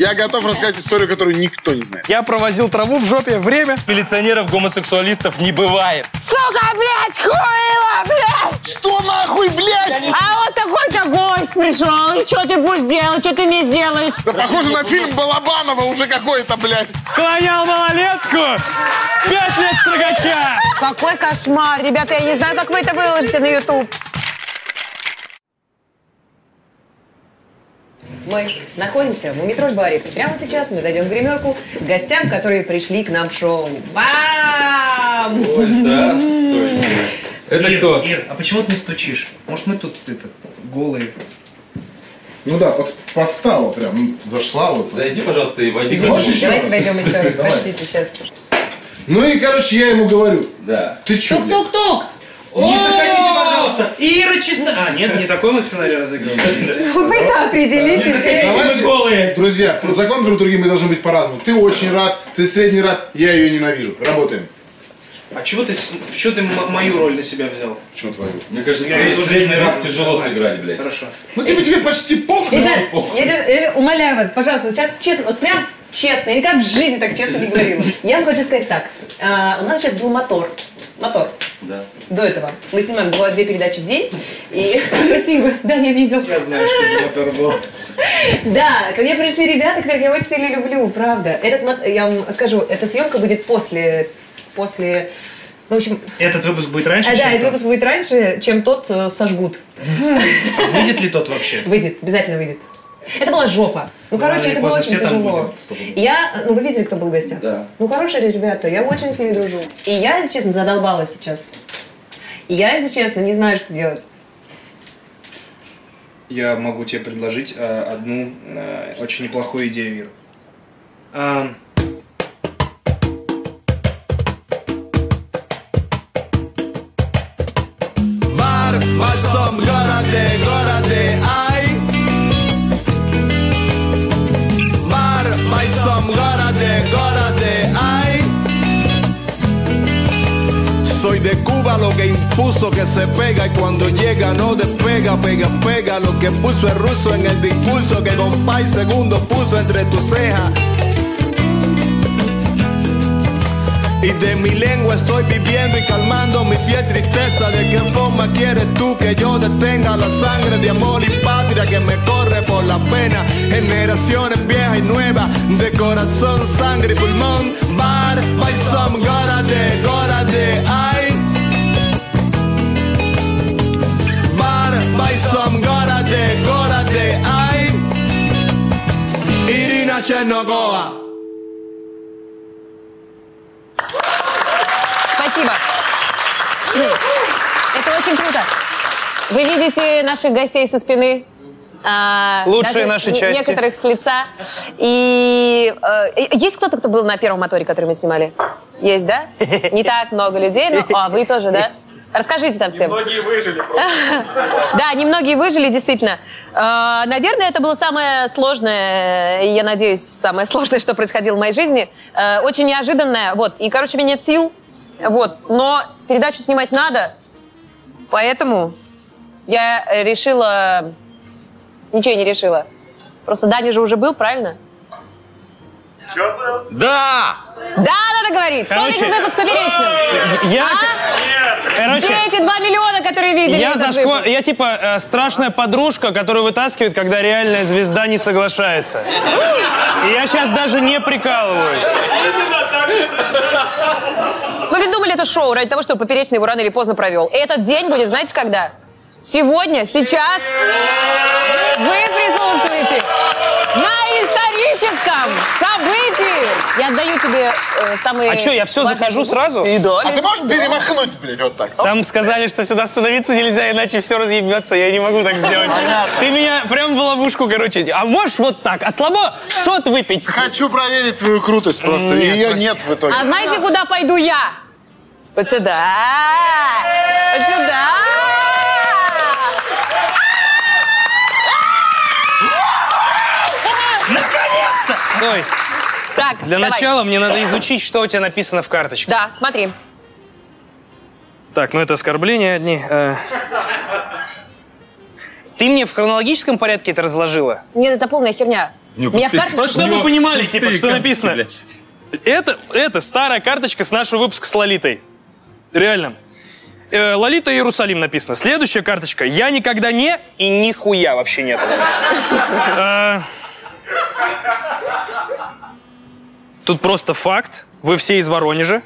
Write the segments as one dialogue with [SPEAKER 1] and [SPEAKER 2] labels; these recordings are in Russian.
[SPEAKER 1] Я готов рассказать историю, которую никто не знает.
[SPEAKER 2] Я провозил траву в жопе время.
[SPEAKER 3] Милиционеров, гомосексуалистов не бывает.
[SPEAKER 4] Сука, блядь, хуйло, блядь!
[SPEAKER 1] Что нахуй, блядь?
[SPEAKER 4] А вот такой-то гость пришел, и что ты будешь делать, что ты мне сделаешь?
[SPEAKER 1] Да похоже на фильм Балабанова уже какой-то, блядь.
[SPEAKER 2] Склонял малолетку. Пять лет строгача.
[SPEAKER 4] Какой кошмар, ребята, я не знаю, как вы это выложите на YouTube.
[SPEAKER 5] Мы находимся в метро баре. И прямо сейчас мы зайдем в гримерку к гостям, которые пришли к нам в шоу. Бам!
[SPEAKER 3] Здравствуйте. Это
[SPEAKER 6] Ир,
[SPEAKER 3] кто?
[SPEAKER 6] Ир, а почему ты не стучишь? Может, мы тут это, голые?
[SPEAKER 1] Ну да, под- подстава прям. ну, Зашла вот.
[SPEAKER 3] Зайди, пожалуйста, и войди.
[SPEAKER 1] Можешь еще
[SPEAKER 5] Давайте
[SPEAKER 1] раз?
[SPEAKER 5] войдем еще раз.
[SPEAKER 1] Давай.
[SPEAKER 5] Простите, сейчас.
[SPEAKER 1] Ну и, короче, я ему говорю.
[SPEAKER 3] Да.
[SPEAKER 1] Ты чё, блядь?
[SPEAKER 5] Тук-тук-тук!
[SPEAKER 3] Не заходите, пожалуйста.
[SPEAKER 6] Ира честно... А, нет, не такой мы сценарий разыгрываем.
[SPEAKER 5] Вы-то определитесь.
[SPEAKER 1] Давайте-
[SPEAKER 3] Давайте. Мы голые.
[SPEAKER 1] Друзья, закон другим мы должны быть по-разному. Ты очень рад, ты средний рад, я ее ненавижу. Работаем.
[SPEAKER 6] А чего ты, с- чего ты м- мою роль на себя взял?
[SPEAKER 1] Чё твою?
[SPEAKER 3] Мне кажется,
[SPEAKER 6] Я
[SPEAKER 3] сред-
[SPEAKER 6] тоже
[SPEAKER 3] средний
[SPEAKER 6] не
[SPEAKER 3] рак
[SPEAKER 6] буду.
[SPEAKER 3] тяжело сыграть, блядь.
[SPEAKER 6] Хорошо.
[SPEAKER 1] Ну типа тебе почти похуй.
[SPEAKER 5] Ребят, я сейчас умоляю вас, пожалуйста, сейчас честно, вот прям честно, я никогда в жизни так честно не говорила. Я вам хочу сказать так. А, у нас сейчас был мотор. Мотор.
[SPEAKER 3] Да.
[SPEAKER 5] До этого. Мы снимаем бывает, две передачи в день. И спасибо. Да, я видел.
[SPEAKER 6] Я знаю, что за мотор был.
[SPEAKER 5] Да, ко мне пришли ребята, которых я очень сильно люблю, правда. Этот, мот- я вам скажу, эта съемка будет после, после, ну, в общем,
[SPEAKER 6] Этот выпуск будет раньше,
[SPEAKER 5] а,
[SPEAKER 6] чем
[SPEAKER 5] да, этот
[SPEAKER 6] тот?
[SPEAKER 5] выпуск будет раньше, чем тот э, сожгут.
[SPEAKER 6] Выйдет ли тот вообще?
[SPEAKER 5] Выйдет, обязательно выйдет. Это была жопа. Ну,
[SPEAKER 6] Да,
[SPEAKER 5] короче,
[SPEAKER 6] и
[SPEAKER 5] это было
[SPEAKER 6] поздно
[SPEAKER 5] очень
[SPEAKER 6] все там
[SPEAKER 5] тяжело.
[SPEAKER 6] будем,
[SPEAKER 5] Я, ну, вы видели, кто был в гостях?
[SPEAKER 3] Да.
[SPEAKER 5] Ну, хорошие ребята, я очень с ними дружу. И я, если честно, задолбалась сейчас. И я, если честно, не знаю, что делать.
[SPEAKER 6] Я могу тебе предложить э, одну э, очень неплохую идею, Ира. А,
[SPEAKER 7] бар в большом городе, городе Ай. Бар в большом городе, городе Ай. Soy de Cuba, lo que impuso que se pega y cuando llega no despega, pega, pega, lo que puso el ruso en el discurso que Compay segundo puso entre tus cejas. Y de mi lengua estoy viviendo y calmando mi fiel tristeza. ¿De qué forma quieres tú que yo detenga la sangre de amor y patria que me corre por la pena? Generaciones viejas y nuevas, de corazón, sangre y pulmón. Bar, by some, de, gora de, ay. Bar, by some, gora de, gora de, ay. Irina Chernogoa.
[SPEAKER 5] Спасибо. Это очень круто. Вы видите наших гостей со спины. а,
[SPEAKER 2] Лучшие
[SPEAKER 5] даже
[SPEAKER 2] наши
[SPEAKER 5] н-
[SPEAKER 2] части.
[SPEAKER 5] Некоторых с лица. И э, и- есть кто-то, кто был на первом моторе, который мы снимали? Есть, да? Не так много людей, но... А, вы тоже, да? Расскажите там всем.
[SPEAKER 3] Многие выжили
[SPEAKER 5] Да, немногие выжили, действительно. Э, Наверное, это было самое сложное, и я надеюсь, самое сложное, что происходило в моей жизни. Э, Очень неожиданное. Вот. И, короче, у меня нет сил. Вот. Но передачу снимать надо. Поэтому я э, решила... Ничего я не решила. Просто Даня же уже был, правильно?
[SPEAKER 3] Да!
[SPEAKER 5] Да, надо говорить. Кто
[SPEAKER 2] Короче,
[SPEAKER 5] видел выпуск «Поперечным»?
[SPEAKER 2] Я, короче,
[SPEAKER 5] Где эти два миллиона, которые видели
[SPEAKER 2] я
[SPEAKER 5] этот
[SPEAKER 2] зашква...
[SPEAKER 5] выпуск?
[SPEAKER 2] Я типа э, страшная подружка, которую вытаскивают, когда реальная звезда не соглашается. И я сейчас даже не прикалываюсь.
[SPEAKER 5] Мы придумали это шоу ради того, чтобы поперечный его рано или поздно провел. И этот день будет, знаете, когда? Сегодня, сейчас вы присутствуете на историческом событии. Я отдаю тебе э, самые...
[SPEAKER 2] А что, я все
[SPEAKER 5] важные
[SPEAKER 2] захожу
[SPEAKER 5] буквы.
[SPEAKER 2] сразу? И да.
[SPEAKER 1] А ты можешь перемахнуть, блядь, вот так?
[SPEAKER 2] Там сказали, что сюда становиться нельзя, иначе все разъебется. Я не могу так сделать. Ты меня прям в ловушку, короче. А можешь вот так? А слабо шот выпить?
[SPEAKER 1] Хочу проверить твою крутость просто.
[SPEAKER 2] Нет,
[SPEAKER 1] Ее
[SPEAKER 2] прости.
[SPEAKER 1] нет в итоге.
[SPEAKER 5] А знаете, куда пойду я? Вот сюда. Вот сюда.
[SPEAKER 2] Ой,
[SPEAKER 5] Так,
[SPEAKER 2] для
[SPEAKER 5] давай.
[SPEAKER 2] начала мне надо изучить, что у тебя написано в карточке.
[SPEAKER 5] Да, смотри.
[SPEAKER 2] Так, ну это оскорбления одни. э. Ты мне в хронологическом порядке это разложила?
[SPEAKER 5] Нет, это полная херня. Меня в карточку...
[SPEAKER 2] Просто чтобы вы понимали, типа, что написано. Это, это старая карточка с нашего выпуска с Лолитой. Реально. Э, Лолита Иерусалим написано. Следующая карточка. Я никогда не и нихуя вообще нет. Э, Тут просто факт. Вы все из Воронежа.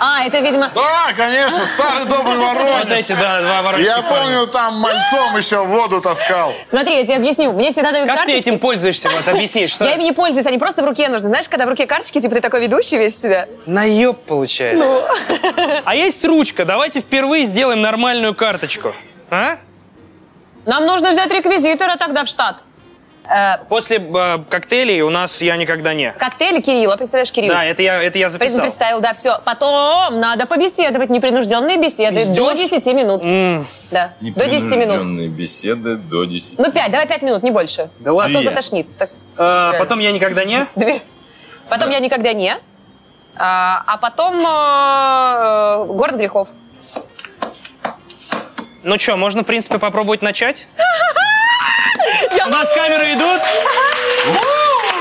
[SPEAKER 5] А, это, видимо...
[SPEAKER 8] Да, конечно, старый добрый
[SPEAKER 2] Вот
[SPEAKER 8] Воронеж.
[SPEAKER 2] эти, да, два воронежских
[SPEAKER 8] Я
[SPEAKER 2] парня.
[SPEAKER 8] помню, там мальцом еще воду таскал.
[SPEAKER 5] Смотри, я тебе объясню. Мне всегда дают
[SPEAKER 2] Как ты
[SPEAKER 5] карточки.
[SPEAKER 2] этим пользуешься? Вот объясни, что...
[SPEAKER 5] Я ими не пользуюсь, они просто в руке нужны. Знаешь, когда в руке карточки, типа ты такой ведущий весь себя.
[SPEAKER 2] Наеб получается.
[SPEAKER 5] Ну.
[SPEAKER 2] А есть ручка. Давайте впервые сделаем нормальную карточку. А?
[SPEAKER 5] Нам нужно взять реквизитора тогда в штат. Э,
[SPEAKER 2] После э, коктейлей у нас я никогда не.
[SPEAKER 5] коктейли Кирилла, представляешь, Кирилл?
[SPEAKER 2] Да, это я, это я
[SPEAKER 5] Пред-
[SPEAKER 2] записал.
[SPEAKER 5] Представил, да, все. Потом надо побеседовать, непринужденные беседы до 10 минут. Да, до 10 минут.
[SPEAKER 3] беседы до 10.
[SPEAKER 5] Ну, 5, давай 5 минут, не больше.
[SPEAKER 2] Да ладно.
[SPEAKER 5] А то
[SPEAKER 2] Две.
[SPEAKER 5] затошнит. Так,
[SPEAKER 2] Э, потом я никогда не.
[SPEAKER 5] две. Потом я никогда не. А, а потом э, э, город грехов.
[SPEAKER 2] Ну что, можно, в принципе, попробовать начать? У нас камеры идут.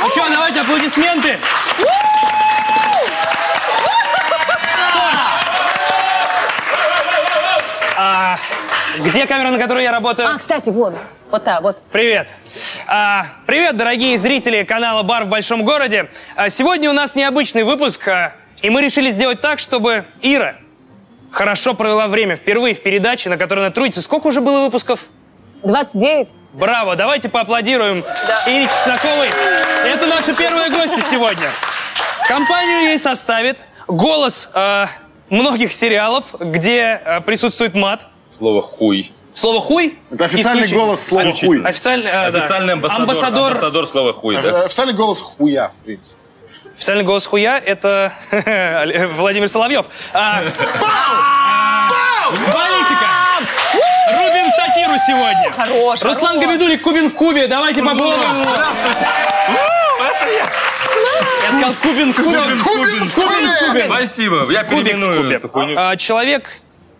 [SPEAKER 2] Ну что, давайте аплодисменты. А, Где камера, на которой я работаю?
[SPEAKER 5] А, кстати, вон. Вот та, вот.
[SPEAKER 2] Привет. А, привет, дорогие зрители канала «Бар в большом городе». А, сегодня у нас необычный выпуск, а, и мы решили сделать так, чтобы Ира хорошо провела время впервые в передаче, на которой она трудится. Сколько уже было выпусков?
[SPEAKER 5] 29.
[SPEAKER 2] Браво! Давайте поаплодируем Ире Чесноковой. Это наши первые гости сегодня. Компанию ей составит голос э, многих сериалов, где э, присутствует мат.
[SPEAKER 3] Слово хуй.
[SPEAKER 2] Слово «хуй»
[SPEAKER 1] Это официальный
[SPEAKER 2] исключительно.
[SPEAKER 1] голос слова хуй. Э,
[SPEAKER 2] Официальный, э, да.
[SPEAKER 3] Официальный амбассадор.
[SPEAKER 2] Амбассадор.
[SPEAKER 3] слова хуй, да?
[SPEAKER 1] Официальный голос хуя, в принципе.
[SPEAKER 2] Официальный голос хуя это Владимир Соловьев. А, Политика! Рубим сатиру сегодня!
[SPEAKER 5] Хорош,
[SPEAKER 2] Руслан
[SPEAKER 5] хорош.
[SPEAKER 2] Габидулик, Кубин в Кубе, давайте попробуем.
[SPEAKER 3] Здравствуйте!
[SPEAKER 2] Я сказал Кубин в Кубе.
[SPEAKER 3] Кубин в
[SPEAKER 8] Кубин в
[SPEAKER 2] Кубин в
[SPEAKER 8] Кубе!
[SPEAKER 2] Кубе.
[SPEAKER 3] Спасибо, я
[SPEAKER 2] Кубик в
[SPEAKER 3] переименую
[SPEAKER 2] кубе.
[SPEAKER 3] эту хуйню.
[SPEAKER 2] А, человек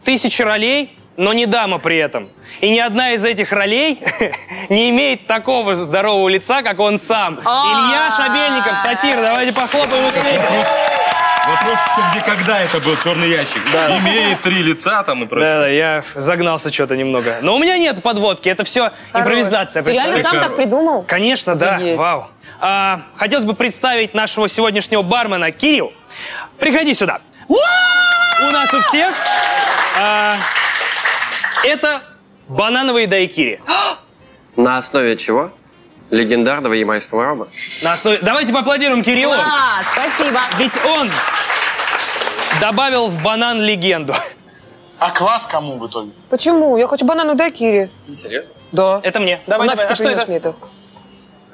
[SPEAKER 2] тысячи ролей, но не дама при этом. И ни одна из этих ролей не имеет такого здорового лица, как он сам. Илья Шабельников, сатир, давайте похлопаем его вместе.
[SPEAKER 3] Вопрос, что где когда это был черный ящик. Имеет три лица там и прочее.
[SPEAKER 2] Да, да, я загнался что-то немного. Но у меня нет подводки, это все импровизация.
[SPEAKER 5] Ты реально сам
[SPEAKER 3] Хорошо.
[SPEAKER 5] так придумал?
[SPEAKER 2] Конечно, да.
[SPEAKER 5] Офигеть.
[SPEAKER 2] Вау. А, хотелось бы представить нашего сегодняшнего бармена Кирилл. Приходи сюда. У нас у всех а, это банановые дайкири.
[SPEAKER 9] На основе чего? Легендарного ямайского рома.
[SPEAKER 2] На основе- Давайте поаплодируем Кириллу.
[SPEAKER 5] А, спасибо.
[SPEAKER 2] Ведь он добавил в банан легенду.
[SPEAKER 8] А класс кому в итоге?
[SPEAKER 5] Почему? Я хочу банану дайкири.
[SPEAKER 9] Серьезно?
[SPEAKER 5] Да.
[SPEAKER 2] Это мне. Давай,
[SPEAKER 5] Нафиг
[SPEAKER 2] давай.
[SPEAKER 5] ты
[SPEAKER 2] А что
[SPEAKER 5] принёс
[SPEAKER 2] это?
[SPEAKER 5] мне это?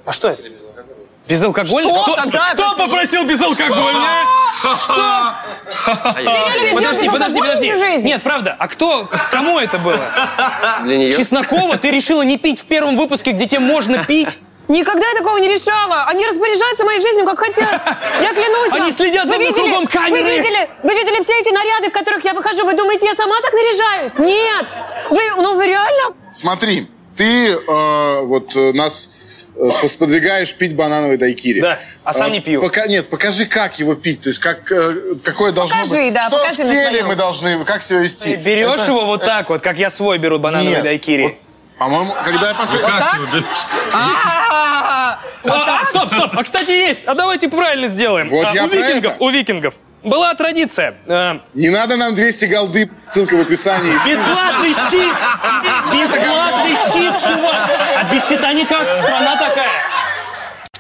[SPEAKER 2] А что это? Безалкогольное?
[SPEAKER 5] Что?
[SPEAKER 2] Кто,
[SPEAKER 5] Тогда
[SPEAKER 2] кто
[SPEAKER 5] это-
[SPEAKER 2] попросил безалкогольное?
[SPEAKER 9] А
[SPEAKER 2] Подожди, подожди, подожди.
[SPEAKER 5] всю жизнь?
[SPEAKER 2] Нет, правда. А кто, кому это было?
[SPEAKER 9] Для нее
[SPEAKER 2] Чеснокова, ты решила не пить в первом выпуске, где тебе можно пить?
[SPEAKER 5] Никогда я такого не решала. Они распоряжаются моей жизнью, как хотят. Я клянусь вам.
[SPEAKER 2] Они следят за
[SPEAKER 5] Вы
[SPEAKER 2] мной
[SPEAKER 5] видели-
[SPEAKER 2] кругом камеры.
[SPEAKER 5] Вы видели, вы видели все эти наряды, в которых я выхожу? Вы думаете, я сама так наряжаюсь? Нет. Вы, ну вы реально?
[SPEAKER 1] Смотри, ты э, вот э, нас э, спос- подвигаешь пить банановый дайкири. Э,
[SPEAKER 2] Да, а сам не пью.
[SPEAKER 1] Пока, нет, покажи, как его пить, то есть как, э, какое должно
[SPEAKER 5] Покажи,
[SPEAKER 1] быть.
[SPEAKER 5] да,
[SPEAKER 1] что
[SPEAKER 5] покажи
[SPEAKER 1] в
[SPEAKER 5] на
[SPEAKER 1] теле
[SPEAKER 5] своём.
[SPEAKER 1] мы должны, как себя вести.
[SPEAKER 2] Ты берешь
[SPEAKER 1] Это-
[SPEAKER 2] его вот так вот, как я свой беру банановый
[SPEAKER 1] Нет.
[SPEAKER 2] дайкири.
[SPEAKER 1] Вот, По-моему, когда я послед-
[SPEAKER 3] Как его берешь?
[SPEAKER 5] А-а-а.
[SPEAKER 2] А, а, стоп, стоп, а кстати есть, а давайте правильно сделаем.
[SPEAKER 1] Вот
[SPEAKER 2] А,
[SPEAKER 1] я
[SPEAKER 2] у
[SPEAKER 1] про
[SPEAKER 2] викингов,
[SPEAKER 1] это.
[SPEAKER 2] у викингов была традиция. э,
[SPEAKER 1] Не надо нам 200 голды, ссылка в описании.
[SPEAKER 2] Бесплатный щит! Бесплатный щит, чувак! А без щита никак, страна такая.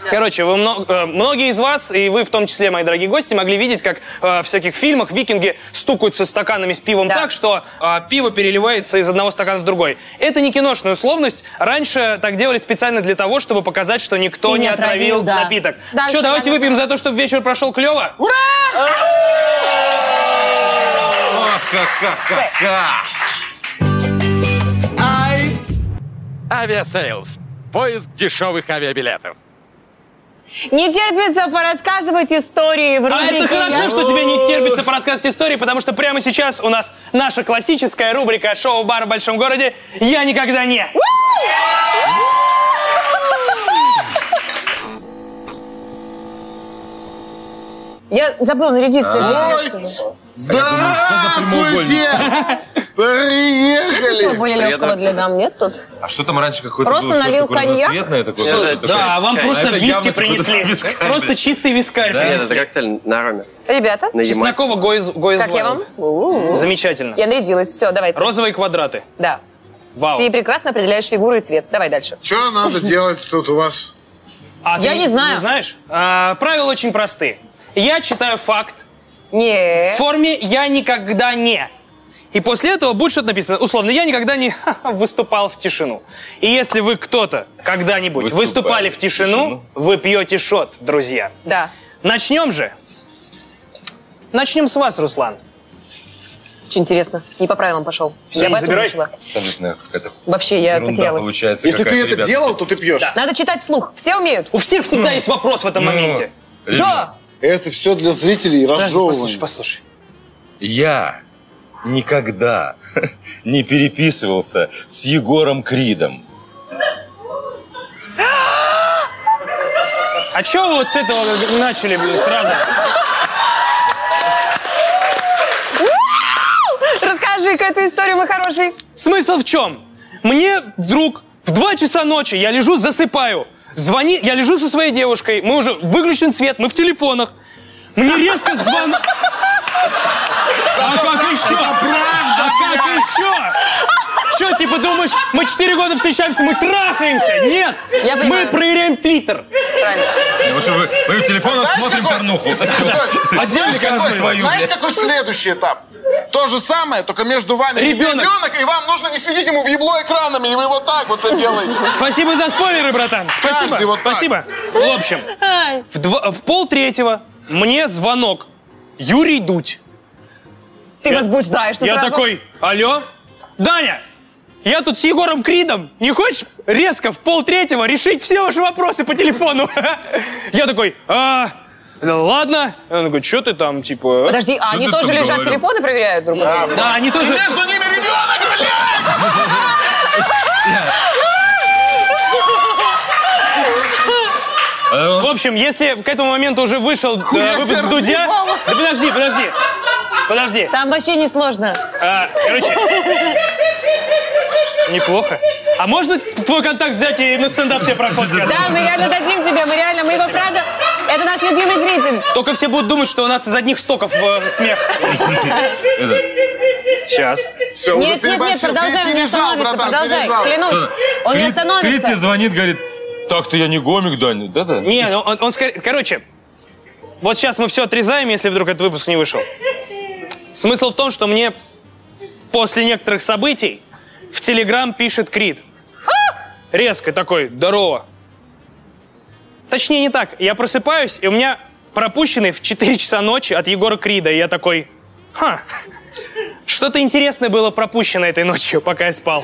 [SPEAKER 2] Короче, вы мно- э, многие из вас, и вы в том числе, мои дорогие гости, могли видеть, как э, в всяких фильмах викинги стукаются стаканами с пивом
[SPEAKER 5] Да.
[SPEAKER 2] так, что э, пиво переливается из одного стакана в другой. Это не киношная условность. Раньше так делали специально для того, чтобы показать, что никто
[SPEAKER 5] И
[SPEAKER 2] не
[SPEAKER 5] не
[SPEAKER 2] отравил,
[SPEAKER 5] отравил, да.
[SPEAKER 2] напиток.
[SPEAKER 5] Дальше,
[SPEAKER 2] Что, давайте
[SPEAKER 5] понятно.
[SPEAKER 2] выпьем за то, чтобы вечер прошел клево?
[SPEAKER 3] Ха-ха-ха-ха!
[SPEAKER 10] Авиасейлс. Поиск дешевых авиабилетов.
[SPEAKER 5] Не терпится порассказывать истории в
[SPEAKER 2] А
[SPEAKER 5] рубрике
[SPEAKER 2] это хорошо,
[SPEAKER 5] «Я-
[SPEAKER 2] что тебе не терпится порассказывать истории, потому что прямо сейчас у нас наша классическая рубрика шоу «Бар в большом городе» «Я никогда не».
[SPEAKER 5] Я забыла нарядиться. я
[SPEAKER 2] А.
[SPEAKER 8] Ой!
[SPEAKER 5] без нарядца была.
[SPEAKER 8] Здравствуйте!
[SPEAKER 5] Ну, Чего более
[SPEAKER 8] Приехали!
[SPEAKER 5] легкого для дам нет тут?
[SPEAKER 11] А что там раньше какой-то
[SPEAKER 5] Просто
[SPEAKER 11] было?
[SPEAKER 5] налил
[SPEAKER 11] такое
[SPEAKER 5] коньяк?
[SPEAKER 11] разноцветное такое?
[SPEAKER 2] Да,
[SPEAKER 11] Что это такое?
[SPEAKER 2] а вам
[SPEAKER 11] Чай.
[SPEAKER 2] просто
[SPEAKER 11] А это
[SPEAKER 2] виски
[SPEAKER 11] явно какой-то
[SPEAKER 2] принесли.
[SPEAKER 11] вискарь, блин.
[SPEAKER 2] Просто чистый вискарь
[SPEAKER 11] Да,
[SPEAKER 2] принесли.
[SPEAKER 11] это
[SPEAKER 9] коктейль на роме.
[SPEAKER 5] Ребята,
[SPEAKER 9] На Ямайке.
[SPEAKER 2] Чеснокова Гоиз
[SPEAKER 5] как я вам? У-у-у.
[SPEAKER 2] Замечательно.
[SPEAKER 5] Я нарядилась. Все, давайте.
[SPEAKER 2] Розовые квадраты.
[SPEAKER 5] Да.
[SPEAKER 2] Вау.
[SPEAKER 5] Ты прекрасно определяешь фигуру и цвет. Давай дальше.
[SPEAKER 8] Что надо делать тут у вас?
[SPEAKER 2] А
[SPEAKER 5] Я не знаю.
[SPEAKER 2] Не знаешь? А, правила очень просты. Я читаю факт.
[SPEAKER 5] Не.
[SPEAKER 2] В форме «я никогда не». И после этого будет что-то написано. Условно, я никогда не выступал в тишину. И если вы кто-то когда-нибудь
[SPEAKER 11] Выступали
[SPEAKER 2] выступали в
[SPEAKER 11] в
[SPEAKER 2] тишину,
[SPEAKER 11] тишину.
[SPEAKER 2] вы пьете шот, друзья.
[SPEAKER 5] Да.
[SPEAKER 2] Начнем же. Начнем с вас, Руслан.
[SPEAKER 5] Очень интересно. Не по правилам пошел.
[SPEAKER 2] Всё,
[SPEAKER 5] я
[SPEAKER 2] не
[SPEAKER 5] об этом
[SPEAKER 2] забирай.
[SPEAKER 5] начала.
[SPEAKER 11] Абсолютно какая-то
[SPEAKER 5] Вообще, я
[SPEAKER 11] ерунда
[SPEAKER 5] потерялась.
[SPEAKER 11] получается.
[SPEAKER 8] Если ты
[SPEAKER 11] какая-то,
[SPEAKER 8] это
[SPEAKER 11] ребята.
[SPEAKER 8] делал, то ты пьешь.
[SPEAKER 5] Надо читать вслух. Все умеют?
[SPEAKER 2] У всех всегда есть вопрос в этом
[SPEAKER 11] Ну,
[SPEAKER 2] моменте.
[SPEAKER 11] ребят,
[SPEAKER 5] Да.
[SPEAKER 8] Это все для зрителей
[SPEAKER 2] Подожди,
[SPEAKER 8] разжевывания.
[SPEAKER 2] послушай, послушай.
[SPEAKER 11] Я никогда не переписывался с Егором Кридом.
[SPEAKER 2] А чё вы вот с этого начали, блин, сразу?
[SPEAKER 5] Расскажи-ка эту историю, мой хороший.
[SPEAKER 2] Смысл в чем? Мне вдруг в 2 часа ночи я лежу, засыпаю. Звони, я лежу со своей девушкой, мы уже выключен свет, мы в телефонах. Мне резко звонок. А как еще? А как еще? Че, типа, думаешь, мы 4 года встречаемся, мы трахаемся? Нет!
[SPEAKER 5] Я
[SPEAKER 2] мы
[SPEAKER 5] понимаю.
[SPEAKER 2] проверяем твиттер.
[SPEAKER 5] Правильно.
[SPEAKER 11] Ну, что вы, мы в телефонах смотрим порнуху.
[SPEAKER 8] А знаешь,
[SPEAKER 11] каждый
[SPEAKER 8] какой,
[SPEAKER 11] свою,
[SPEAKER 8] знаешь,
[SPEAKER 11] блядь.
[SPEAKER 8] какой следующий этап? То же самое, только между вами
[SPEAKER 2] Ребенок.
[SPEAKER 8] и вам нужно не светить ему в ебло экранами, и вы вот так вот это делаете.
[SPEAKER 2] Спасибо за спойлеры, братан.
[SPEAKER 8] Каждый
[SPEAKER 2] Спасибо.
[SPEAKER 8] вот так.
[SPEAKER 2] Спасибо. В общем,
[SPEAKER 5] Ай.
[SPEAKER 2] в, два- в пол третьего мне звонок. Юрий Дудь.
[SPEAKER 5] Ты возбуждаешься
[SPEAKER 2] Я
[SPEAKER 5] сразу.
[SPEAKER 2] такой, алло, Даня, я тут с Егором Кридом. Не хочешь резко в полтретьего решить все ваши вопросы по телефону? Я такой, а, ну ладно. Он такой, что ты там, типа... а?»
[SPEAKER 5] Подожди, а
[SPEAKER 11] Что
[SPEAKER 5] они
[SPEAKER 11] ты
[SPEAKER 5] тоже
[SPEAKER 11] там
[SPEAKER 5] лежат,
[SPEAKER 11] говорил?
[SPEAKER 5] телефоны проверяют друг друга?
[SPEAKER 2] Да, они тоже...
[SPEAKER 8] Между ними ребенок, блядь!
[SPEAKER 2] В общем, если к этому моменту уже вышел э,
[SPEAKER 8] я
[SPEAKER 2] выпуск
[SPEAKER 8] тебя
[SPEAKER 2] Дудя...
[SPEAKER 8] разъебала.
[SPEAKER 2] Да подожди, подожди. Подожди.
[SPEAKER 5] Там вообще не сложно.
[SPEAKER 2] А, короче... Неплохо. А можно твой контакт взять и на стендап тебе проходка?
[SPEAKER 5] Да, мы реально дадим тебе, мы реально, мы его правда... Это наш любимый зритель.
[SPEAKER 2] Только все будут думать, что у нас из одних стоков э, смех.
[SPEAKER 11] Это,
[SPEAKER 2] Сейчас.
[SPEAKER 8] Все, уже
[SPEAKER 5] Нет, нет, нет,
[SPEAKER 8] переборщил.
[SPEAKER 5] продолжай, он не
[SPEAKER 8] Пережал,
[SPEAKER 5] остановится,
[SPEAKER 8] братан,
[SPEAKER 5] продолжай,
[SPEAKER 8] пережал.
[SPEAKER 5] клянусь. Он
[SPEAKER 11] Крид- Крид
[SPEAKER 5] не
[SPEAKER 11] тебе
[SPEAKER 5] остановится.
[SPEAKER 11] звонит, говорит, так-то я не гомик, Даня. Да-да.
[SPEAKER 2] Не, ну, он, он скорее... Короче, вот сейчас мы все отрезаем, если вдруг этот выпуск не вышел. Смысл в том, что мне после некоторых событий в Телеграм пишет Крид. Резко такой, здорово. Точнее, не так. Я просыпаюсь, и у меня пропущенный в 4 часа ночи от Егора Крида. И я такой, ха, что-то интересное было пропущено этой ночью, пока я спал.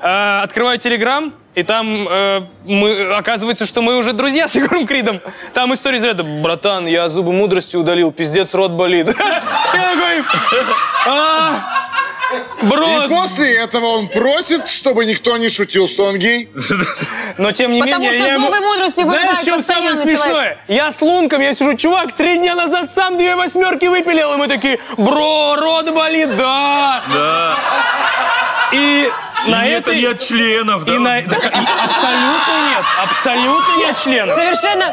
[SPEAKER 2] Э, открываю Телеграм, и там э, мы, оказывается, что мы уже друзья с Егором Кридом. Там история из ряда. Братан, я зубы мудрости удалил, пиздец, рот болит. Я такой, «А,
[SPEAKER 8] И
[SPEAKER 2] бро,
[SPEAKER 8] после этого он просит, чтобы никто не шутил, что он гей.
[SPEAKER 2] но тем не
[SPEAKER 5] Потому
[SPEAKER 2] менее...
[SPEAKER 5] что
[SPEAKER 2] я ему-
[SPEAKER 5] зубы мудрости
[SPEAKER 2] Знаешь,
[SPEAKER 5] вырывают
[SPEAKER 2] в чем самое
[SPEAKER 5] постоянно
[SPEAKER 2] смешное?
[SPEAKER 5] человек.
[SPEAKER 2] Я с лунком, я сижу, чувак, три дня назад сам две восьмерки выпилил, и мы такие, бро, рот болит, да.
[SPEAKER 11] Да.
[SPEAKER 2] И на
[SPEAKER 11] и
[SPEAKER 2] этой...
[SPEAKER 11] это не от членов, да?
[SPEAKER 2] и на... да, и- абсолютно нет, абсолютно нет членов.
[SPEAKER 5] Совершенно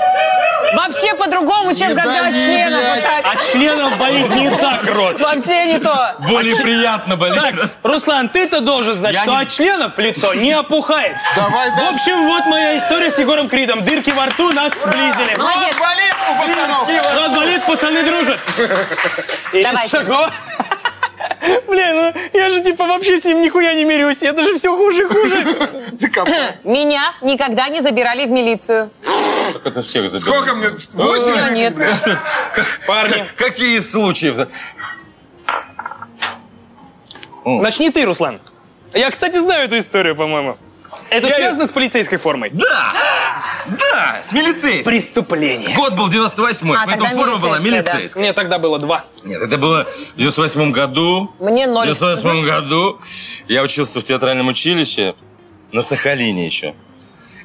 [SPEAKER 5] вообще по-другому, чем
[SPEAKER 8] Не
[SPEAKER 5] когда от
[SPEAKER 8] дави,
[SPEAKER 5] членов вот
[SPEAKER 8] блядь.
[SPEAKER 5] так.
[SPEAKER 2] От А членов болит не так рот.
[SPEAKER 5] Вообще не то.
[SPEAKER 11] Более приятно, болит.
[SPEAKER 2] Так, Руслан, ты-то должен знать,
[SPEAKER 11] Я
[SPEAKER 2] что
[SPEAKER 11] не-
[SPEAKER 2] от членов лицо не опухает.
[SPEAKER 8] Давай
[SPEAKER 2] В
[SPEAKER 8] дальше.
[SPEAKER 2] общем, вот моя история с Егором Кридом. Дырки во рту нас сблизили.
[SPEAKER 8] Рот болит у пацанов.
[SPEAKER 2] Рот болит, пацаны дружат. И
[SPEAKER 5] Давай,
[SPEAKER 2] с такого- Блин, ну я же типа вообще с ним нихуя не мирюсь. Это же все хуже и хуже.
[SPEAKER 8] Ты капай.
[SPEAKER 5] Меня никогда не забирали в милицию.
[SPEAKER 11] Как это всех заберут?
[SPEAKER 8] Сколько мне? Восемь?
[SPEAKER 5] Да нет.
[SPEAKER 2] Парни.
[SPEAKER 11] Какие случаи?
[SPEAKER 2] Начни ты, Руслан. Я, кстати, знаю эту историю, по-моему. Это связано с полицейской формой?
[SPEAKER 11] Да! Да! С милицейским!
[SPEAKER 2] Преступление.
[SPEAKER 11] Год был 98-й,
[SPEAKER 5] А,
[SPEAKER 11] поэтому
[SPEAKER 5] тогда
[SPEAKER 11] форма была
[SPEAKER 5] милицейская, да.
[SPEAKER 11] милицейская.
[SPEAKER 2] Мне тогда было два.
[SPEAKER 11] Нет, это было в 98 году.
[SPEAKER 5] Мне
[SPEAKER 11] В
[SPEAKER 5] ноль.
[SPEAKER 11] 98 году я учился в театральном училище на Сахалине еще.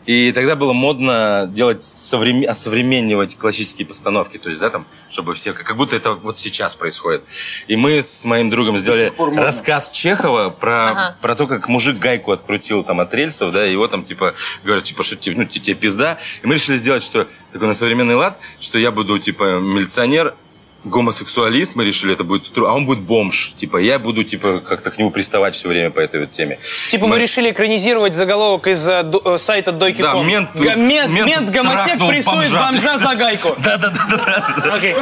[SPEAKER 11] И тогда было модно делать современ... осовременивать классические постановки, то есть, да, там, чтобы все, как будто это вот сейчас происходит. И мы с моим другом сделали
[SPEAKER 12] пор модно.
[SPEAKER 11] рассказ Чехова про,
[SPEAKER 12] Ага.
[SPEAKER 11] про то, как мужик гайку открутил там от рельсов, да, и его там типа говорят, типа, что тебе, ну, те- тебе пизда. И мы решили сделать, что такой на современный лад, что я буду типа милиционер, гомосексуалист, мы решили, это будет, тру- а он будет бомж, типа, я буду типа как-то к нему приставать все время по этой вот теме.
[SPEAKER 2] Типа мы решили экранизировать заголовок из э, до- э, сайта Дойки
[SPEAKER 11] Да, мент-
[SPEAKER 2] мент,
[SPEAKER 11] мент
[SPEAKER 2] мент гомосек
[SPEAKER 11] трахнул
[SPEAKER 2] прессует
[SPEAKER 11] бомжа.
[SPEAKER 2] бомжа за гайку.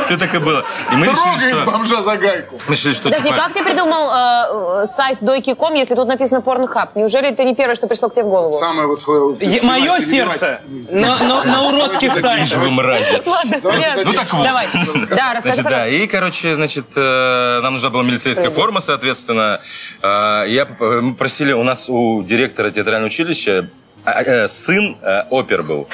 [SPEAKER 11] Все так и было. И мы решили,
[SPEAKER 8] Трогает
[SPEAKER 11] что...
[SPEAKER 8] бомжа за гайку.
[SPEAKER 11] Мы решили, что
[SPEAKER 5] Подожди,
[SPEAKER 11] типа,
[SPEAKER 5] как ты придумал э, э, сайт дойки.ком, если тут написано порнхаб? Неужели это не первое, что пришло к тебе в голову?
[SPEAKER 8] Самое вот э, свое...
[SPEAKER 2] Е- мое сердце на, на- на уродских
[SPEAKER 11] Какие же
[SPEAKER 2] сайтах.
[SPEAKER 11] вы мрази.
[SPEAKER 5] Ладно, серьезно.
[SPEAKER 11] Ну так вот.
[SPEAKER 5] Давай. Да, расскажи,
[SPEAKER 11] Значит, да,
[SPEAKER 5] пожалуйста.
[SPEAKER 11] и, короче, значит, э, нам нужна была милицейская
[SPEAKER 5] Строго.
[SPEAKER 11] форма, соответственно. Э, Я поп- э, мы просили, у нас у директора театрального училища э, э, сын э, опер был.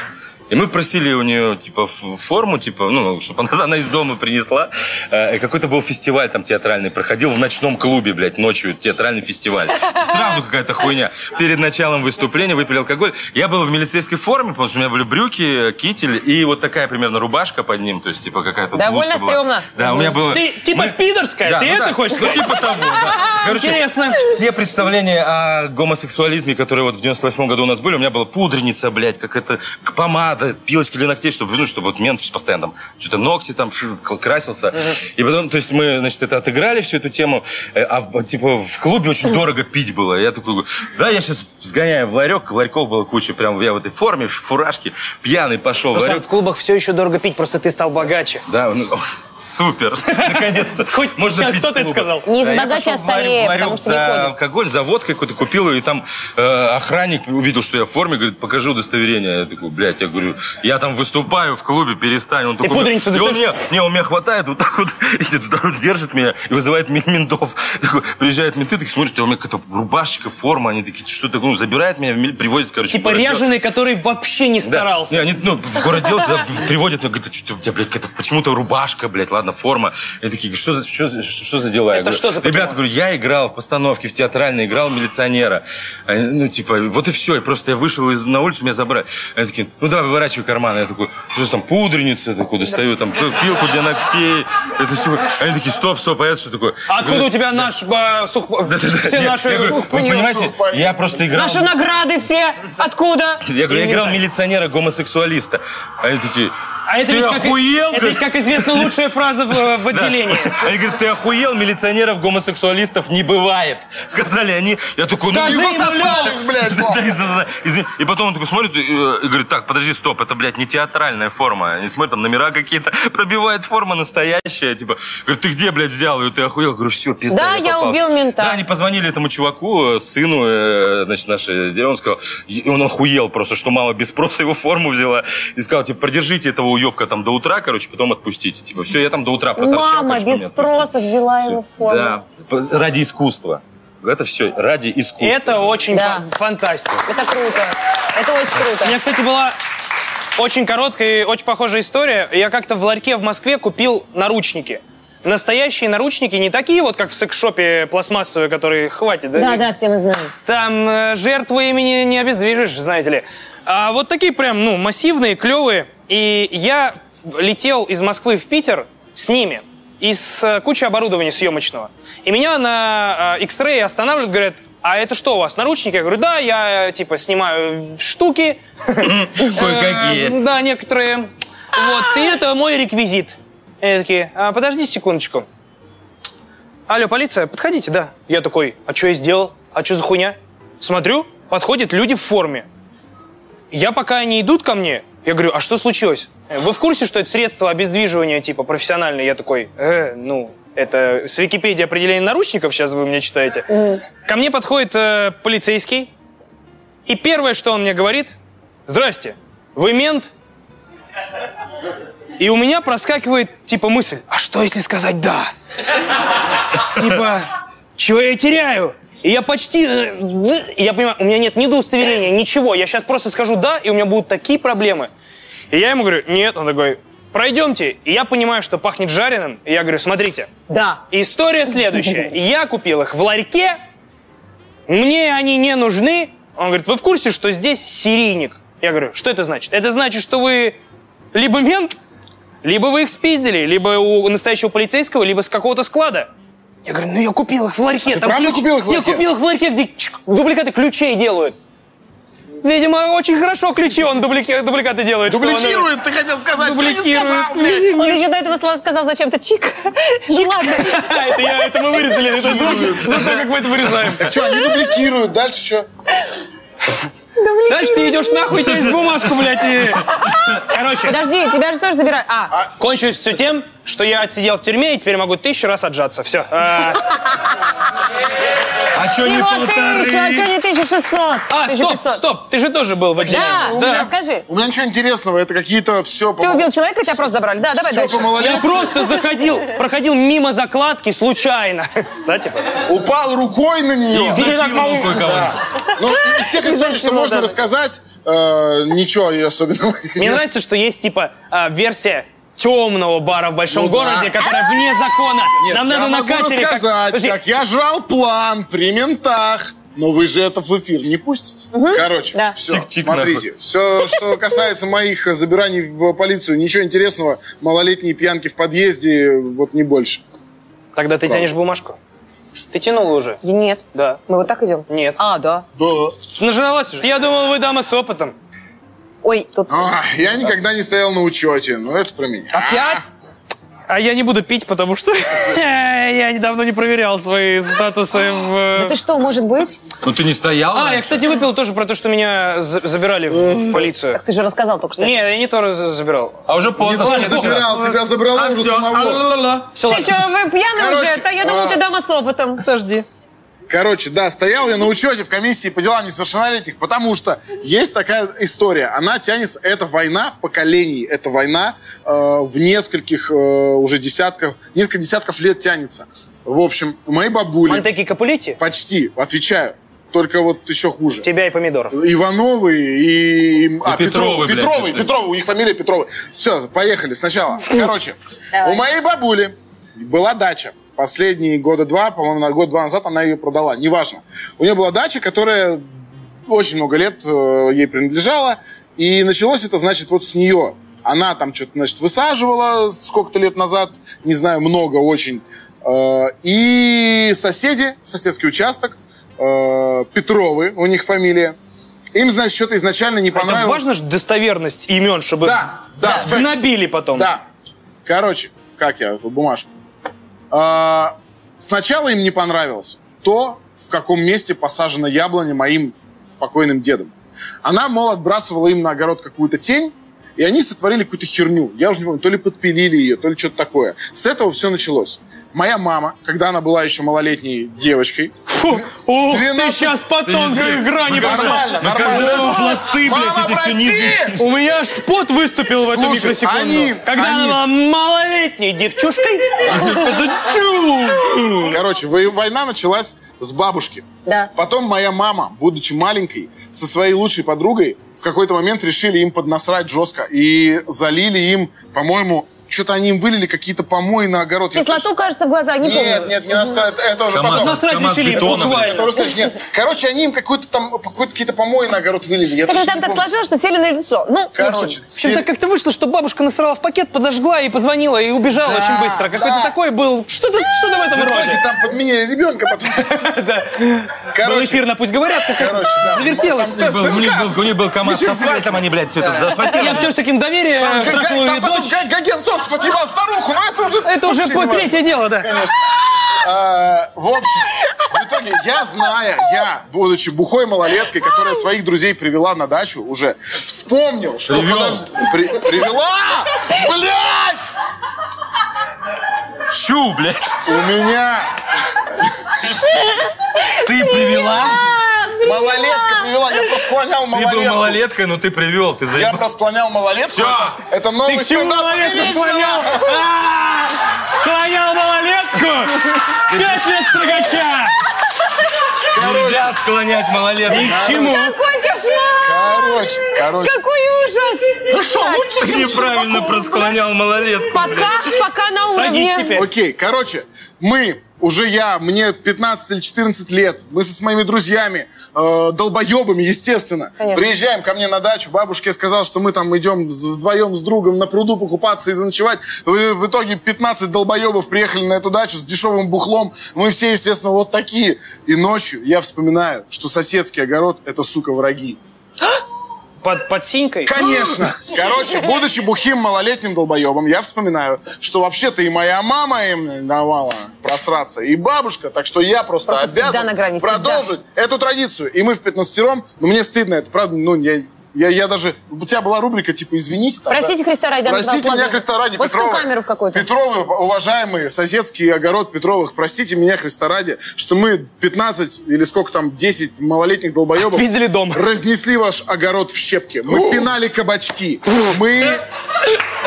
[SPEAKER 11] И мы просили у нее, типа, ф- форму, типа, ну, чтобы она, она из дома принесла. Э, и Какой-то был фестиваль там театральный, проходил в ночном клубе, блядь, ночью, театральный фестиваль. Сразу какая-то хуйня. Перед началом выступления выпили алкоголь. Я был в милицейской форме, потому что у меня были брюки, китель и вот такая примерно рубашка под ним, то есть, типа, какая-то
[SPEAKER 5] Довольно
[SPEAKER 11] блузка была.
[SPEAKER 5] стрёмно.
[SPEAKER 11] Да, у меня было...
[SPEAKER 2] Ты типа пидорская,
[SPEAKER 11] Да,
[SPEAKER 2] ты
[SPEAKER 11] ну
[SPEAKER 2] это
[SPEAKER 11] да.
[SPEAKER 2] хочешь
[SPEAKER 11] Ну,
[SPEAKER 2] сказать?
[SPEAKER 11] типа того, да. Короче,
[SPEAKER 2] Интересно.
[SPEAKER 11] все представления о гомосексуализме, которые вот в 98 году у нас были, у меня была пудреница, блядь, как это, к- помада, пилочка для ногтей, чтобы, ну, чтобы вот мент постоянно там, что-то ногти там фу, к- красился. И потом, то есть мы, значит, это отыграли, всю эту тему, э, а, в- типа, в клубе очень дорого пить было. Я такой, говорю, да, я сейчас сгоняю в ларек, ларьков было куча, прям я в этой форме, в фуражке, пьяный пошел в
[SPEAKER 2] Руслан,
[SPEAKER 11] ларек.
[SPEAKER 2] в клубах все еще дорого пить, просто ты стал богаче.
[SPEAKER 11] Да, ну, о, супер. Наконец-то. Хоть можно
[SPEAKER 2] сейчас
[SPEAKER 11] пить
[SPEAKER 2] кто-то это
[SPEAKER 11] клубы.
[SPEAKER 2] сказал.
[SPEAKER 5] Не из
[SPEAKER 11] Да, я
[SPEAKER 5] богаче,
[SPEAKER 11] пошел
[SPEAKER 5] а
[SPEAKER 11] в ларь-
[SPEAKER 5] старее,
[SPEAKER 11] ларек
[SPEAKER 5] потому что не
[SPEAKER 11] за
[SPEAKER 5] ходят.
[SPEAKER 11] алкоголь, за водкой какой-то купил, и там э, охранник увидел, что я в форме, говорит, покажи удостоверение. Я такой, блядь, я говорю, я там выступаю в клубе, перестань. Он такой,
[SPEAKER 2] пудреницу
[SPEAKER 11] «И он
[SPEAKER 2] достаешь?»
[SPEAKER 11] мне- не, он меня хватает, вот так вот, идет, вот так вот держит меня и вызывает мен- ментов. Такой, приезжают менты, так смотрят, у меня какая-то рубашечка, форма, они такие, что такое, ну, забирает меня, в мили- привозят, короче. в
[SPEAKER 2] Типа
[SPEAKER 11] городок.
[SPEAKER 2] ряженый, который вообще не
[SPEAKER 11] Да.
[SPEAKER 2] старался.
[SPEAKER 11] Не, они, ну, в городел да, в- приводят, ну, говорят, что у тебя, блядь, какая-то почему-то рубашка, блядь, ладно, форма. И такие, что за, что, за- что, что за дела?
[SPEAKER 2] Это что за
[SPEAKER 11] Ребята, говорю, я играл в постановке, в театральной, играл милиционера. Они, ну, типа, вот и все. И просто я вышел из, на улицу, меня забрали. Они такие, ну, давай, выворачивай карманы. Я такой, что там, пудреница, такой, достаю, там, пи- пилку для ногтей. Это все. Они такие, стоп, стоп, а это что такое?
[SPEAKER 2] А Откуда у тебя наш э, сух... все
[SPEAKER 11] Нет,
[SPEAKER 2] наши
[SPEAKER 11] я говорю, вы понимаете, я просто играл...
[SPEAKER 4] Наши награды все откуда?
[SPEAKER 11] э, Я говорю, я играл милиционера-гомосексуалиста. А они такие,
[SPEAKER 2] А это
[SPEAKER 11] ты
[SPEAKER 2] ведь как-
[SPEAKER 11] охуел?
[SPEAKER 2] это ведь, как известно, лучшая фраза в- в отделении.
[SPEAKER 11] Да. Они говорят, ты охуел, милиционеров, гомосексуалистов не бывает. Сказали они. Я такой, ну
[SPEAKER 8] Скажи
[SPEAKER 11] не
[SPEAKER 8] им,
[SPEAKER 11] засосались,
[SPEAKER 8] блядь.
[SPEAKER 11] Да, да, да, да. Извини. И потом он такой смотрит э, и говорит, так, подожди, стоп, это, блядь, не театральная форма. Они смотрят, там номера какие-то, пробивает форма настоящая. Типа, говорит, ты где, блядь, взял ее? Ты охуел? Я говорю, все, пизда,
[SPEAKER 5] Да, я
[SPEAKER 11] попался».
[SPEAKER 5] убил мента.
[SPEAKER 11] Да, они позвонили этому чуваку, э, сыну, э, значит, нашей девушке, он сказал, и он охуел просто, что мама без спроса его форму взяла. И сказал, типа, продержите этого уебка там до утра, короче, потом отпустите. Типа, все, я там до утра проторчал.
[SPEAKER 5] Мама
[SPEAKER 11] короче,
[SPEAKER 5] без
[SPEAKER 11] меня
[SPEAKER 5] спроса взяла его форму.
[SPEAKER 11] да, п- ради искусства. Это все ради искусства.
[SPEAKER 2] Это очень фан- фантастика.
[SPEAKER 5] Это круто. Это очень круто.
[SPEAKER 2] У меня, кстати, была очень короткая и очень похожая история. Я как-то в ларьке в Москве купил наручники. Настоящие наручники, не такие вот, как в секс-шопе пластмассовые, которые хватит.
[SPEAKER 5] Да, да, все мы знаем.
[SPEAKER 2] Там э, жертвы имени не обездвижишь, знаете ли. А вот такие прям, ну, массивные, клевые. И я летел из Москвы в Питер с ними. И с э, кучей оборудования съемочного. И меня на э, X-Ray останавливают, говорят, а это что у вас, наручники? Я говорю, да, я, э, типа, снимаю штуки. Э,
[SPEAKER 11] Кое-какие.
[SPEAKER 2] Да, некоторые. Вот, и это мой реквизит. И Они такие, «А, подождите секундочку. Алло, полиция, подходите, да. Я такой, а что я сделал? А что за хуйня? Смотрю, подходят люди в форме. Я пока они идут ко мне, я говорю, а что случилось? «Э, Вы в курсе, что это средство обездвиживания, типа, профессиональное? Я такой, «Э, ну, это с Википедии определение наручников, сейчас вы мне читаете. Ко мне подходит э, полицейский, и первое, что он мне говорит, «Здрасте, вы мент?» И у меня проскакивает, типа, мысль, а что, если сказать «да»? Типа, чего я теряю? И я почти... э, и я понимаю, у меня нет ни удостоверения, ничего. Я сейчас просто скажу «да», и у меня будут такие проблемы. И я ему говорю, нет. Он такой, пройдемте. И я понимаю, что пахнет жареным. И я говорю, смотрите.
[SPEAKER 5] Да.
[SPEAKER 2] История следующая. Я купил их в ларьке, мне они не нужны. Он говорит, вы в курсе, что здесь серийник? Я говорю, что это значит? Это значит, что вы либо мент, либо вы их спиздили, либо у настоящего полицейского, либо с какого-то склада. Я говорю, ну я купил их в ларьке.
[SPEAKER 1] А ты
[SPEAKER 2] там
[SPEAKER 1] правда
[SPEAKER 2] ключ-
[SPEAKER 1] купил их в ларьке?
[SPEAKER 2] Я купил их в ларьке, где чик, дубликаты ключей делают. Видимо, очень хорошо ключи он дублики- дубликаты делает. что он-
[SPEAKER 8] Дубликирует, ты хотел сказать, ты не
[SPEAKER 2] Дубликирует,
[SPEAKER 8] сказал,
[SPEAKER 2] блядь.
[SPEAKER 8] блядь.
[SPEAKER 5] Он еще до этого слова сказал зачем-то чик. Ну ладно.
[SPEAKER 2] Это, я, это мы вырезали, это звук за то, как мы это вырезаем.
[SPEAKER 1] Что, они дубликируют, дальше что?
[SPEAKER 2] Дальше ты идешь нахуй, то есть бумажку, блядь, и... Короче,
[SPEAKER 5] Подожди, тебя же тоже забирают. А,
[SPEAKER 2] кончилось все тем, что я отсидел в тюрьме и теперь могу тысячу раз отжаться. Все.
[SPEAKER 3] А что не
[SPEAKER 5] всего тысяча, а что
[SPEAKER 3] полторы?
[SPEAKER 5] не 1600?
[SPEAKER 2] А, стоп,
[SPEAKER 5] 1500.
[SPEAKER 2] стоп, ты же тоже был в отделе.
[SPEAKER 5] Да, расскажи.
[SPEAKER 1] У меня ничего интересного, это какие-то все
[SPEAKER 5] Ты убил человека, тебя просто забрали. Да, давай
[SPEAKER 1] Все
[SPEAKER 5] дальше.
[SPEAKER 1] по
[SPEAKER 2] Я
[SPEAKER 1] малолетству.
[SPEAKER 2] просто заходил, проходил мимо закладки случайно. Да, типа?
[SPEAKER 1] Упал рукой на нее.
[SPEAKER 3] Изнасиловал рукой кого-то.
[SPEAKER 1] Да. Ну, из всех историй, что можно рассказать, э, ничего и особенного.
[SPEAKER 2] Мне нравится, что есть, типа, а, версия темного бара в большом
[SPEAKER 1] Ну да.
[SPEAKER 2] городе, которая вне закона.
[SPEAKER 1] Нет,
[SPEAKER 2] Нам
[SPEAKER 1] я
[SPEAKER 2] надо на
[SPEAKER 1] могу
[SPEAKER 2] катере... как-
[SPEAKER 1] рассказать, как...
[SPEAKER 2] Подожди,
[SPEAKER 1] я жрал план при ментах. Но вы же это в эфир не пустите. Короче,
[SPEAKER 5] Да.
[SPEAKER 1] все,
[SPEAKER 11] Чик-чик
[SPEAKER 1] смотрите. Все, что касается моих э, забираний в полицию, ничего интересного. Малолетние пьянки в подъезде, э, вот не больше.
[SPEAKER 2] Тогда ты тянешь бумажку. Ты тянула уже?
[SPEAKER 5] Да Нет,
[SPEAKER 2] Да.
[SPEAKER 5] мы вот так идем?
[SPEAKER 2] Нет.
[SPEAKER 5] А, да.
[SPEAKER 1] Да.
[SPEAKER 2] Нажралась уже? Я думал, вы дама с опытом.
[SPEAKER 5] Ой, тут
[SPEAKER 1] А, я никогда не стоял на учете, но это про меня.
[SPEAKER 5] опять.
[SPEAKER 2] А я не буду пить, потому что я недавно не проверял свои статусы
[SPEAKER 5] Да
[SPEAKER 2] в... э,
[SPEAKER 5] ты что, может быть?
[SPEAKER 11] Ну ты не стоял?
[SPEAKER 2] А, я, кстати, выпил тоже про то, что меня за- забирали в в полицию.
[SPEAKER 5] Ты же рассказал только что.
[SPEAKER 2] Не, я не то раз забирал.
[SPEAKER 11] А уже поздно.
[SPEAKER 1] Кто
[SPEAKER 2] ну,
[SPEAKER 11] сколько раз?
[SPEAKER 1] забирал, тебя забрало
[SPEAKER 11] А
[SPEAKER 1] уже
[SPEAKER 11] всё,
[SPEAKER 1] самого.
[SPEAKER 11] а-ла-ла-ла.
[SPEAKER 2] Все,
[SPEAKER 5] Ты что, вы пьяный
[SPEAKER 1] Короче,
[SPEAKER 5] уже? Да я думал,
[SPEAKER 1] а-
[SPEAKER 5] ты дама с опытом.
[SPEAKER 2] подожди.
[SPEAKER 1] Короче, да, стоял я на учете в комиссии по делам несовершеннолетних, потому что есть такая история. Она тянется, это война поколений, это война э, в нескольких э, уже десятках, несколько десятков лет тянется. В общем, мои бабули,
[SPEAKER 2] Монтеки Капулетти?
[SPEAKER 1] почти, отвечаю, только вот еще хуже.
[SPEAKER 2] Тебя и помидоров.
[SPEAKER 1] Ивановы и... А,
[SPEAKER 11] Петровы, блядь.
[SPEAKER 1] Петровы, Петровы, у них фамилия Петровы. Все, поехали сначала. Короче, у моей бабули была дача. Последние года два, по-моему, на год-два назад она ее продала, неважно. У нее была дача, которая очень много лет э, ей принадлежала. И началось это, значит, вот с нее. Она там что-то, значит, высаживала сколько-то лет назад, не знаю, много очень. Э, И соседи, соседский участок, э, Петровы, у них фамилия, им, значит, что-то изначально не
[SPEAKER 2] Это
[SPEAKER 1] понравилось.
[SPEAKER 2] важно же достоверность имен, чтобы
[SPEAKER 1] Да, да, факт.
[SPEAKER 2] набили потом.
[SPEAKER 1] Да. Короче, как я эту бумажку? А, сначала им не понравилось то, в каком месте посажена яблоня моим покойным дедом. Она, мол, отбрасывала им на огород какую-то тень, и они сотворили какую-то херню. Я уже не помню, то ли подпилили ее, то ли что-то такое. С этого все началось. Моя мама, когда она была еще малолетней девочкой...
[SPEAKER 2] Фу, ух, ты
[SPEAKER 1] 12
[SPEAKER 2] сейчас по тонкой грани пошел.
[SPEAKER 1] Нормально,
[SPEAKER 3] Ну каждый
[SPEAKER 1] нормально.
[SPEAKER 3] раз пласты, блядь,
[SPEAKER 1] Мама,
[SPEAKER 3] эти все ниже.
[SPEAKER 1] прости!
[SPEAKER 2] У меня аж пот выступил в эту
[SPEAKER 1] Слушай,
[SPEAKER 2] микросекунду.
[SPEAKER 1] они-
[SPEAKER 2] когда
[SPEAKER 1] они-
[SPEAKER 2] она была малолетней девчушкой, зачу.
[SPEAKER 1] Короче, во- война началась с бабушки.
[SPEAKER 5] Да.
[SPEAKER 1] Потом моя мама, будучи маленькой, со своей лучшей подругой в какой-то момент решили им поднасрать жестко и залили им, по-моему, что-то они им вылили какие-то помои на огород. Я
[SPEAKER 5] Кислоту, кажется, в глаза, не
[SPEAKER 1] точно- Нет,
[SPEAKER 5] помню.
[SPEAKER 1] нет, не настаивает. Это уже
[SPEAKER 11] Камаз-
[SPEAKER 1] потом.
[SPEAKER 2] Насрать
[SPEAKER 11] КамАЗ
[SPEAKER 2] решили,
[SPEAKER 11] бетона,
[SPEAKER 1] Это
[SPEAKER 2] буквально.
[SPEAKER 1] уже следующий. Нет. Короче, они им какую-то там какую-то какие-то помои на огород вылили. Я
[SPEAKER 5] Это
[SPEAKER 1] точно
[SPEAKER 5] там
[SPEAKER 1] не
[SPEAKER 5] так
[SPEAKER 1] помню.
[SPEAKER 5] сложилось, что сели на лицо. Ну, в общем,
[SPEAKER 1] Короче,
[SPEAKER 2] В общем,
[SPEAKER 1] все-
[SPEAKER 2] так как-то вышло, что бабушка насрала в пакет, подожгла и позвонила, и убежала
[SPEAKER 1] Да,
[SPEAKER 2] очень быстро. Какой-то
[SPEAKER 1] да.
[SPEAKER 2] такой был. Что-то что в этом
[SPEAKER 1] в итоге
[SPEAKER 2] роде.
[SPEAKER 1] там подменили ребенка потом.
[SPEAKER 2] Ну, Был
[SPEAKER 1] Короче,
[SPEAKER 2] эфир на «Пусть говорят», так как
[SPEAKER 1] Короче, да.
[SPEAKER 2] завертелось.
[SPEAKER 1] Там тест
[SPEAKER 11] Был, у, них
[SPEAKER 1] ДНК.
[SPEAKER 11] был, у них был КамАЗ с
[SPEAKER 1] Ничего
[SPEAKER 11] асфальтом, они, блядь, все это
[SPEAKER 2] Я
[SPEAKER 11] заасфальтировали.
[SPEAKER 2] втер таким доверие,
[SPEAKER 1] Там га- га-
[SPEAKER 2] трахнул ее
[SPEAKER 1] там потом
[SPEAKER 2] дочь.
[SPEAKER 1] га- Гоген Соц подъебал старуху, но это уже...
[SPEAKER 2] Это уже
[SPEAKER 1] вообще
[SPEAKER 2] по-
[SPEAKER 1] не важно.
[SPEAKER 2] третье дело, да.
[SPEAKER 1] Конечно. А, В общем, в итоге я, зная, я, будучи бухой малолеткой, которая своих друзей привела на дачу уже, вспомнил, что
[SPEAKER 11] Привел.
[SPEAKER 1] подож- при- Привела! Блять!
[SPEAKER 11] Чу, блядь.
[SPEAKER 1] У меня
[SPEAKER 11] Ты привела?
[SPEAKER 1] малолетка привела. Я просклонял
[SPEAKER 11] Ты был
[SPEAKER 1] малолетку.
[SPEAKER 11] малолеткой, но ты привел. Ты
[SPEAKER 1] Я
[SPEAKER 11] заебал.
[SPEAKER 1] просклонял малолетку.
[SPEAKER 11] Всё.
[SPEAKER 1] Это- Это новый
[SPEAKER 2] Ты к чему
[SPEAKER 1] стендап
[SPEAKER 2] малолетку
[SPEAKER 1] Амельчина.
[SPEAKER 2] склонял? А, Склонял малолетку? Пять лет строгача!
[SPEAKER 11] Нельзя склонять малолеток.
[SPEAKER 2] И к чему?
[SPEAKER 5] Какой кошмар!
[SPEAKER 1] Короче, короче.
[SPEAKER 5] Какой ужас!
[SPEAKER 1] Ну что, лучше, чем
[SPEAKER 11] Неправильно просклонял малолетку.
[SPEAKER 5] Пока, пока на уровне.
[SPEAKER 1] Окей, короче, мы, уже я, мне 15 или 14 лет, мы со- с моими друзьями, э, долбоебами, естественно,
[SPEAKER 7] Конечно.
[SPEAKER 1] приезжаем ко мне на дачу, бабушке я сказал, что мы там идем с- вдвоем с другом на пруду покупаться и заночевать. В, в итоге 15 долбоебов приехали на эту дачу с дешевым бухлом, мы все, естественно, вот такие. И ночью я вспоминаю, что соседский огород — это, сука, враги.
[SPEAKER 2] Под, под синькой?
[SPEAKER 1] Конечно. Короче, будучи бухим малолетним долбоебом, я вспоминаю, что вообще-то и моя мама им давала просраться, и бабушка, так что я просто,
[SPEAKER 5] Просто всегда
[SPEAKER 1] обязан
[SPEAKER 5] на грани, всегда.
[SPEAKER 1] продолжить эту традицию. И мы в 15 но мне стыдно, это правда, ну, я, я, я даже... У тебя была рубрика, типа, извините. тогда.
[SPEAKER 5] Простите, Христа ради, я назвала
[SPEAKER 1] Простите меня,
[SPEAKER 5] слово.
[SPEAKER 1] Христа ради,
[SPEAKER 5] Вот
[SPEAKER 1] Петрова.
[SPEAKER 5] камеру в какую-то.
[SPEAKER 1] Петровы, уважаемые, соседский огород Петровых, простите меня, Христа ради, что мы 15 или сколько там, 10 малолетних долбоебов
[SPEAKER 2] Отпиздили дом.
[SPEAKER 1] разнесли ваш огород в щепки. Мы пинали кабачки. Мы...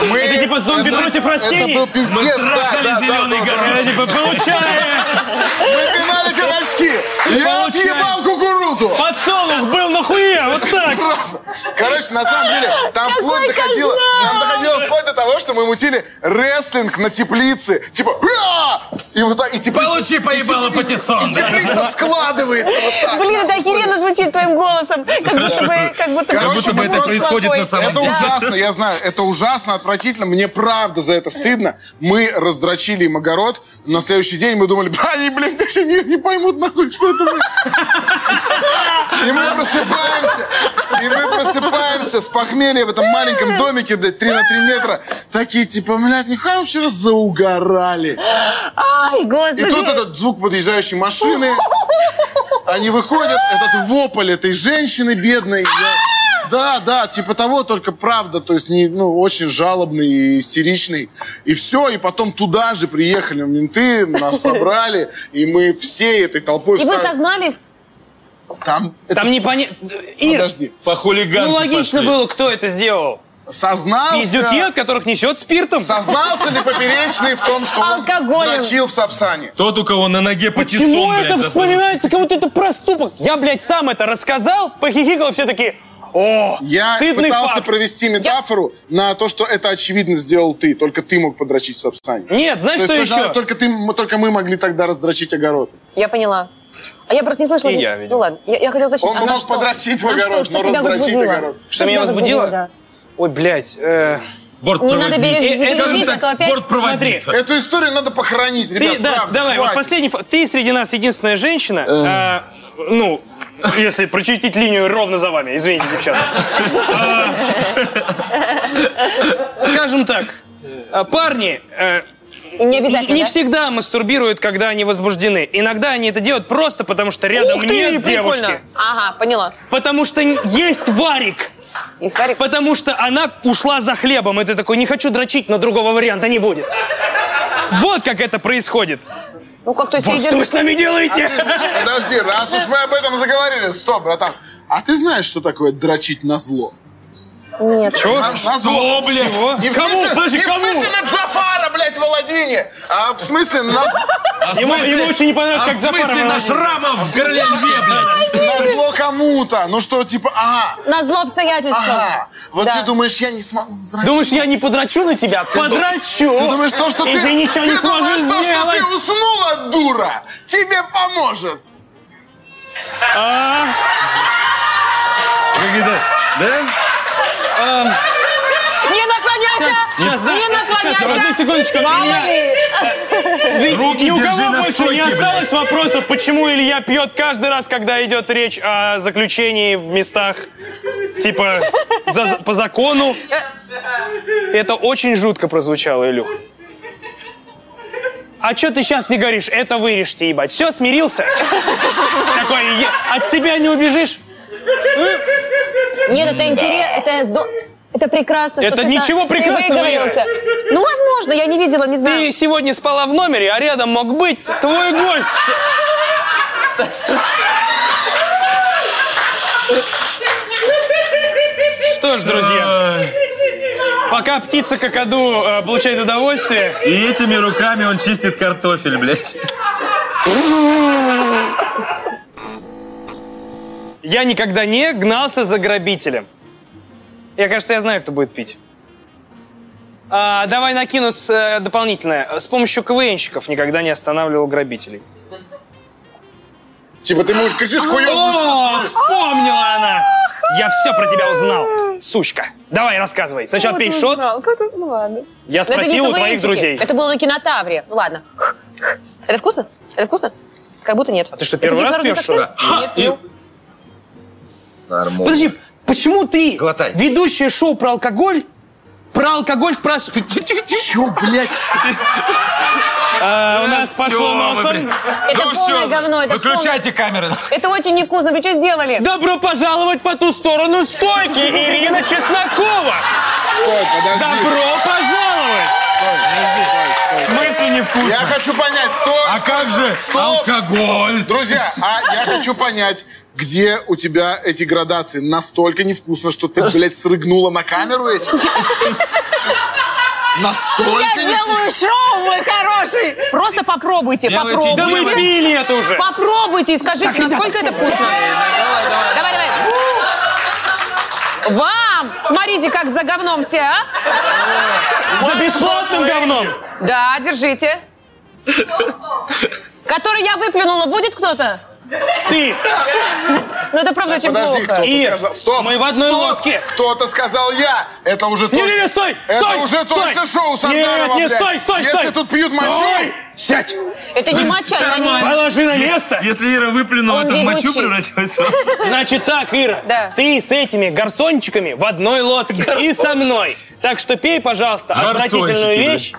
[SPEAKER 1] мы...
[SPEAKER 2] Это типа зомби
[SPEAKER 1] Это-
[SPEAKER 2] против растений?
[SPEAKER 1] Это был пиздец, да, да, да, да, да.
[SPEAKER 2] Я типа, получаем!
[SPEAKER 1] Мы пинали кабачки. Я
[SPEAKER 2] Получаем.
[SPEAKER 1] отъебал кукурузу.
[SPEAKER 2] Подсолнух был на хуе, вот так!
[SPEAKER 1] Просто. Короче, на самом деле, там
[SPEAKER 7] Какой
[SPEAKER 1] вплоть доходило,
[SPEAKER 7] кошмар!
[SPEAKER 1] нам доходило вплоть до того, что мы мутили рестлинг на теплице. Типа, «Ра!» и вот так, и теплица...
[SPEAKER 3] Получи поебало
[SPEAKER 1] и тепли-
[SPEAKER 3] патиссон,
[SPEAKER 1] И
[SPEAKER 3] да.
[SPEAKER 1] теплица складывается вот так.
[SPEAKER 5] Блин, это охеренно звучит твоим голосом. Как будто бы... Как будто,
[SPEAKER 1] Короче,
[SPEAKER 5] ты просто плохой.
[SPEAKER 1] Это ужасно, я знаю, это ужасно, отвратительно, мне правда за это стыдно. Мы раздрочили им огород, на следующий день мы думали, «Бля, они, блин, даже не, не поймут нахуй, что это мы. И мы просыпаемся, и мы просыпаемся с похмелья в этом маленьком домике, блядь, 3 на 3 метра. Такие, типа, блядь, нихуя мы вчера заугорали.
[SPEAKER 5] Ай, господи.
[SPEAKER 1] И тут этот звук подъезжающей машины. Они выходят, этот вопль этой женщины бедной. я- Да, да, типа того, только правда, то есть не, ну, очень жалобный и истеричный. И все, и потом туда же приехали менты, нас собрали, и мы всей этой толпой...
[SPEAKER 5] И вы
[SPEAKER 1] встали.
[SPEAKER 5] сознались?
[SPEAKER 1] Там,
[SPEAKER 2] Там непонятно... Ир,
[SPEAKER 1] Подожди.
[SPEAKER 2] ну логично
[SPEAKER 1] пошли.
[SPEAKER 2] было, кто это сделал.
[SPEAKER 1] Сознался...
[SPEAKER 2] Пиздюки, от которых несет спиртом.
[SPEAKER 1] Сознался ли Поперечный в том, что он дрочил в Сапсане?
[SPEAKER 11] Тот, у кого на ноге патиссон,
[SPEAKER 2] Почему
[SPEAKER 11] блядь,
[SPEAKER 2] это
[SPEAKER 11] засунут.
[SPEAKER 2] вспоминается, как будто это проступок? Я, блядь, сам это рассказал, похихикал все таки О,
[SPEAKER 1] Я
[SPEAKER 2] стыдный
[SPEAKER 1] пытался
[SPEAKER 2] факт.
[SPEAKER 1] провести метафору на то, что это очевидно сделал ты, только ты мог подрочить в Сапсане.
[SPEAKER 2] Нет, знаешь,
[SPEAKER 1] То
[SPEAKER 2] что
[SPEAKER 1] есть тогда
[SPEAKER 2] еще?
[SPEAKER 1] Только, ты, мы- только мы могли тогда раздрочить огород.
[SPEAKER 5] Я поняла. А я просто не слышала.
[SPEAKER 1] И
[SPEAKER 5] ни-
[SPEAKER 1] я, видимо.
[SPEAKER 5] Ну ладно, я, я хотела уточнить.
[SPEAKER 1] Он
[SPEAKER 5] а
[SPEAKER 1] бы
[SPEAKER 5] на
[SPEAKER 1] мог
[SPEAKER 5] что?
[SPEAKER 1] подрочить в
[SPEAKER 5] На
[SPEAKER 1] огород,
[SPEAKER 5] что,
[SPEAKER 1] но
[SPEAKER 5] что тебя
[SPEAKER 1] раздрочить
[SPEAKER 5] возбудило?
[SPEAKER 1] огород.
[SPEAKER 2] Что меня
[SPEAKER 5] тебя
[SPEAKER 2] возбудило?
[SPEAKER 5] да.
[SPEAKER 2] Ой, блядь. э, Борт
[SPEAKER 5] Не надо проводник. беречь детей, как опять-
[SPEAKER 2] проводница.
[SPEAKER 1] Эту историю надо похоронить,
[SPEAKER 2] Ты,
[SPEAKER 1] ребят,
[SPEAKER 2] да,
[SPEAKER 1] правда,
[SPEAKER 2] давай, вот
[SPEAKER 1] хватит. Э.
[SPEAKER 2] последний факт. Ты среди нас единственная женщина, а, ну, если прочистить линию ровно за вами, извините, девчата. А, Скажем так, а, парни, э,
[SPEAKER 5] не обязательно,
[SPEAKER 2] Не
[SPEAKER 5] да?
[SPEAKER 2] всегда мастурбируют, когда они возбуждены. Иногда они это делают просто потому, что рядом
[SPEAKER 5] Ух ты,
[SPEAKER 2] нет
[SPEAKER 5] прикольно.
[SPEAKER 2] девушки.
[SPEAKER 5] Ага, поняла.
[SPEAKER 2] Потому что н- есть варик.
[SPEAKER 5] Есть варик?
[SPEAKER 2] Потому что она ушла за хлебом, и ты такой, не хочу дрочить, но другого варианта не будет. Вот как это происходит.
[SPEAKER 5] Ну как, то есть
[SPEAKER 2] Вот
[SPEAKER 5] я
[SPEAKER 2] что
[SPEAKER 5] иду-
[SPEAKER 2] вы с нами делаете?
[SPEAKER 1] А ты зна- Подожди, раз уж мы об этом заговорили, стоп, братан. А ты знаешь, что такое дрочить на зло?
[SPEAKER 5] Нет.
[SPEAKER 2] Чё?
[SPEAKER 1] На, на зло, блядь. А Не в
[SPEAKER 2] Кому?
[SPEAKER 1] смысле,
[SPEAKER 2] Подожди,
[SPEAKER 1] не
[SPEAKER 2] кому?
[SPEAKER 1] в смысле на Джафара, блядь, в Аладдине, а в смысле на...
[SPEAKER 2] А в Ему- смысле- ему очень не понравилось, а как в Джафара смысле на выводили. Шрамов в Горлянке,
[SPEAKER 1] блядь. На зло кому-то. Ну что, типа, ага,
[SPEAKER 5] На зло обстоятельства.
[SPEAKER 1] ага. Вот
[SPEAKER 5] Да.
[SPEAKER 1] ты думаешь, я не смогу взрать.
[SPEAKER 2] Думаешь, я не подрачу на тебя?
[SPEAKER 1] Ты дум-
[SPEAKER 2] Подрачу!
[SPEAKER 1] Ты думаешь, то, что
[SPEAKER 2] И
[SPEAKER 1] ты...
[SPEAKER 2] ты ничего
[SPEAKER 1] ты
[SPEAKER 2] не
[SPEAKER 1] думаешь,
[SPEAKER 2] сможешь
[SPEAKER 1] то, что
[SPEAKER 2] сделать!
[SPEAKER 1] ты уснула, дура, тебе поможет.
[SPEAKER 2] А?
[SPEAKER 11] Да?
[SPEAKER 5] Не наклоняйся!
[SPEAKER 2] Сейчас, да.
[SPEAKER 5] Не
[SPEAKER 2] Сейчас, одну
[SPEAKER 5] наклоняйся!
[SPEAKER 2] секундочку.
[SPEAKER 5] Мало
[SPEAKER 2] Меня-
[SPEAKER 5] ли!
[SPEAKER 2] Вы-
[SPEAKER 11] Руки
[SPEAKER 2] ни у
[SPEAKER 11] держи
[SPEAKER 2] кого
[SPEAKER 11] на
[SPEAKER 2] больше не
[SPEAKER 11] стойке,
[SPEAKER 2] осталось вопросов, почему Илья пьет каждый раз, когда идет речь о заключении в местах типа за- по закону. Это очень жутко прозвучало, Илюх. А чё ты сейчас не горишь? Это вырежьте, ебать. Все, смирился? Такой, «Е- от себя не убежишь?
[SPEAKER 5] Нет, это интересно, это здо- Это прекрасно,
[SPEAKER 2] Это
[SPEAKER 5] что ты за-
[SPEAKER 2] ничего
[SPEAKER 5] ты
[SPEAKER 2] прекрасного,
[SPEAKER 5] выговорился. Ну, возможно, я не видела, не знаю.
[SPEAKER 2] Ты сегодня спала в номере, а рядом мог быть твой гость. Что ж, друзья, пока птица какаду э, получает удовольствие.
[SPEAKER 11] И этими руками он чистит картофель, блядь.
[SPEAKER 2] Я никогда не гнался за грабителем. Я, кажется, я знаю, кто будет пить. А, давай накину с, э, дополнительное. С помощью КВНщиков никогда не останавливал грабителей.
[SPEAKER 1] Типа ты можешь кричишь
[SPEAKER 2] О, вспомнила она! Я все про тебя узнал, сучка. Давай, рассказывай. Сначала пей шот.
[SPEAKER 5] Ну ладно.
[SPEAKER 2] Я
[SPEAKER 5] Но это не
[SPEAKER 2] спросил у твоих
[SPEAKER 5] КВНчики.
[SPEAKER 2] друзей.
[SPEAKER 5] Это было на кинотавре. Ну ладно. Это вкусно? Это вкусно? Как будто нет. А
[SPEAKER 2] ты что, первый раз пьешь, что ли?
[SPEAKER 5] Нет, ну, пью.
[SPEAKER 11] Нормально.
[SPEAKER 2] Подожди, почему ты, ведущая шоу про алкоголь, про алкоголь спрашиваешь? Чё, блядь? А, У нас пошло носом.
[SPEAKER 5] Это полное говно. Это
[SPEAKER 2] камеры.
[SPEAKER 5] полное- Это очень невкусно. Вы что сделали?
[SPEAKER 2] Добро пожаловать по ту сторону стойки, Ирина Чеснокова.
[SPEAKER 1] Стой, подожди.
[SPEAKER 2] Добро пожаловать.
[SPEAKER 1] Стой,
[SPEAKER 3] В смысле невкусно?
[SPEAKER 1] Я хочу понять, стоп,
[SPEAKER 3] А
[SPEAKER 1] стоп,
[SPEAKER 3] как же
[SPEAKER 1] стоп.
[SPEAKER 3] алкоголь?
[SPEAKER 1] Друзья, а я хочу понять, где у тебя эти градации настолько невкусно, что ты, блядь, срыгнула на камеру эти?
[SPEAKER 5] Я
[SPEAKER 1] Настолько невкусно?
[SPEAKER 5] делаю шоу, мой хороший! Просто попробуйте,
[SPEAKER 1] Делайте
[SPEAKER 5] попробуйте.
[SPEAKER 2] Да мы пили это уже.
[SPEAKER 5] Попробуйте и скажите,
[SPEAKER 2] Так, ребята,
[SPEAKER 5] насколько это
[SPEAKER 2] всё,
[SPEAKER 5] вкусно. Давай, давай. Вам! Смотрите, как за говном все, а?
[SPEAKER 2] За бесплатным говном.
[SPEAKER 5] Да, держите. Который я выплюнула, будет кто-то?
[SPEAKER 2] Ты.
[SPEAKER 5] Ну это правда очень
[SPEAKER 1] Подожди,
[SPEAKER 5] плохо.
[SPEAKER 1] кто-то сказал... Стоп,
[SPEAKER 2] мы в одной
[SPEAKER 1] стоп,
[SPEAKER 2] лодке.
[SPEAKER 1] Кто-то сказал я. Это уже точно...
[SPEAKER 2] Не-не-не, стой,
[SPEAKER 1] Это
[SPEAKER 2] стой,
[SPEAKER 1] уже
[SPEAKER 2] стой.
[SPEAKER 1] точно шоу Сандарова,
[SPEAKER 2] Нет, нет,
[SPEAKER 1] блядь.
[SPEAKER 2] стой, стой,
[SPEAKER 1] Если
[SPEAKER 2] стой.
[SPEAKER 1] тут пьют мочу...
[SPEAKER 2] Стой! Сядь.
[SPEAKER 5] Это не моча,
[SPEAKER 1] а
[SPEAKER 5] я не...
[SPEAKER 2] Положи на место.
[SPEAKER 3] Если Ира выплюнула,
[SPEAKER 5] Он
[SPEAKER 3] это в мочу
[SPEAKER 5] ведущий.
[SPEAKER 3] превратилось сразу.
[SPEAKER 2] Значит так, Ира,
[SPEAKER 5] Да.
[SPEAKER 2] ты с этими гарсончиками в одной лодке и со мной. Так что пей, пожалуйста,
[SPEAKER 3] Гарсончики,
[SPEAKER 2] отвратительную
[SPEAKER 3] блин.
[SPEAKER 2] вещь.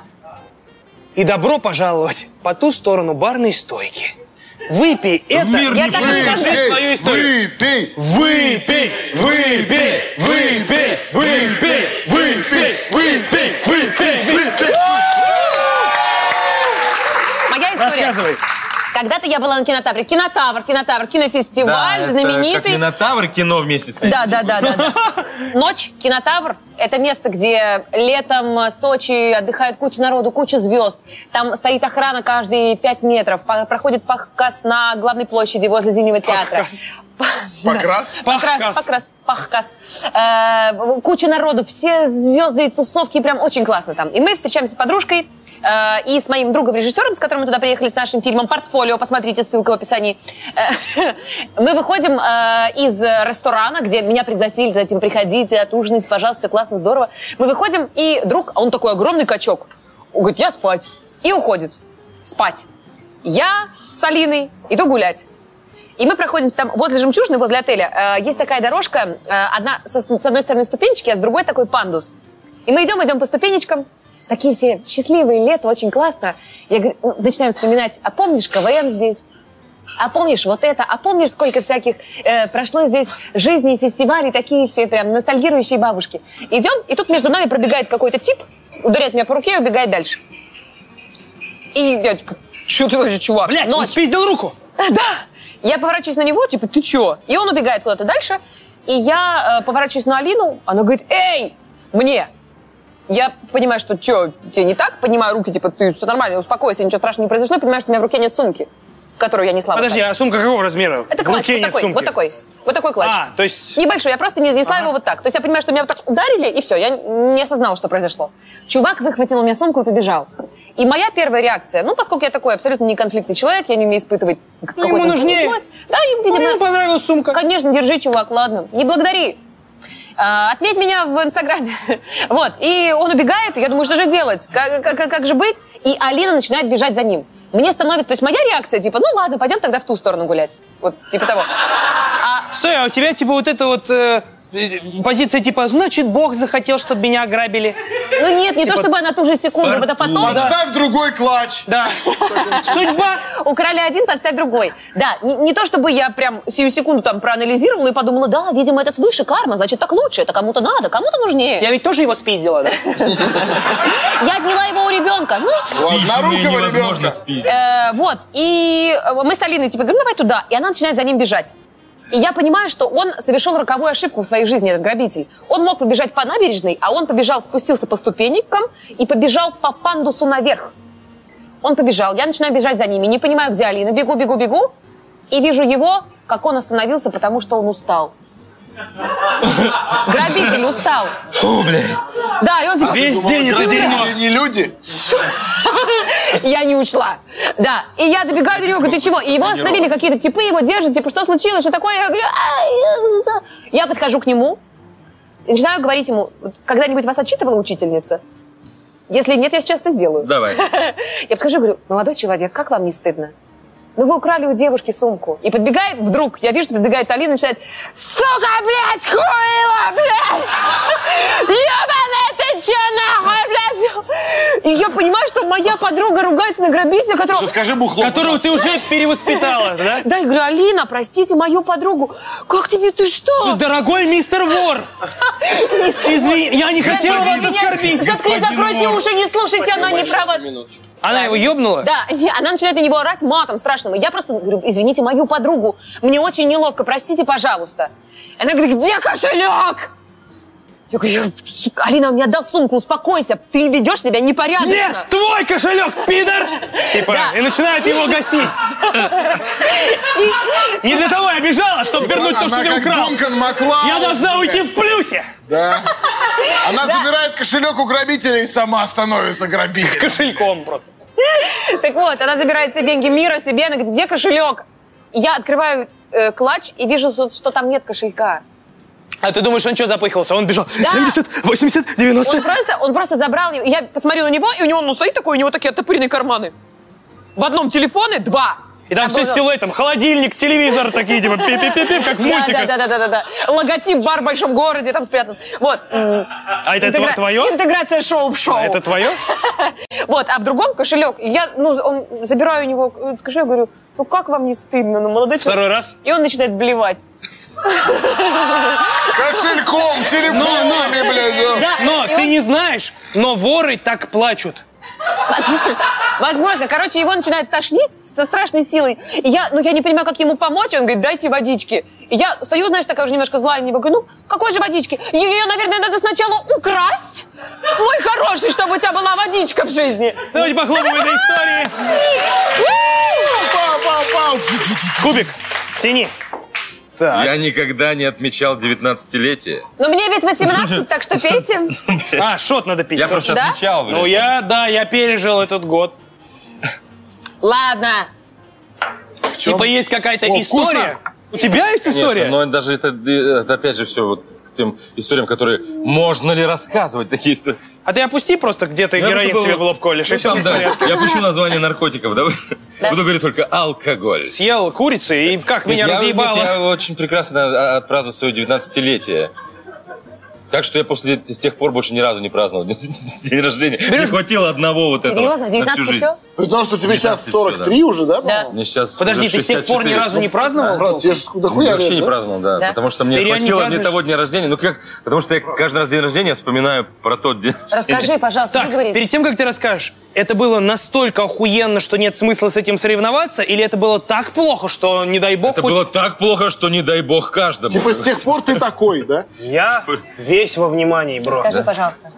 [SPEAKER 2] И добро пожаловать по ту сторону барной стойки. Выпей это.
[SPEAKER 3] мир
[SPEAKER 5] Я так и скажу.
[SPEAKER 2] Выпей свою историю.
[SPEAKER 1] Выпей,
[SPEAKER 2] Выпей, выпей, выпей, выпей, выпей, выпей, выпей, выпей.
[SPEAKER 5] Моя история.
[SPEAKER 2] Рассказывай.
[SPEAKER 5] Когда-то я была на кинотавре. Кинотавр, кинотавр, кинофестиваль,
[SPEAKER 3] это Как
[SPEAKER 5] знаменитый.
[SPEAKER 3] Минотавр кино вместе с ним.
[SPEAKER 5] Да, да, да, да, да. Ночь, кинотавр – это место, где летом э, Сочи отдыхает куча народу, куча звезд. Там стоит охрана каждые пять метров, по- проходит показ на главной площади возле Зимнего театра.
[SPEAKER 1] Покрас?
[SPEAKER 5] Покрас, покрас, пахкас. Э, куча народу, все звезды, тусовки, прям очень классно там. И мы встречаемся с подружкой э, и с моим другом-режиссером, с которым мы туда приехали с нашим фильмом «Портфолио», посмотрите, ссылка в описании. Э, Мы выходим э, из ресторана, где меня пригласили, затем приходите, отужинайте, пожалуйста, все классно, здорово. Мы выходим, и друг, а он такой огромный качок, он говорит, я спать. И уходит спать. Я с Алиной иду гулять. И мы проходимся там возле жемчужины, возле отеля. э, есть такая дорожка, э, одна со- с одной стороны ступенечки, а с другой такой пандус. И мы идем, идем по ступенечкам. Такие все счастливые, лето, очень классно. Я говорю, ну, начинаем вспоминать, а помнишь КВН здесь? А помнишь вот это? А помнишь, сколько всяких э, прошло здесь жизней, фестивалей, такие все прям ностальгирующие бабушки. Идем, и тут между нами пробегает какой-то тип, ударяет меня по руке и убегает дальше. И я типа, что ты вообще, чувак?
[SPEAKER 2] Блядь, он
[SPEAKER 5] Ночь.
[SPEAKER 2] спиздил руку.
[SPEAKER 5] Э, Да. Я поворачиваюсь на него, типа, ты чё? И он убегает куда-то дальше. И я э, поворачиваюсь на Алину, она говорит, эй, мне. Я понимаю, что чё, тебе не так? Поднимаю руки, типа, ты все нормально, успокойся, ничего страшного не произошло. И Понимаю, что у меня в руке нет сумки, которую я несла. вот
[SPEAKER 2] Подожди,
[SPEAKER 5] так.
[SPEAKER 2] а сумка какого размера?
[SPEAKER 5] Это
[SPEAKER 2] В
[SPEAKER 5] клатч,
[SPEAKER 2] руке
[SPEAKER 5] вот
[SPEAKER 2] нет
[SPEAKER 5] такой,
[SPEAKER 2] сумки.
[SPEAKER 5] вот такой. Вот такой клатч.
[SPEAKER 2] А, то есть...
[SPEAKER 5] Небольшой, я просто не несла его вот так. То есть я понимаю, что меня вот так ударили, и все, я не осознала, что произошло. Чувак выхватил у меня сумку и побежал. И моя первая реакция, ну, поскольку я такой абсолютно неконфликтный человек, я не умею испытывать к-
[SPEAKER 2] Ну, ему
[SPEAKER 5] какой-то
[SPEAKER 2] нужнее.
[SPEAKER 5] злость. Да, им,
[SPEAKER 2] Ну,
[SPEAKER 5] видимо,
[SPEAKER 2] Ему понравилась сумка.
[SPEAKER 5] конечно, держи, чувак, ладно, не благодари. А, Отметь меня в Инстаграме. Вот. И он убегает, и я думаю, что же делать? Как, как- как- как же быть? И Алина начинает бежать за ним. Мне становится... То есть моя реакция типа, ну ладно, пойдем тогда в ту сторону гулять. Вот типа того. А
[SPEAKER 2] Стой, а у тебя типа вот это вот э, э, позиция типа, значит, Бог захотел, чтобы меня ограбили.
[SPEAKER 5] Ну нет, не то чтобы она ту же секунду,
[SPEAKER 3] фарту.
[SPEAKER 5] это потом.
[SPEAKER 1] Подставь другой клатч.
[SPEAKER 2] Да. Судьба.
[SPEAKER 5] Украли один, подставь другой. Да, не, не то чтобы я прям сию секунду там проанализировала и подумала, да, видимо, это свыше карма, значит, так лучше, это кому-то надо, кому-то нужнее.
[SPEAKER 2] Я ведь тоже его спиздила, да?
[SPEAKER 5] Я, отняла его у ребенка. Ну,
[SPEAKER 3] Пиженое
[SPEAKER 1] Однорукого
[SPEAKER 3] невозможно
[SPEAKER 1] ребенка.
[SPEAKER 3] спиздить.
[SPEAKER 5] э, вот, и э, мы с Алиной, типа, говорим, давай туда. И она начинает за ним бежать. И я понимаю, что он совершил роковую ошибку в своей жизни, этот грабитель. Он мог побежать по набережной, а он побежал, спустился по ступенькам и побежал по пандусу наверх. Он побежал, я начинаю бежать за ними, не понимаю, где Алина. Бегу, бегу, бегу, и вижу его как он остановился, потому что он устал. Грабитель устал.
[SPEAKER 11] О, блядь.
[SPEAKER 5] Да, и он типа...
[SPEAKER 2] Весь день это дерьмо.
[SPEAKER 1] Не люди.
[SPEAKER 5] Я не учла. Да. И я добегаю до него, говорю, ты чего? И его остановили какие-то типы, его держат, типа, что случилось, что такое? Я говорю, «Ай, я за-». я подхожу к нему и начинаю говорить ему, «Вот когда-нибудь вас отчитывала учительница? Если нет, я сейчас это сделаю.
[SPEAKER 11] Давай.
[SPEAKER 5] Я подхожу и говорю, молодой человек, как вам не стыдно? Ну вы украли у девушки сумку. И подбегает вдруг, я вижу, что подбегает Алина и начинает, сука, блядь, хуила, блядь! Ёбаная ты чё нахуй, блядь! И я понимаю, что моя подруга ругается на грабителя, которого...
[SPEAKER 1] скажи бухло.
[SPEAKER 2] Которую ты уже перевоспитала, да?
[SPEAKER 5] Да, я говорю, Алина, простите мою подругу. Как тебе, ты
[SPEAKER 2] Ну,
[SPEAKER 5] что?
[SPEAKER 2] Дорогой мистер Вор! Извини, я не хотела вас оскорбить.
[SPEAKER 5] Заткни, закройте уши, не слушайте, она не про вас.
[SPEAKER 2] Она его ебнула?
[SPEAKER 5] Да, не, она начинает на него орать матом страшным. И я просто говорю, извините, мою подругу, мне очень неловко, простите, пожалуйста. И она говорит, где кошелек? Я говорю, «Я, сука, Алина, он мне отдал сумку, успокойся, ты ведешь себя непорядочно.
[SPEAKER 2] Нет, твой кошелек, пидор! Типа,
[SPEAKER 5] Да.
[SPEAKER 2] и начинает его гасить. Не для того я бежала, чтобы вернуть то, что
[SPEAKER 1] Она
[SPEAKER 2] ты
[SPEAKER 1] как
[SPEAKER 2] украл.
[SPEAKER 1] Дункан Маклауд.
[SPEAKER 2] Я должна уйти в плюсе.
[SPEAKER 1] Да. Она забирает кошелек у грабителя и сама становится грабителем.
[SPEAKER 2] Кошельком просто.
[SPEAKER 5] Так вот, она забирает все деньги мира себе, она говорит, где кошелек? И я открываю э, клатч и вижу, что- что там нет кошелька.
[SPEAKER 2] А ты думаешь, он что запыхался? Он бежал.
[SPEAKER 5] Да.
[SPEAKER 2] 70, 80, 90.
[SPEAKER 5] Он просто, он просто забрал его. И Я посмотрела на него, и у него, ну, стоит такой, у него такие оттопыренные карманы. В одном телефоне два.
[SPEAKER 2] И там все с
[SPEAKER 5] было-
[SPEAKER 2] силуэтом. Холодильник, телевизор такие, типа, пип-пип-пип, как в
[SPEAKER 5] Да,
[SPEAKER 2] мультиках.
[SPEAKER 5] Да, да, да, да, да, да. Логотип бар в большом городе там спрятан. Вот. м,
[SPEAKER 2] А это
[SPEAKER 5] интегра-
[SPEAKER 2] твое?
[SPEAKER 5] Интеграция шоу в шоу.
[SPEAKER 2] А, Это твое?
[SPEAKER 5] Вот, а в другом кошелек. И Я, ну, он, забираю у него э, кошелек, говорю, ну как вам не стыдно, ну молодой человек.
[SPEAKER 2] Второй раз?
[SPEAKER 5] И он начинает блевать.
[SPEAKER 2] Ну,
[SPEAKER 1] Кошельком, телефонами, блядь. да.
[SPEAKER 5] Да,
[SPEAKER 2] Но
[SPEAKER 5] и
[SPEAKER 2] ты
[SPEAKER 5] он-
[SPEAKER 2] не знаешь, но воры так плачут.
[SPEAKER 5] Возможно. Возможно. Короче, его начинает тошнить со страшной силой. И я, ну, я не понимаю, как ему помочь. Он говорит, дайте водички. И я стою, знаешь, такая уже немножко злая, не говорю, ну, какой же водички? Ее, наверное, надо сначала украсть. Мой хороший, чтобы у тебя была водичка в жизни.
[SPEAKER 2] Давайте похлопаем этой истории.
[SPEAKER 1] Пау, пау, пау.
[SPEAKER 2] Кубик, тяни. Так.
[SPEAKER 11] Я никогда не отмечал 19-летие.
[SPEAKER 5] Но Ну, мне ведь 18, так что пейте.
[SPEAKER 2] А, шот надо пить.
[SPEAKER 11] Э. Я просто
[SPEAKER 5] Да?
[SPEAKER 11] отмечал, блядь.
[SPEAKER 2] Ну я, да, я пережил этот год.
[SPEAKER 5] Ладно.
[SPEAKER 2] Типа есть какая-то
[SPEAKER 1] О, вкусно.
[SPEAKER 2] история. У тебя есть
[SPEAKER 11] Конечно,
[SPEAKER 2] история?
[SPEAKER 11] но даже это, э, это опять же все вот к тем историям, которые можно ли рассказывать такие истории.
[SPEAKER 2] А ты опусти просто где-то
[SPEAKER 11] Я
[SPEAKER 2] героин
[SPEAKER 11] просто
[SPEAKER 2] себе
[SPEAKER 11] был-
[SPEAKER 2] в лоб колешь,
[SPEAKER 11] Ну,
[SPEAKER 2] и все
[SPEAKER 11] там, да. Я пущу название наркотиков, да? Буду говорить только алкоголь.
[SPEAKER 2] Съел курицы, и как
[SPEAKER 11] Нет,
[SPEAKER 2] меня
[SPEAKER 11] я-
[SPEAKER 2] разъебало.
[SPEAKER 11] нет, я очень прекрасно а, отпраздновал свое 19-летие. Так что я после с тех пор больше ни разу не праздновал день рождения. Не
[SPEAKER 2] Берешь-
[SPEAKER 11] хватило одного вот этого.
[SPEAKER 5] Серьезно,
[SPEAKER 11] на всю
[SPEAKER 5] 19
[SPEAKER 11] жизнь.
[SPEAKER 5] все?
[SPEAKER 1] Потому что тебе сейчас
[SPEAKER 11] 19
[SPEAKER 1] 43 уже, да?
[SPEAKER 5] Да.
[SPEAKER 1] по-моему?
[SPEAKER 11] Мне сейчас
[SPEAKER 2] Подожди, ты с тех пор ни разу не праздновал?
[SPEAKER 1] Брат, тебе же куда хуя
[SPEAKER 11] Ну, Я вообще
[SPEAKER 1] лет,
[SPEAKER 11] не
[SPEAKER 1] да?
[SPEAKER 11] праздновал, да.
[SPEAKER 5] Да.
[SPEAKER 11] Потому что
[SPEAKER 2] Ты
[SPEAKER 11] мне
[SPEAKER 2] реально не
[SPEAKER 11] хватило не
[SPEAKER 2] празднуешь?
[SPEAKER 11] того дня рождения. Ну как, потому что я каждый раз день рождения вспоминаю про тот день.
[SPEAKER 5] Расскажи, пожалуйста, ну,
[SPEAKER 2] Так,
[SPEAKER 5] выговорись.
[SPEAKER 2] перед тем, как ты расскажешь, это было настолько охуенно, что нет смысла с этим соревноваться, или это было так плохо, что, не дай бог,
[SPEAKER 11] Это
[SPEAKER 2] хоть-
[SPEAKER 11] было так плохо, что не дай бог каждому.
[SPEAKER 1] Типа с тех пор ты такой, да?
[SPEAKER 2] Я
[SPEAKER 11] типа-
[SPEAKER 2] весь во внимании, бро.
[SPEAKER 5] Скажи, пожалуйста.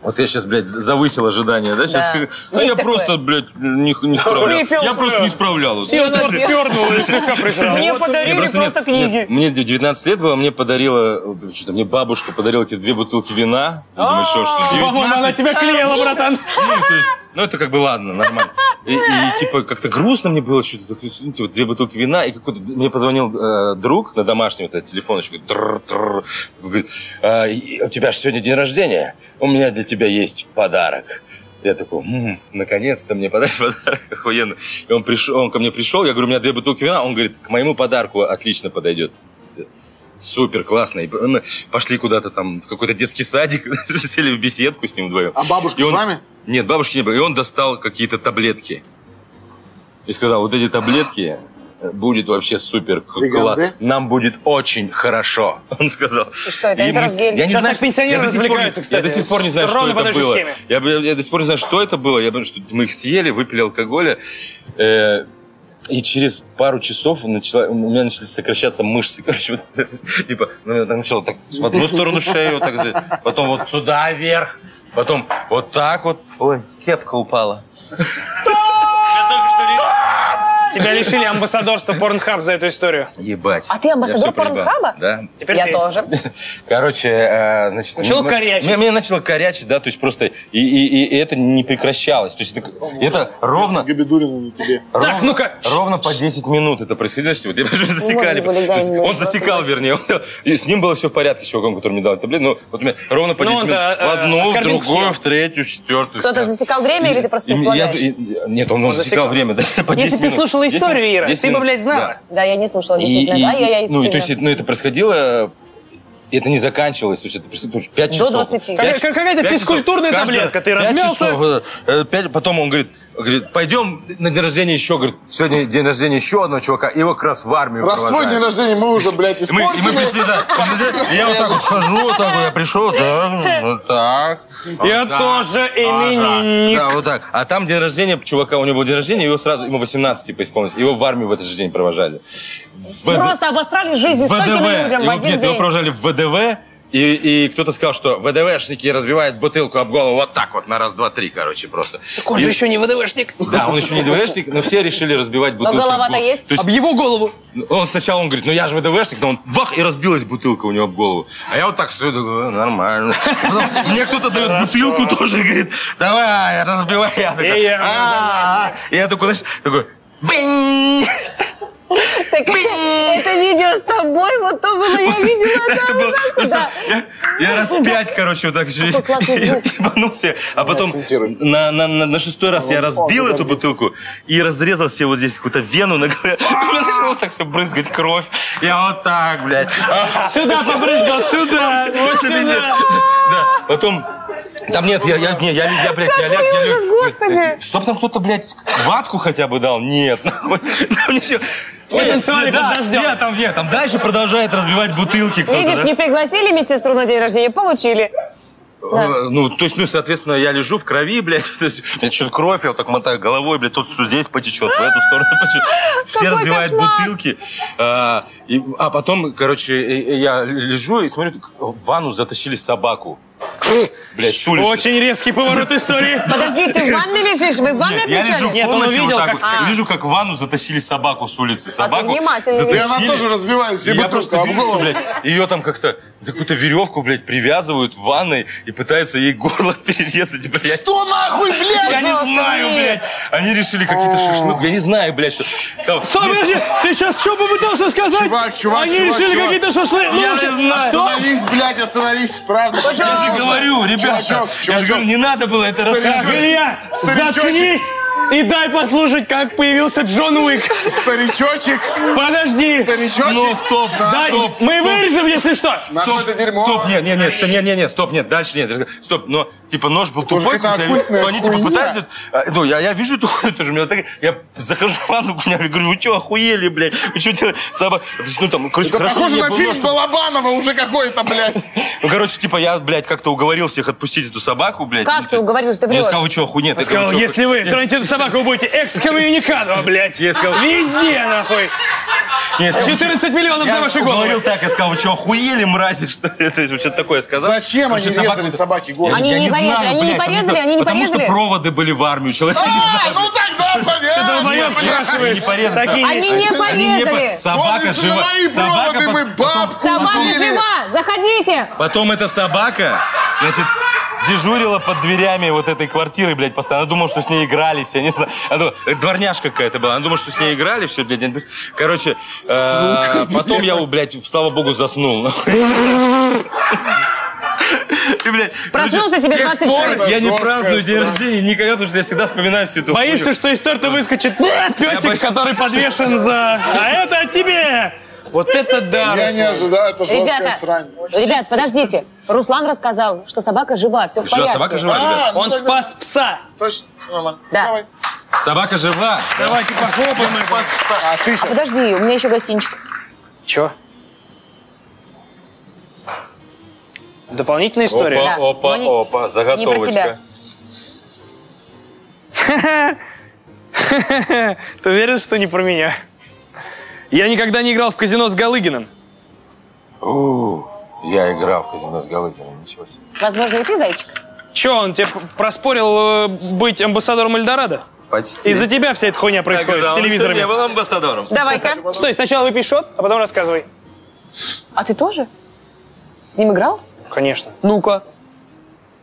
[SPEAKER 11] Вот я сейчас, блядь, завысил ожидания, да? Сейчас,
[SPEAKER 5] Да.
[SPEAKER 11] Ну,
[SPEAKER 5] Есть
[SPEAKER 11] я
[SPEAKER 5] такое.
[SPEAKER 11] просто, блядь, не, не справлял.
[SPEAKER 5] Выпил.
[SPEAKER 11] Я просто не справлялся.
[SPEAKER 2] Я торт пернул и слегка прижрал.
[SPEAKER 5] Мне
[SPEAKER 2] Вот он.
[SPEAKER 5] подарили
[SPEAKER 11] Мне
[SPEAKER 5] просто,
[SPEAKER 11] нет,
[SPEAKER 5] книги.
[SPEAKER 11] нет, мне 19 лет было, мне подарила, э, что-то мне бабушка подарила эти две бутылки вина. Я думаю, еще что,
[SPEAKER 2] По-моему, она
[SPEAKER 11] 19?
[SPEAKER 2] тебя клеила, братан.
[SPEAKER 11] Ну, то есть, ну, это как бы ладно, нормально. И, и, типа, как-то грустно мне было, что-то, такое, ну, типа, две бутылки вина, и какой-то, мне позвонил э, друг на домашнем, вот этот телефоночку, тррр-тррр. говорит, «А, и- у тебя же сегодня день рождения, у меня для тебя есть подарок. Я такой, «М, наконец-то мне подашь подарок, охуенно. И он, пришел, он ко мне пришел, я говорю, у меня две бутылки вина, он говорит, к моему подарку отлично подойдет. Супер, классно. И мы пошли куда-то там, в какой-то детский садик, сели в беседку с ним вдвоем.
[SPEAKER 1] А бабушка
[SPEAKER 11] И
[SPEAKER 1] с
[SPEAKER 11] он-
[SPEAKER 1] вами?
[SPEAKER 11] нет, бабушки не было. И он достал какие-то таблетки. И сказал, вот эти таблетки э, будет вообще супер. к-
[SPEAKER 1] Триганды?
[SPEAKER 11] кла- Нам будет очень хорошо, он сказал. И
[SPEAKER 5] что, это энтеросгель?
[SPEAKER 11] Я не
[SPEAKER 2] Сейчас
[SPEAKER 11] знаю,
[SPEAKER 2] так пенсионеры
[SPEAKER 11] я до сих пор не-
[SPEAKER 2] развлекаются, кстати.
[SPEAKER 11] Я до сих пор не знаю,
[SPEAKER 2] Ровно по
[SPEAKER 11] что
[SPEAKER 2] той
[SPEAKER 11] это
[SPEAKER 2] же
[SPEAKER 11] было.
[SPEAKER 2] схеме.
[SPEAKER 11] Я, бы- я до сих пор не знаю, что это было. Я думаю, что мы их съели, выпили алкоголя. Э, и через пару часов начала, у меня начали сокращаться мышцы. Короче, вот, типа, ну, там начало так в одну сторону шею, вот так, за- потом вот сюда вверх, потом вот так вот. Ой, кепка упала.
[SPEAKER 2] Тебя лишили амбассадорства Порнхаб за эту историю.
[SPEAKER 11] Ебать.
[SPEAKER 5] А ты
[SPEAKER 11] Я
[SPEAKER 5] амбассадор
[SPEAKER 11] всё проебал.
[SPEAKER 5] Порнхаба?
[SPEAKER 11] Да.
[SPEAKER 5] Я тоже.
[SPEAKER 11] Короче, э, значит...
[SPEAKER 2] Начало
[SPEAKER 11] м- м-
[SPEAKER 2] корячить.
[SPEAKER 11] Меня, меня начало корячить, да, то есть просто... И, и- и- и это не прекращалось. То есть это, это ровно...
[SPEAKER 1] Габидулину на тебе.
[SPEAKER 11] Так, ну-ка! Ровно по 10 минут это происходило сегодня. Я просто засекали.
[SPEAKER 1] Может, хулиганин
[SPEAKER 11] То есть
[SPEAKER 1] был,
[SPEAKER 11] Он засекал, вернее. он- и с ним было все в порядке, с чуваком, который мне дал таблетку. Ну, вот у меня ровно по
[SPEAKER 2] Ну,
[SPEAKER 11] 10 минут.
[SPEAKER 2] он-то, э,
[SPEAKER 11] В одну, в
[SPEAKER 2] оскорбил
[SPEAKER 11] другую,
[SPEAKER 2] всех.
[SPEAKER 11] в третью, в четвертую.
[SPEAKER 5] Кто-то засекал время или ты просто
[SPEAKER 11] И м- я-
[SPEAKER 5] предполагаешь?
[SPEAKER 11] и- Нет, он, он засекал время, да, по 10
[SPEAKER 2] Если ты
[SPEAKER 11] минут.
[SPEAKER 2] слушала
[SPEAKER 11] 10
[SPEAKER 2] историю, Ира,
[SPEAKER 11] 10
[SPEAKER 2] ты бы,
[SPEAKER 11] минут,
[SPEAKER 2] блядь, знала.
[SPEAKER 11] да.
[SPEAKER 5] Да, я не слушала,
[SPEAKER 11] И-
[SPEAKER 5] действительно.
[SPEAKER 11] и-
[SPEAKER 5] да, я, я
[SPEAKER 11] ну, и
[SPEAKER 5] искренне.
[SPEAKER 11] то есть, ну, это происходило, э, это не заканчивалось, то есть это происходило 5
[SPEAKER 5] До
[SPEAKER 11] часов.
[SPEAKER 5] 20.
[SPEAKER 11] Пять
[SPEAKER 2] Какая-
[SPEAKER 11] часов.
[SPEAKER 2] какая-то
[SPEAKER 11] Пять часов.
[SPEAKER 2] физкультурная
[SPEAKER 11] Каждый-
[SPEAKER 2] таблетка, ты
[SPEAKER 11] пять
[SPEAKER 2] размялся?
[SPEAKER 11] часов, э, э, пять- потом он говорит, говорит, пойдем на день рождения еще, говорит, сегодня день рождения еще одного чувака, и его как раз в армию
[SPEAKER 1] Раз твой
[SPEAKER 11] провожают.
[SPEAKER 1] день рождения мы уже, блядь,
[SPEAKER 11] И мы, и
[SPEAKER 1] испортили.
[SPEAKER 11] мы пришли, да. пришли, Я вот так вот хожу, вот так вот я пришел, да, вот так.
[SPEAKER 2] Я
[SPEAKER 11] вот так,
[SPEAKER 2] тоже
[SPEAKER 11] вот так.
[SPEAKER 2] именинник.
[SPEAKER 11] Да, вот так. А там день рождения чувака, у него был день рождения, его сразу, ему 18 типа исполнилось. Его в армию в этот же день провожали. В
[SPEAKER 5] Просто обосрали жизнь стольким
[SPEAKER 11] ВДВ.
[SPEAKER 5] людям в
[SPEAKER 11] Его,
[SPEAKER 5] один
[SPEAKER 11] нет, его
[SPEAKER 5] день.
[SPEAKER 11] провожали в ВДВ. И, и кто-то сказал, что ВДВшники разбивают бутылку об голову вот так вот, на раз, два, три, короче, просто.
[SPEAKER 2] Он же
[SPEAKER 11] И-
[SPEAKER 2] еще не ВДВшник.
[SPEAKER 11] Да, он еще не ВДВшник, но все решили разбивать бутылку. об
[SPEAKER 5] голова-то
[SPEAKER 11] голову.
[SPEAKER 5] есть?
[SPEAKER 11] То
[SPEAKER 2] Об его голову.
[SPEAKER 11] он сначала он говорит, ну я же ВДВшник, но он бах, и разбилась бутылка у него об голову. А я вот так стою, думаю, «Э, нормально. Потом Мне кто-то дает бутылку тоже, говорит, давай, разбивай. Я
[SPEAKER 2] И
[SPEAKER 11] такой,
[SPEAKER 2] я
[SPEAKER 11] «А-а-а». И я такой, знаешь, такой, бинь!
[SPEAKER 5] Так, это видео с тобой, вот то было, я видела.
[SPEAKER 11] Это было, ну что,
[SPEAKER 5] да.
[SPEAKER 11] я- я раз пять, короче, вот так еще
[SPEAKER 5] Какой классный звук.
[SPEAKER 11] ебанулся. А потом на- на на- на шестой раз я разбил эту бутылку и разрезал себе вот здесь какую-то вену на голове. У меня начало так все брызгать кровь. Я вот так, блядь.
[SPEAKER 5] А,
[SPEAKER 2] Сюда побрызгал, сюда, вот
[SPEAKER 11] Просто пиздец.
[SPEAKER 2] сюда.
[SPEAKER 11] Да, потом... Там нет, я, я, не, я, я, блядь, я ляг, я ляг.
[SPEAKER 5] ужас, господи.
[SPEAKER 11] Чтоб там кто-то, блядь, ватку хотя бы дал. Нет, нахуй. Там ничего.
[SPEAKER 2] Все
[SPEAKER 11] Нет,
[SPEAKER 2] танцевали
[SPEAKER 11] да,
[SPEAKER 2] под дождем.
[SPEAKER 11] Нет, там, нет, там дальше продолжает разбивать бутылки кто-то.
[SPEAKER 5] Ну, Видишь,
[SPEAKER 11] да?
[SPEAKER 5] не пригласили медсестру на день рождения, получили.
[SPEAKER 11] Э, Ну, то есть, ну, соответственно, я лежу в крови, блядь, то есть, у меня что-то кровь, я вот так мотаю головой, блядь, тут всё здесь потечет, в эту сторону потечет. Все
[SPEAKER 5] Какой
[SPEAKER 11] разбивают
[SPEAKER 5] кошмар!
[SPEAKER 11] бутылки. А, и- а потом, короче, э, э, я лежу и смотрю, как в ванну затащили собаку. Блядь, с улицы.
[SPEAKER 2] Очень резкий поворот истории.
[SPEAKER 5] Подожди, ты в ванной лежишь? Вы в ванной
[SPEAKER 11] Нет, я лежу в
[SPEAKER 5] отмечали?
[SPEAKER 2] Нет, он
[SPEAKER 11] комнате
[SPEAKER 2] увидел,
[SPEAKER 11] вот так
[SPEAKER 2] как-
[SPEAKER 11] вот.
[SPEAKER 5] А.
[SPEAKER 11] Вижу, как в ванну затащили собаку с улицы. Собаку
[SPEAKER 5] внимательный,
[SPEAKER 11] затащили.
[SPEAKER 1] И она тоже разбивает
[SPEAKER 11] И
[SPEAKER 1] себе
[SPEAKER 11] я
[SPEAKER 1] бутылку
[SPEAKER 11] просто
[SPEAKER 1] об
[SPEAKER 11] вижу, что,
[SPEAKER 1] голову.
[SPEAKER 11] блядь, ее там как-то за какую-то веревку, блядь, привязывают в ванной и пытаются ей горло перерезать, блядь.
[SPEAKER 1] Что нахуй, блядь?
[SPEAKER 11] Я не знаю, блядь. Они решили какие-то шашлык. Я не знаю, блядь, что... Там-
[SPEAKER 1] ну,
[SPEAKER 2] Стой,
[SPEAKER 11] Нет,
[SPEAKER 2] подожди, ты сейчас что попытался сказать?
[SPEAKER 1] Чувак, чувак,
[SPEAKER 2] Они
[SPEAKER 1] чувак,
[SPEAKER 2] решили
[SPEAKER 1] чувак.
[SPEAKER 2] какие-то шашлы. Ну,
[SPEAKER 11] Я не знаю.
[SPEAKER 2] Что?
[SPEAKER 1] Ну, Остановись, блядь, остановись, правда.
[SPEAKER 11] Я же говорю, ребята,
[SPEAKER 1] Чувачок,
[SPEAKER 11] я же
[SPEAKER 1] чувачок.
[SPEAKER 11] говорю, не надо было это рассказывать.
[SPEAKER 2] Илья,
[SPEAKER 1] Старичочек.
[SPEAKER 2] заткнись и дай послушать, как появился Джон Уик.
[SPEAKER 1] Старичочек,
[SPEAKER 2] Подожди.
[SPEAKER 1] старичочек.
[SPEAKER 11] Ну, стоп,
[SPEAKER 2] Дай,
[SPEAKER 11] стоп.
[SPEAKER 2] мы вырежем, если что.
[SPEAKER 1] На что это дерьмо?
[SPEAKER 11] Стоп, нет, нет, нет, стоп, нет, нет, нет, стоп, нет, дальше нет, дальше- стоп, но типа нож был
[SPEAKER 1] уже
[SPEAKER 11] тупой,
[SPEAKER 1] какая-то
[SPEAKER 11] какой-то,
[SPEAKER 1] оккультная
[SPEAKER 11] я вижу, что они типа
[SPEAKER 1] хуйня.
[SPEAKER 11] пытаются, а, ну я, я вижу эту хуйню тоже, у меня так, я захожу в ванну, я говорю, вы что, охуели, блядь, вы что делаете, собака, То есть, ну там, короче,
[SPEAKER 1] Это
[SPEAKER 11] хорошо,
[SPEAKER 1] похоже
[SPEAKER 11] мне
[SPEAKER 1] на
[SPEAKER 11] был
[SPEAKER 1] фильм
[SPEAKER 11] нож,
[SPEAKER 1] Балабанова уже какой-то, блядь.
[SPEAKER 11] ну короче, типа я, блядь, как-то уговорил всех отпустить эту собаку, блядь.
[SPEAKER 5] Как ты уговорил, что ты
[SPEAKER 11] Я
[SPEAKER 5] врешь?
[SPEAKER 11] сказал, вы что, охуеть?
[SPEAKER 2] Я сказал, если вы тронете эту собаку, вы будете экскоммуникадо, блядь.
[SPEAKER 11] Я сказал-
[SPEAKER 2] Везде, нахуй.
[SPEAKER 11] Не, я сказал, вы чё-
[SPEAKER 2] 14 миллионов за
[SPEAKER 11] Я
[SPEAKER 2] ваши
[SPEAKER 11] говорил
[SPEAKER 2] головы.
[SPEAKER 11] так, я сказал, вы что, охуели, мрази, что ли? То есть, вот что-то такое сказал.
[SPEAKER 1] Зачем
[SPEAKER 11] Короче,
[SPEAKER 1] они
[SPEAKER 11] собака-
[SPEAKER 1] резали собаки голову?
[SPEAKER 5] Они
[SPEAKER 11] Я
[SPEAKER 5] не порезали,
[SPEAKER 11] знаю,
[SPEAKER 5] они не
[SPEAKER 11] блядь, потому
[SPEAKER 5] порезали,
[SPEAKER 11] что-
[SPEAKER 5] они не
[SPEAKER 11] потому
[SPEAKER 5] порезали?
[SPEAKER 11] что проводы были в армию, человек не
[SPEAKER 1] А,
[SPEAKER 11] знает.
[SPEAKER 1] ну тогда
[SPEAKER 2] Долбоёб
[SPEAKER 1] понятно. блядь.
[SPEAKER 2] спрашиваешь.
[SPEAKER 11] не порезали.
[SPEAKER 2] Такие
[SPEAKER 5] Они
[SPEAKER 11] Они
[SPEAKER 5] не
[SPEAKER 11] не по-
[SPEAKER 5] порезали.
[SPEAKER 11] Собака
[SPEAKER 1] Помните, на
[SPEAKER 11] жива.
[SPEAKER 1] мои
[SPEAKER 11] Собака
[SPEAKER 1] проводы
[SPEAKER 11] пот-
[SPEAKER 1] мы бабку
[SPEAKER 5] Собака
[SPEAKER 1] убили?
[SPEAKER 5] жива, заходите.
[SPEAKER 11] Потом эта собака, значит, дежурила под дверями вот этой квартиры, блядь, постоянно. Она думала, что с ней игрались, я не знаю. Она думала, э, дворняжка какая-то была. Она думала, что с ней играли, все, блядь. они- Короче, э, потом я, блядь, слава богу, заснул. нахуй. И, блядь,
[SPEAKER 5] Проснулся
[SPEAKER 11] короче,
[SPEAKER 5] тебе
[SPEAKER 11] с тех
[SPEAKER 5] 26.
[SPEAKER 11] пор Я не
[SPEAKER 1] Жесткая
[SPEAKER 11] праздную день
[SPEAKER 1] сра-
[SPEAKER 11] рождения никогда, потому что я всегда вспоминаю всю эту хуйню.
[SPEAKER 2] Боишься, что из торта выскочит э, песик,
[SPEAKER 11] боюсь.
[SPEAKER 2] который подвешен за... А это от тебе! Вот это да!
[SPEAKER 1] Я не ожидал, это
[SPEAKER 5] Ребята,
[SPEAKER 1] жесткая срань.
[SPEAKER 5] ребят, подождите. Руслан рассказал, что собака жива, все в
[SPEAKER 11] Жива,
[SPEAKER 5] порядке.
[SPEAKER 11] собака жива, ребят.
[SPEAKER 2] Он спас пса!
[SPEAKER 1] Точно, нормально.
[SPEAKER 5] Да.
[SPEAKER 1] Давай.
[SPEAKER 11] Собака жива.
[SPEAKER 2] Давайте похлопаем его.
[SPEAKER 1] А ты сейчас
[SPEAKER 5] Подожди, у меня еще гостиничка.
[SPEAKER 2] Чё? Дополнительная история?
[SPEAKER 11] Опа,
[SPEAKER 5] Да.
[SPEAKER 11] опа,
[SPEAKER 5] Но не-
[SPEAKER 11] опа,
[SPEAKER 5] не про тебя.
[SPEAKER 11] заготовочка.
[SPEAKER 2] Ты уверен, что не про меня? Я никогда не играл в казино с Галыгиным.
[SPEAKER 11] У, Я играл в казино с Галыгином, ничего себе.
[SPEAKER 5] Возможно, и ты, зайчик?
[SPEAKER 2] Чё, он тебе п- проспорил э, быть амбассадором Эльдорадо?
[SPEAKER 11] Почти.
[SPEAKER 2] Из-за тебя вся эта хуйня происходит
[SPEAKER 11] Тогда
[SPEAKER 2] с
[SPEAKER 11] он
[SPEAKER 2] телевизорами.
[SPEAKER 11] еще не был амбассадором.
[SPEAKER 5] Давай-ка.
[SPEAKER 2] Стой, сначала выпей шот, а потом рассказывай.
[SPEAKER 5] А ты тоже? С ним играл?
[SPEAKER 2] Конечно.
[SPEAKER 5] Ну-ка.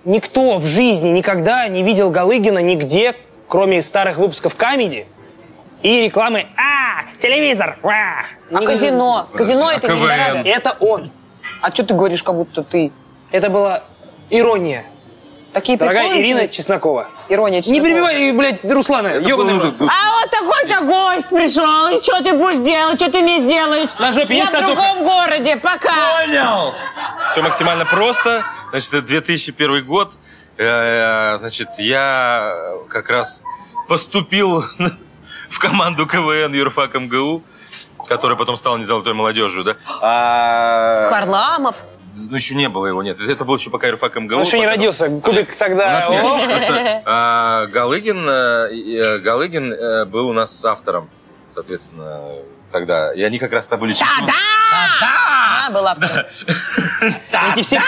[SPEAKER 2] Никто в жизни никогда не видел Галыгина нигде, кроме старых выпусков комедии и рекламы «А, телевизор!» «Ва!»
[SPEAKER 5] А
[SPEAKER 2] Ни-
[SPEAKER 5] казино? Казино
[SPEAKER 11] А
[SPEAKER 5] это не Эльдорадо?
[SPEAKER 2] Это он.
[SPEAKER 5] А что ты говоришь, как будто ты?
[SPEAKER 2] Это была ирония.
[SPEAKER 5] Такие
[SPEAKER 2] Дорогая
[SPEAKER 5] приколы
[SPEAKER 2] Ирина
[SPEAKER 5] начались?
[SPEAKER 2] Чеснокова.
[SPEAKER 5] Ирония
[SPEAKER 2] Не
[SPEAKER 5] Чеснокова.
[SPEAKER 2] перебивай, блядь, Руслана, ёбаный в рот.
[SPEAKER 4] А вот такой-то гость пришел. И что ты будешь делать? Что ты мне сделаешь?
[SPEAKER 2] На жопе
[SPEAKER 4] Я
[SPEAKER 2] есть
[SPEAKER 4] в
[SPEAKER 2] татуха?
[SPEAKER 4] другом городе. Пока.
[SPEAKER 3] Понял!
[SPEAKER 11] Все максимально просто. Значит, это 2001 год. Э, Значит, я как раз поступил в команду КВН Юрфак МГУ, который потом стал не золотой молодежью, да? А,
[SPEAKER 5] Харламов.
[SPEAKER 11] Ну, еще не было его, нет. Это был еще пока Юрфак МГУ.
[SPEAKER 2] Он еще не
[SPEAKER 11] пока-
[SPEAKER 2] родился, Кубик
[SPEAKER 11] У
[SPEAKER 2] тогда...
[SPEAKER 11] нас нет. Просто, а, Галыгин, э, и, э, Галыгин э, был у нас автором, соответственно, тогда. И они как раз тогда были чемпионами.
[SPEAKER 5] А, Да! была.
[SPEAKER 2] Эти все...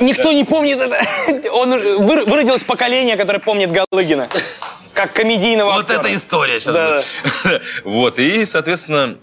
[SPEAKER 2] Никто не помнит... это. Он уже- выр- выродилось поколение, которое помнит Галыгина. Как комедийного
[SPEAKER 11] Вот
[SPEAKER 2] актера.
[SPEAKER 11] эта история сейчас
[SPEAKER 2] Да.
[SPEAKER 11] будет. Вот, и, соответственно,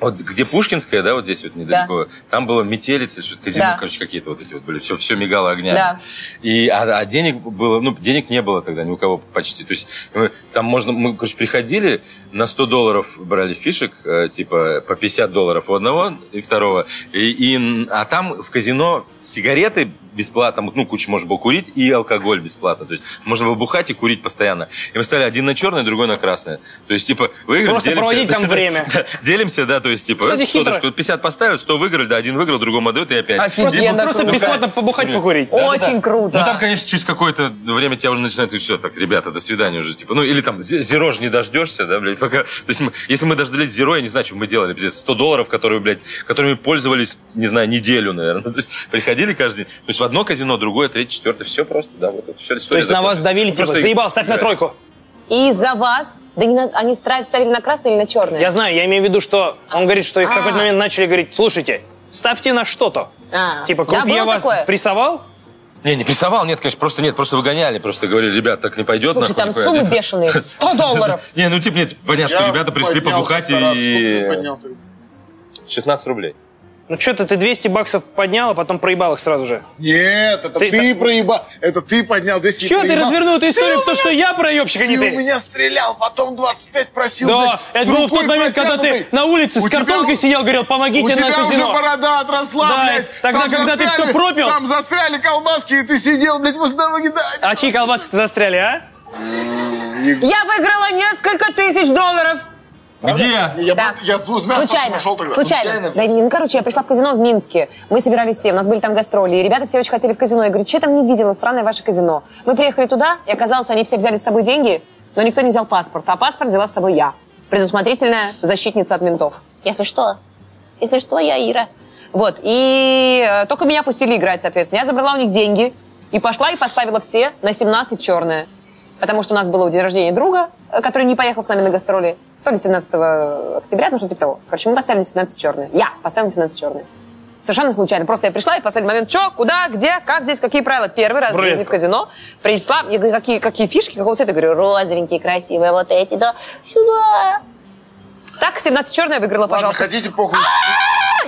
[SPEAKER 11] вот где Пушкинская, да, вот здесь вот недалеко, там было метелицы, что-то казино,
[SPEAKER 5] Да.
[SPEAKER 11] короче, какие-то вот эти вот были, все, все мигало огнями.
[SPEAKER 5] Да.
[SPEAKER 11] И, а, а денег было, ну, денег не было тогда ни у кого почти. То есть мы- там можно, мы, короче, приходили, на 100 долларов брали фишек, э, типа по 50 долларов у одного и второго, и, и- а там в казино сигареты бесплатно, ну, куча можно было курить, и алкоголь бесплатно. То есть можно было бухать и курить постоянно. И мы стали один на черное, другой на красное. То есть, типа, выиграли,
[SPEAKER 2] Просто
[SPEAKER 11] делимся.
[SPEAKER 2] проводить там время.
[SPEAKER 11] Да, Делимся, да, то есть, типа,
[SPEAKER 2] Кстати,
[SPEAKER 11] э,
[SPEAKER 2] хитро.
[SPEAKER 11] соточку, 50 поставил, 100 выиграл, да, один выиграл, другому отдает, и опять.
[SPEAKER 2] Просто,
[SPEAKER 5] Офигенно
[SPEAKER 2] просто
[SPEAKER 5] круто.
[SPEAKER 2] бесплатно побухать, покурить.
[SPEAKER 5] Очень
[SPEAKER 11] Ну, там,
[SPEAKER 5] круто.
[SPEAKER 11] конечно, через какое-то время тебя уже начинает, и все, так, ребята, до свидания уже, типа, ну, или там, зе- зеро же не дождешься, да, блядь, пока, то есть, мы- если мы дождались зеро, я не знаю, что мы делали, пиздец, 100 долларов, которые, блядь, которыми пользовались, не знаю, неделю, наверное, то есть, приходили каждый день, то есть, в одно казино, другое, третье, четвертое, все просто, да, вот, это все
[SPEAKER 2] То есть на вас
[SPEAKER 11] Ну,
[SPEAKER 2] давили, типа, заебал, ставь на тройку.
[SPEAKER 5] И за вас, да не на- они стра- ставили на красное или на черное?
[SPEAKER 2] Я знаю, я имею в виду, что он говорит, что их в
[SPEAKER 5] А.
[SPEAKER 2] какой-то момент начали говорить, слушайте, ставьте на что-то.
[SPEAKER 5] А.
[SPEAKER 2] Типа,
[SPEAKER 5] Да,
[SPEAKER 2] крупье
[SPEAKER 5] было
[SPEAKER 2] вас
[SPEAKER 5] такое?
[SPEAKER 2] прессовал,
[SPEAKER 11] Не, не прессовал, нет, конечно, просто нет, просто выгоняли, просто говорили, ребят, так не пойдет,
[SPEAKER 5] Слушай,
[SPEAKER 11] нахуй, не
[SPEAKER 5] там
[SPEAKER 11] пойдет».
[SPEAKER 5] суммы бешеные. 100 долларов.
[SPEAKER 11] Не, ну, типа, нет, понятно, что
[SPEAKER 1] Я
[SPEAKER 11] ребята пришли
[SPEAKER 1] поднял
[SPEAKER 11] побухать
[SPEAKER 1] Тараску,
[SPEAKER 11] и...
[SPEAKER 1] поднял.
[SPEAKER 11] 16 рублей.
[SPEAKER 2] ну что-то ты 200 баксов поднял, а потом проебал их сразу же.
[SPEAKER 1] Нет, это ты,
[SPEAKER 2] Ты-
[SPEAKER 1] проебал. Это ты поднял 200 и
[SPEAKER 2] Чего ты
[SPEAKER 1] проебал.
[SPEAKER 2] развернул эту историю в то, что я проебщик, а
[SPEAKER 1] Ты
[SPEAKER 2] не
[SPEAKER 1] у
[SPEAKER 2] ты?
[SPEAKER 1] меня стрелял, потом 25 просил.
[SPEAKER 2] Да,
[SPEAKER 1] блядь, с
[SPEAKER 2] это было в тот
[SPEAKER 1] рукой
[SPEAKER 2] момент, когда ты
[SPEAKER 1] протянутой.
[SPEAKER 2] на улице
[SPEAKER 1] У
[SPEAKER 2] с
[SPEAKER 1] тебя-
[SPEAKER 2] картонкой сидел, говорил,
[SPEAKER 1] У
[SPEAKER 2] помогите на
[SPEAKER 1] тебя уже
[SPEAKER 2] казино.
[SPEAKER 1] борода отросла,
[SPEAKER 2] Да,
[SPEAKER 1] блядь.
[SPEAKER 2] тогда, когда ты всё пропил.
[SPEAKER 1] Там застряли колбаски, и ты сидел, блядь, возле дороги. Да,
[SPEAKER 2] А чьи колбаски застряли, а?
[SPEAKER 5] Я выиграла несколько тысяч долларов.
[SPEAKER 3] Где?
[SPEAKER 1] Я,
[SPEAKER 5] Да.
[SPEAKER 1] б- я с двумя
[SPEAKER 5] Случайно.
[SPEAKER 1] ушел тогда.
[SPEAKER 5] Случайно. Да, не, ну, короче, я пришла в казино в Минске. Мы собирались все, у нас были там гастроли. И ребята все очень хотели в казино. Я говорю, что я там не видела, сраное ваше казино. Мы приехали туда, и оказалось, они все взяли с собой деньги, но никто не взял паспорт. А паспорт взяла с собой я. Предусмотрительная защитница от ментов. Если что, если что, я Ира. Вот, и э, только меня пустили играть, соответственно. Я забрала у них деньги и пошла и поставила все на 17 черное. Потому что у нас было день рождения друга, э, который не поехал с нами на гастроли. То ли 17 октября, ну что типа того. Короче, мы поставили на 17 черное. Я поставила на 17 черное. Совершенно случайно. Просто я пришла и в последний момент, что, куда, где, как здесь, какие правила. Первый раз в жизни в
[SPEAKER 2] Рулетка.
[SPEAKER 5] казино. Принесла, я говорю, какие, какие фишки, какого цвета? Я говорю, розовенькие, красивые, вот эти, да, сюда. Так, 17 черное выиграла,
[SPEAKER 1] Ладно,
[SPEAKER 5] пожалуйста.
[SPEAKER 1] хотите, похуй.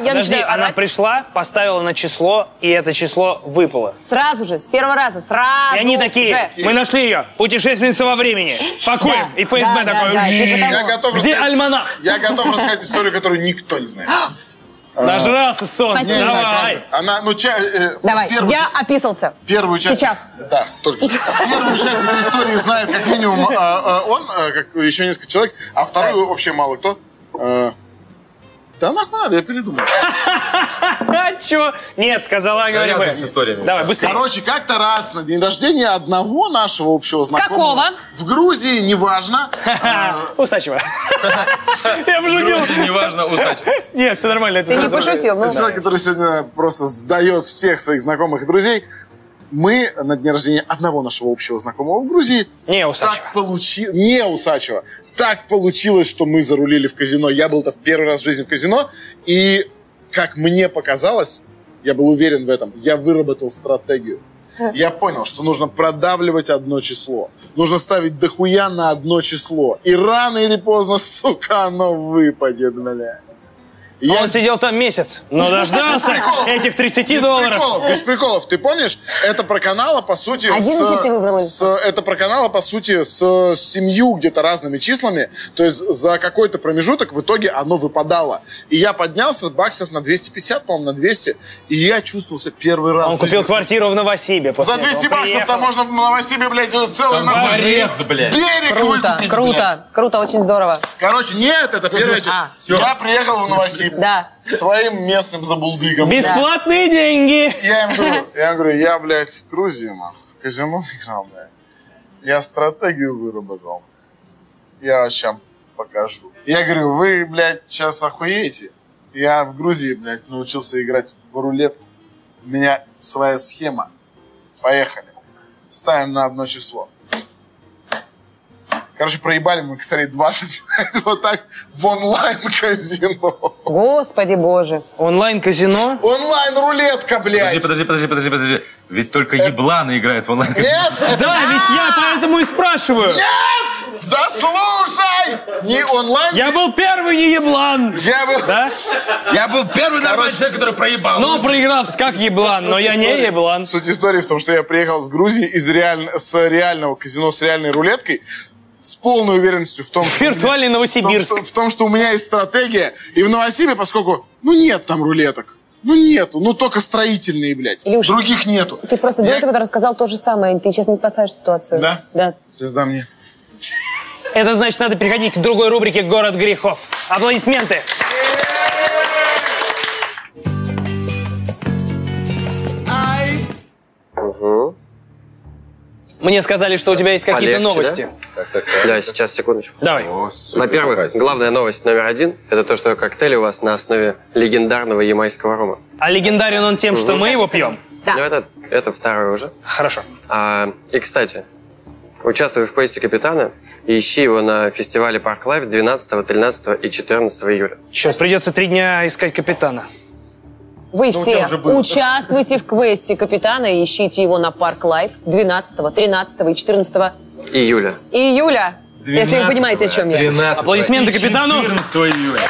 [SPEAKER 5] Я
[SPEAKER 2] Подожди,
[SPEAKER 5] начинаю
[SPEAKER 2] она
[SPEAKER 5] орать.
[SPEAKER 2] пришла, поставила на число, и это число выпало.
[SPEAKER 5] Сразу же, с первого раза, сразу
[SPEAKER 1] А
[SPEAKER 2] И они такие,
[SPEAKER 5] же.
[SPEAKER 2] мы нашли ее, путешественница во времени, пакуем.
[SPEAKER 5] Да,
[SPEAKER 2] И ФСБ
[SPEAKER 5] да,
[SPEAKER 2] такой,
[SPEAKER 5] да, да, типа того.
[SPEAKER 1] Я готов,
[SPEAKER 2] где
[SPEAKER 1] рассказать,
[SPEAKER 2] альманах?
[SPEAKER 1] я готов рассказать историю, которую никто не знает.
[SPEAKER 2] Нажрался сон,
[SPEAKER 5] Спасибо.
[SPEAKER 2] давай.
[SPEAKER 1] Она, ну, ча- э,
[SPEAKER 5] Давай,
[SPEAKER 1] первую-
[SPEAKER 5] я описался.
[SPEAKER 1] Первую часть...
[SPEAKER 5] Сейчас.
[SPEAKER 1] Да, только что. Первую часть этой истории знает как минимум а, а, он, а, как еще несколько человек, а вторую вообще мало кто. Э, Да нахуй надо, я передумал.
[SPEAKER 2] А, чё? Нет, сказала, говорю
[SPEAKER 11] Завязываем
[SPEAKER 2] Б.
[SPEAKER 11] с историями.
[SPEAKER 2] Давай, быстрее.
[SPEAKER 1] Короче, как-то раз на день рождения одного нашего общего знакомого.
[SPEAKER 5] Какого?
[SPEAKER 1] В Грузии, неважно.
[SPEAKER 2] А, Усачева. Я пошутил.
[SPEAKER 11] Неважно, усач.
[SPEAKER 2] Нет, все нормально. это
[SPEAKER 5] Ты не
[SPEAKER 2] здорово.
[SPEAKER 5] пошутил, ну
[SPEAKER 1] Человек, который сегодня просто сдает всех своих знакомых и друзей. Мы на дне рождения одного нашего общего знакомого в Грузии.
[SPEAKER 2] Не, Усачева.
[SPEAKER 1] Так получилось. Не Усачева. Так получилось, что мы зарулили в казино. Я был-то в первый раз в жизни в казино. И, как мне показалось, я был уверен в этом, я выработал стратегию. Я понял, что нужно продавливать одно число. нужно ставить дохуя на одно число. И рано или поздно, сука, оно выпадет, бля.
[SPEAKER 2] А Он сидел там месяц, но дождался
[SPEAKER 1] Без приколов.
[SPEAKER 2] этих 30
[SPEAKER 1] без
[SPEAKER 2] долларов.
[SPEAKER 1] Приколов, без приколов. Ты помнишь, это проканало, по сути,
[SPEAKER 4] 11
[SPEAKER 1] с,
[SPEAKER 4] ты выбрала.
[SPEAKER 1] с- это проканало, по сути, с семью где-то разными числами. То есть за какой-то промежуток в итоге оно выпадало. И я поднялся баксов на 250, по-моему, на 200. И я чувствовал себя первый раз.
[SPEAKER 2] Он
[SPEAKER 1] в жизни.
[SPEAKER 2] купил квартиру в Новосибе. после
[SPEAKER 1] За 200
[SPEAKER 2] этого. Он
[SPEAKER 1] баксов
[SPEAKER 2] приехал.
[SPEAKER 1] там можно в Новосибе, блядь, целый нахуй
[SPEAKER 3] Дворец, блядь.
[SPEAKER 1] берег
[SPEAKER 5] Круто,
[SPEAKER 1] выкупить, блядь.
[SPEAKER 5] круто, круто, очень здорово.
[SPEAKER 1] Короче, нет, это первое.
[SPEAKER 5] А.
[SPEAKER 1] Всё. Я приехал в Новосиб
[SPEAKER 5] Да.
[SPEAKER 1] к своим местным забулдыгам.
[SPEAKER 2] Бесплатные деньги.
[SPEAKER 1] Я им говорю, я говорю, я, блядь, в Грузии, нахуй, в казино играл, блядь. Я стратегию выработал. Я вас щам покажу. Я говорю, вы, блядь, сейчас охуеете. Я в Грузии, блядь, научился играть в рулетку. У меня своя схема. Поехали. Ставим на одно число. Короче, проебали мы косарей 20 блядь, вот так в онлайн-казино.
[SPEAKER 5] Господи боже.
[SPEAKER 2] Онлайн-казино.
[SPEAKER 1] Онлайн-рулетка, блядь.
[SPEAKER 11] Подожди, подожди, подожди, подожди, подожди. Ведь только ебланы играют в онлайн.
[SPEAKER 1] Нет, это
[SPEAKER 2] Да, ведь я поэтому и спрашиваю.
[SPEAKER 1] Нет! Да слушай! Не онлайн...
[SPEAKER 2] Я был первый не еблан.
[SPEAKER 1] Я был...
[SPEAKER 2] Да?
[SPEAKER 3] Я был первый нормальный человек, который
[SPEAKER 5] Ну,
[SPEAKER 3] проебал.
[SPEAKER 2] Но проиграл как еблан, но я не еблан.
[SPEAKER 1] Суть истории в том, что я приехал с Грузии из реаль- с реального казино с реальной рулеткой с полной уверенностью в том, что у меня-
[SPEAKER 2] Виртуальный
[SPEAKER 1] в том,
[SPEAKER 2] Новосибирск.
[SPEAKER 1] что, в том, что у меня есть стратегия. И в Новосибе, поскольку, ну, нет там рулеток. Ну, нету. Ну, только строительные, блядь.
[SPEAKER 5] Илюш,
[SPEAKER 1] Других нету.
[SPEAKER 5] Ты просто до
[SPEAKER 1] Я-
[SPEAKER 5] этого рассказал то же самое. Ты сейчас не спасаешь ситуацию.
[SPEAKER 1] Да?
[SPEAKER 5] Да.
[SPEAKER 1] Пизда мне.
[SPEAKER 2] Это значит, надо переходить к другой рубрике «Город грехов». Аплодисменты. Мне сказали, что у тебя есть какие-то
[SPEAKER 9] Полегче,
[SPEAKER 2] новости.
[SPEAKER 9] Да, сейчас, секундочку.
[SPEAKER 2] Давай.
[SPEAKER 9] Во-первых, главная новость номер один – это то, что коктейль у вас на основе легендарного ямайского рома.
[SPEAKER 2] А легендарен он тем, что мы его пьем.
[SPEAKER 5] Да.
[SPEAKER 9] Но это, это второе уже.
[SPEAKER 2] Хорошо.
[SPEAKER 9] А, и, кстати, участвуй в поиске капитана и ищи его на фестивале Парк Лайф 12, 13 и 14 июля.
[SPEAKER 2] Черт, придется три дня искать капитана.
[SPEAKER 5] Вы
[SPEAKER 3] Ну, у тебя
[SPEAKER 5] все
[SPEAKER 3] уже было.
[SPEAKER 5] участвуйте в квесте капитана и ищите его на Парк Лайф 12, 13 и 14
[SPEAKER 9] Июля.
[SPEAKER 5] июля. Если вы понимаете, о чем я.
[SPEAKER 3] 13
[SPEAKER 2] Аплодисменты капитану.
[SPEAKER 3] 14 июля.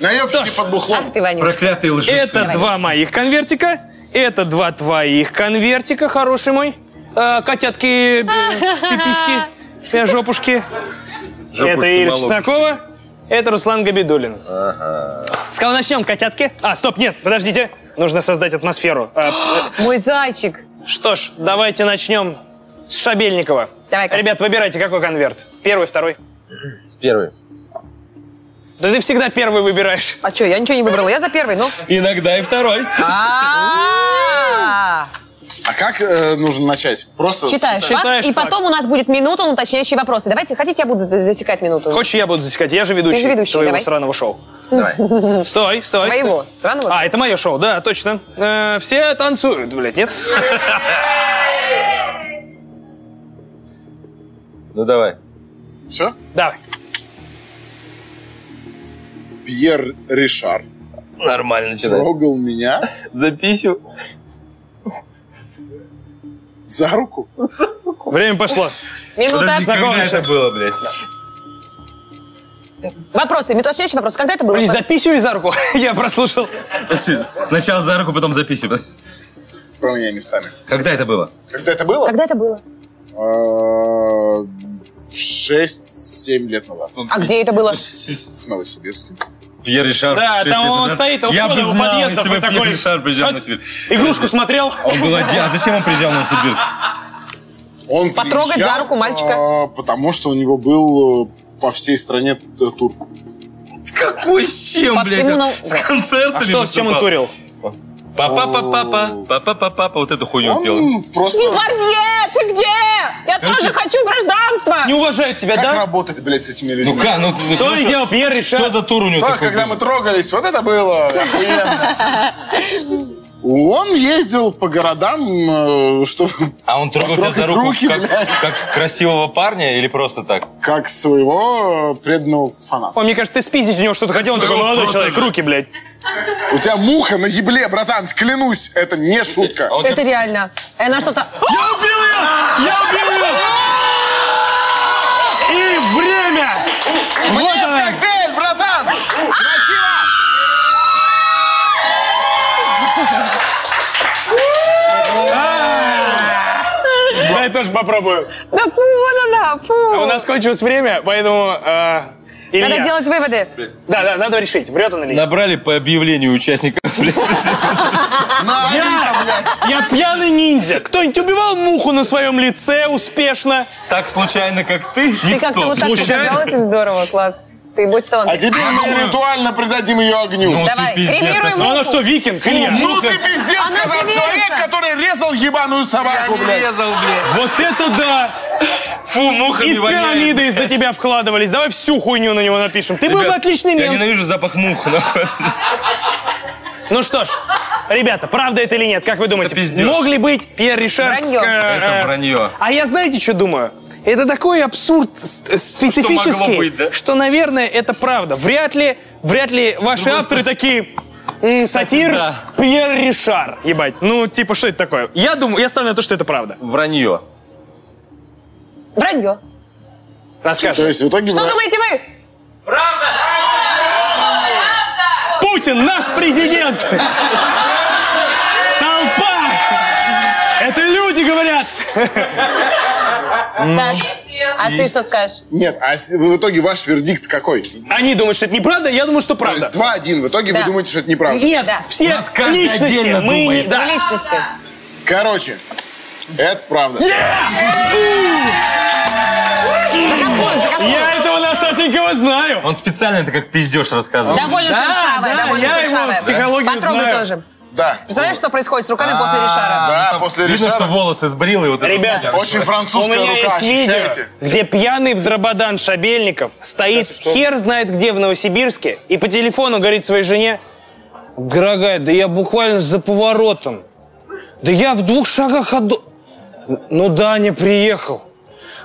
[SPEAKER 1] Наебки под бухлом.
[SPEAKER 5] Ах ты, Ванюш.
[SPEAKER 3] Проклятые лжецы.
[SPEAKER 2] Это два моих конвертика. Это два твоих конвертика, хороший мой. Э, котятки, э, пиписьки, э, жопушки. Это Иля Чеснокова. Это Руслан Габидулин. С кого начнем, котятки? А, стоп, нет, подождите. Нужно создать атмосферу. Э,
[SPEAKER 5] Мой зайчик.
[SPEAKER 2] Что ж, давайте начнем с Шабельникова.
[SPEAKER 5] Давай-ка.
[SPEAKER 2] Ребят, выбирайте, какой конверт. Первый, второй.
[SPEAKER 11] Первый.
[SPEAKER 2] Да ты всегда первый выбираешь.
[SPEAKER 5] А что, я ничего не выбрала. Я за первый, ну.
[SPEAKER 3] Иногда и второй.
[SPEAKER 5] А-а-а.
[SPEAKER 1] А как э, нужно начать? Просто...
[SPEAKER 5] Читаешь
[SPEAKER 2] Читаешь
[SPEAKER 5] факт, и
[SPEAKER 2] факт.
[SPEAKER 5] потом у нас будет минута на уточняющие вопросы. Давайте, хотите, я буду за- засекать минуту?
[SPEAKER 2] Хочешь, я буду засекать? Я же ведущий,
[SPEAKER 5] Ты же ведущий,
[SPEAKER 2] твоего
[SPEAKER 5] давай.
[SPEAKER 2] сраного шоу. Стой, стой.
[SPEAKER 5] Своего. Сраного?
[SPEAKER 2] А, это мое шоу, да, точно. Э, все танцуют, блядь, нет?
[SPEAKER 11] Ну давай.
[SPEAKER 1] Все?
[SPEAKER 2] Давай.
[SPEAKER 1] Пьер Ришар
[SPEAKER 11] Нормально начинай.
[SPEAKER 1] трогал меня
[SPEAKER 11] За писю.
[SPEAKER 3] Ну,
[SPEAKER 1] за руку.
[SPEAKER 2] Время пошло.
[SPEAKER 5] Минута.
[SPEAKER 3] Подожди, когда
[SPEAKER 2] Знакомься.
[SPEAKER 3] это было, блядь?
[SPEAKER 5] Вопросы. Уточняющие вопросы. Когда это было?
[SPEAKER 2] Подожди, за писю и за руку. Я прослушал.
[SPEAKER 3] Сначала за руку, потом за писю.
[SPEAKER 1] Поменяй местами.
[SPEAKER 3] Когда это было?
[SPEAKER 1] Когда это было?
[SPEAKER 5] Когда это было?
[SPEAKER 1] 6-7 Э, лет назад
[SPEAKER 5] А где это было?
[SPEAKER 1] в Новосибирске.
[SPEAKER 11] Пьер Ришар.
[SPEAKER 2] Да,
[SPEAKER 11] шесть
[SPEAKER 2] там
[SPEAKER 11] лет
[SPEAKER 2] он
[SPEAKER 11] назад.
[SPEAKER 2] стоит, он
[SPEAKER 11] Я
[SPEAKER 2] входа
[SPEAKER 11] бы
[SPEAKER 2] у
[SPEAKER 11] знал,
[SPEAKER 2] подъезда,
[SPEAKER 11] если бы
[SPEAKER 2] он такой,
[SPEAKER 11] Пьер Ришар приезжал
[SPEAKER 2] «А,
[SPEAKER 11] на Новосибирск.
[SPEAKER 2] Игрушку смотрел.
[SPEAKER 11] Он был один. А зачем он приезжал в Новосибирск?
[SPEAKER 1] Он
[SPEAKER 5] Потрогать
[SPEAKER 1] приезжал,
[SPEAKER 5] за руку мальчика.
[SPEAKER 1] а, Потому что у него был э, по всей стране т- тур.
[SPEAKER 3] Какой с чем,
[SPEAKER 5] По
[SPEAKER 3] блядь?
[SPEAKER 5] всему нау-
[SPEAKER 3] С концертами
[SPEAKER 2] А что, с чем он
[SPEAKER 3] выступал.
[SPEAKER 2] турил?
[SPEAKER 11] Папа-папа-папа, папа-папа, вот эту хуйню пел.
[SPEAKER 1] Он просто...
[SPEAKER 5] Гвардье, ты где? Я тоже хочу гражданство.
[SPEAKER 2] Не уважают тебя,
[SPEAKER 1] Как
[SPEAKER 2] да?
[SPEAKER 1] работать, блядь, с этими людьми?
[SPEAKER 3] Ну-ка, ну ты-
[SPEAKER 2] То ли дело Пьер решает.
[SPEAKER 3] Что за тур у него
[SPEAKER 1] Да,
[SPEAKER 3] такой
[SPEAKER 1] когда
[SPEAKER 3] был?
[SPEAKER 1] мы трогались, вот это было охуенно. Он ездил по городам, э, чтобы
[SPEAKER 11] А он трогал тебя за
[SPEAKER 1] потрогать
[SPEAKER 11] руку
[SPEAKER 1] руки,
[SPEAKER 11] как,
[SPEAKER 1] блядь,
[SPEAKER 11] как красивого парня или просто так?
[SPEAKER 1] как своего э, преданного фаната.
[SPEAKER 2] Мне кажется, ты спиздить у него что-то хотел. Он такой,
[SPEAKER 11] Своего
[SPEAKER 2] молодой
[SPEAKER 11] фрота,
[SPEAKER 2] человек,
[SPEAKER 11] блядь».
[SPEAKER 2] руки, блядь.
[SPEAKER 1] У тебя муха на ебле, братан, клянусь, это не шутка.
[SPEAKER 11] а
[SPEAKER 5] Это реально. И Она что-то...
[SPEAKER 2] Я убил ее! Я убил ее! И время!
[SPEAKER 1] Мне
[SPEAKER 2] Вот
[SPEAKER 1] в
[SPEAKER 2] она.
[SPEAKER 1] коктейль, братан! Красиво!
[SPEAKER 2] Дай тоже попробую.
[SPEAKER 5] Да фу, вон она,
[SPEAKER 2] А У
[SPEAKER 5] фу.
[SPEAKER 2] нас кончилось время, поэтому... э, Илья.
[SPEAKER 5] Надо делать выводы.
[SPEAKER 2] Да, да, надо решить, врет он или нет.
[SPEAKER 11] Набрали по объявлению участников. блядь.
[SPEAKER 1] На Авито, блядь!
[SPEAKER 2] Я пьяный ниндзя. Кто-нибудь убивал муху на своем лице успешно?
[SPEAKER 11] Так случайно, как ты?
[SPEAKER 5] Ты как-то
[SPEAKER 11] Никто.
[SPEAKER 5] вот так показал,
[SPEAKER 11] Случайно?
[SPEAKER 5] очень здорово, класс. Ты больше
[SPEAKER 1] А
[SPEAKER 5] талантливый.
[SPEAKER 1] теперь мы ритуально придадим ее огню.
[SPEAKER 11] Ну, ты
[SPEAKER 5] Давай,
[SPEAKER 11] пиздец,
[SPEAKER 5] кремируем
[SPEAKER 2] Ну она
[SPEAKER 5] муху.
[SPEAKER 2] что, викинг, Илья?
[SPEAKER 1] Ну ты пиздец
[SPEAKER 5] Она
[SPEAKER 1] сказал,
[SPEAKER 5] же
[SPEAKER 1] человек,
[SPEAKER 5] верится.
[SPEAKER 1] который резал ебаную собаку, блядь.
[SPEAKER 11] блядь.
[SPEAKER 2] Вот это да!
[SPEAKER 11] Фу, муха
[SPEAKER 2] И
[SPEAKER 11] не
[SPEAKER 2] в
[SPEAKER 11] воняет.
[SPEAKER 2] пирамиды из-за тебя вкладывались. Давай всю хуйню на него напишем. Ты был бы
[SPEAKER 11] Ребят,
[SPEAKER 2] отличный
[SPEAKER 11] Я
[SPEAKER 2] мент.
[SPEAKER 11] ненавижу запах мух. нахуй.
[SPEAKER 2] Ну что ж, ребята, правда это или нет, как вы думаете?
[SPEAKER 11] Это пиздёж.
[SPEAKER 2] Могли быть Пьер Ришарск...
[SPEAKER 5] Враньё.
[SPEAKER 11] Это вранье.
[SPEAKER 2] А я знаете, что думаю? Это такой абсурд с- э, специфический,
[SPEAKER 11] Что могло быть, да?
[SPEAKER 2] что, наверное, это правда. Вряд ли, вряд ли ваши
[SPEAKER 11] другой
[SPEAKER 2] авторы такие... «М, сатир
[SPEAKER 11] Ну, да.
[SPEAKER 2] Пьер Ришар. Ебать. Ну, типа, что это такое? Я думаю, я ставлю на то, что это правда.
[SPEAKER 11] Вранье.
[SPEAKER 5] Вранье.
[SPEAKER 1] То
[SPEAKER 2] Расскажи.
[SPEAKER 1] есть в итоге...
[SPEAKER 5] Что
[SPEAKER 1] вра-
[SPEAKER 5] думаете вы?
[SPEAKER 2] Путин наш президент! Толпа! Это люди говорят! Ну.
[SPEAKER 5] Так. А ты что скажешь?
[SPEAKER 1] Нет, а с- в итоге ваш вердикт какой?
[SPEAKER 2] Они думают, что это неправда, я думаю, что
[SPEAKER 1] То
[SPEAKER 2] правда.
[SPEAKER 1] есть 2-1, в итоге вы
[SPEAKER 5] Да.
[SPEAKER 1] думаете, что это неправда.
[SPEAKER 2] Нет,
[SPEAKER 5] Да.
[SPEAKER 2] все
[SPEAKER 11] нас каждый
[SPEAKER 2] личности,
[SPEAKER 11] отдельно
[SPEAKER 2] мы не-
[SPEAKER 11] думает.
[SPEAKER 2] да.
[SPEAKER 5] Вы личности.
[SPEAKER 1] Короче, это правда.
[SPEAKER 5] За какую, за какую?
[SPEAKER 2] Я этого носатенького знаю.
[SPEAKER 11] Он специально это как пиздеж рассказывал.
[SPEAKER 5] Довольно
[SPEAKER 2] Да,
[SPEAKER 5] шершавая,
[SPEAKER 2] да,
[SPEAKER 5] довольно
[SPEAKER 2] я его
[SPEAKER 5] шершавая.
[SPEAKER 2] психологию
[SPEAKER 5] Потрогай
[SPEAKER 2] знаю. А.
[SPEAKER 5] тоже.
[SPEAKER 1] Да.
[SPEAKER 5] Представляешь, что происходит с руками после Ришара?
[SPEAKER 2] ну,
[SPEAKER 1] Да,
[SPEAKER 11] Там
[SPEAKER 1] А, после
[SPEAKER 11] Видно, что
[SPEAKER 1] решения.
[SPEAKER 11] волосы сбрил и вот это
[SPEAKER 2] Ребята,
[SPEAKER 11] вот.
[SPEAKER 1] Очень
[SPEAKER 2] У
[SPEAKER 1] французская
[SPEAKER 2] меня
[SPEAKER 1] рука,
[SPEAKER 2] есть видео,
[SPEAKER 1] ощущаете?
[SPEAKER 2] где пьяный в дрободан Шабельников стоит хер знает где в Новосибирске и по телефону говорит своей жене, дорогая, да я буквально за поворотом. Да я в двух шагах от... до-» Ну да, не приехал.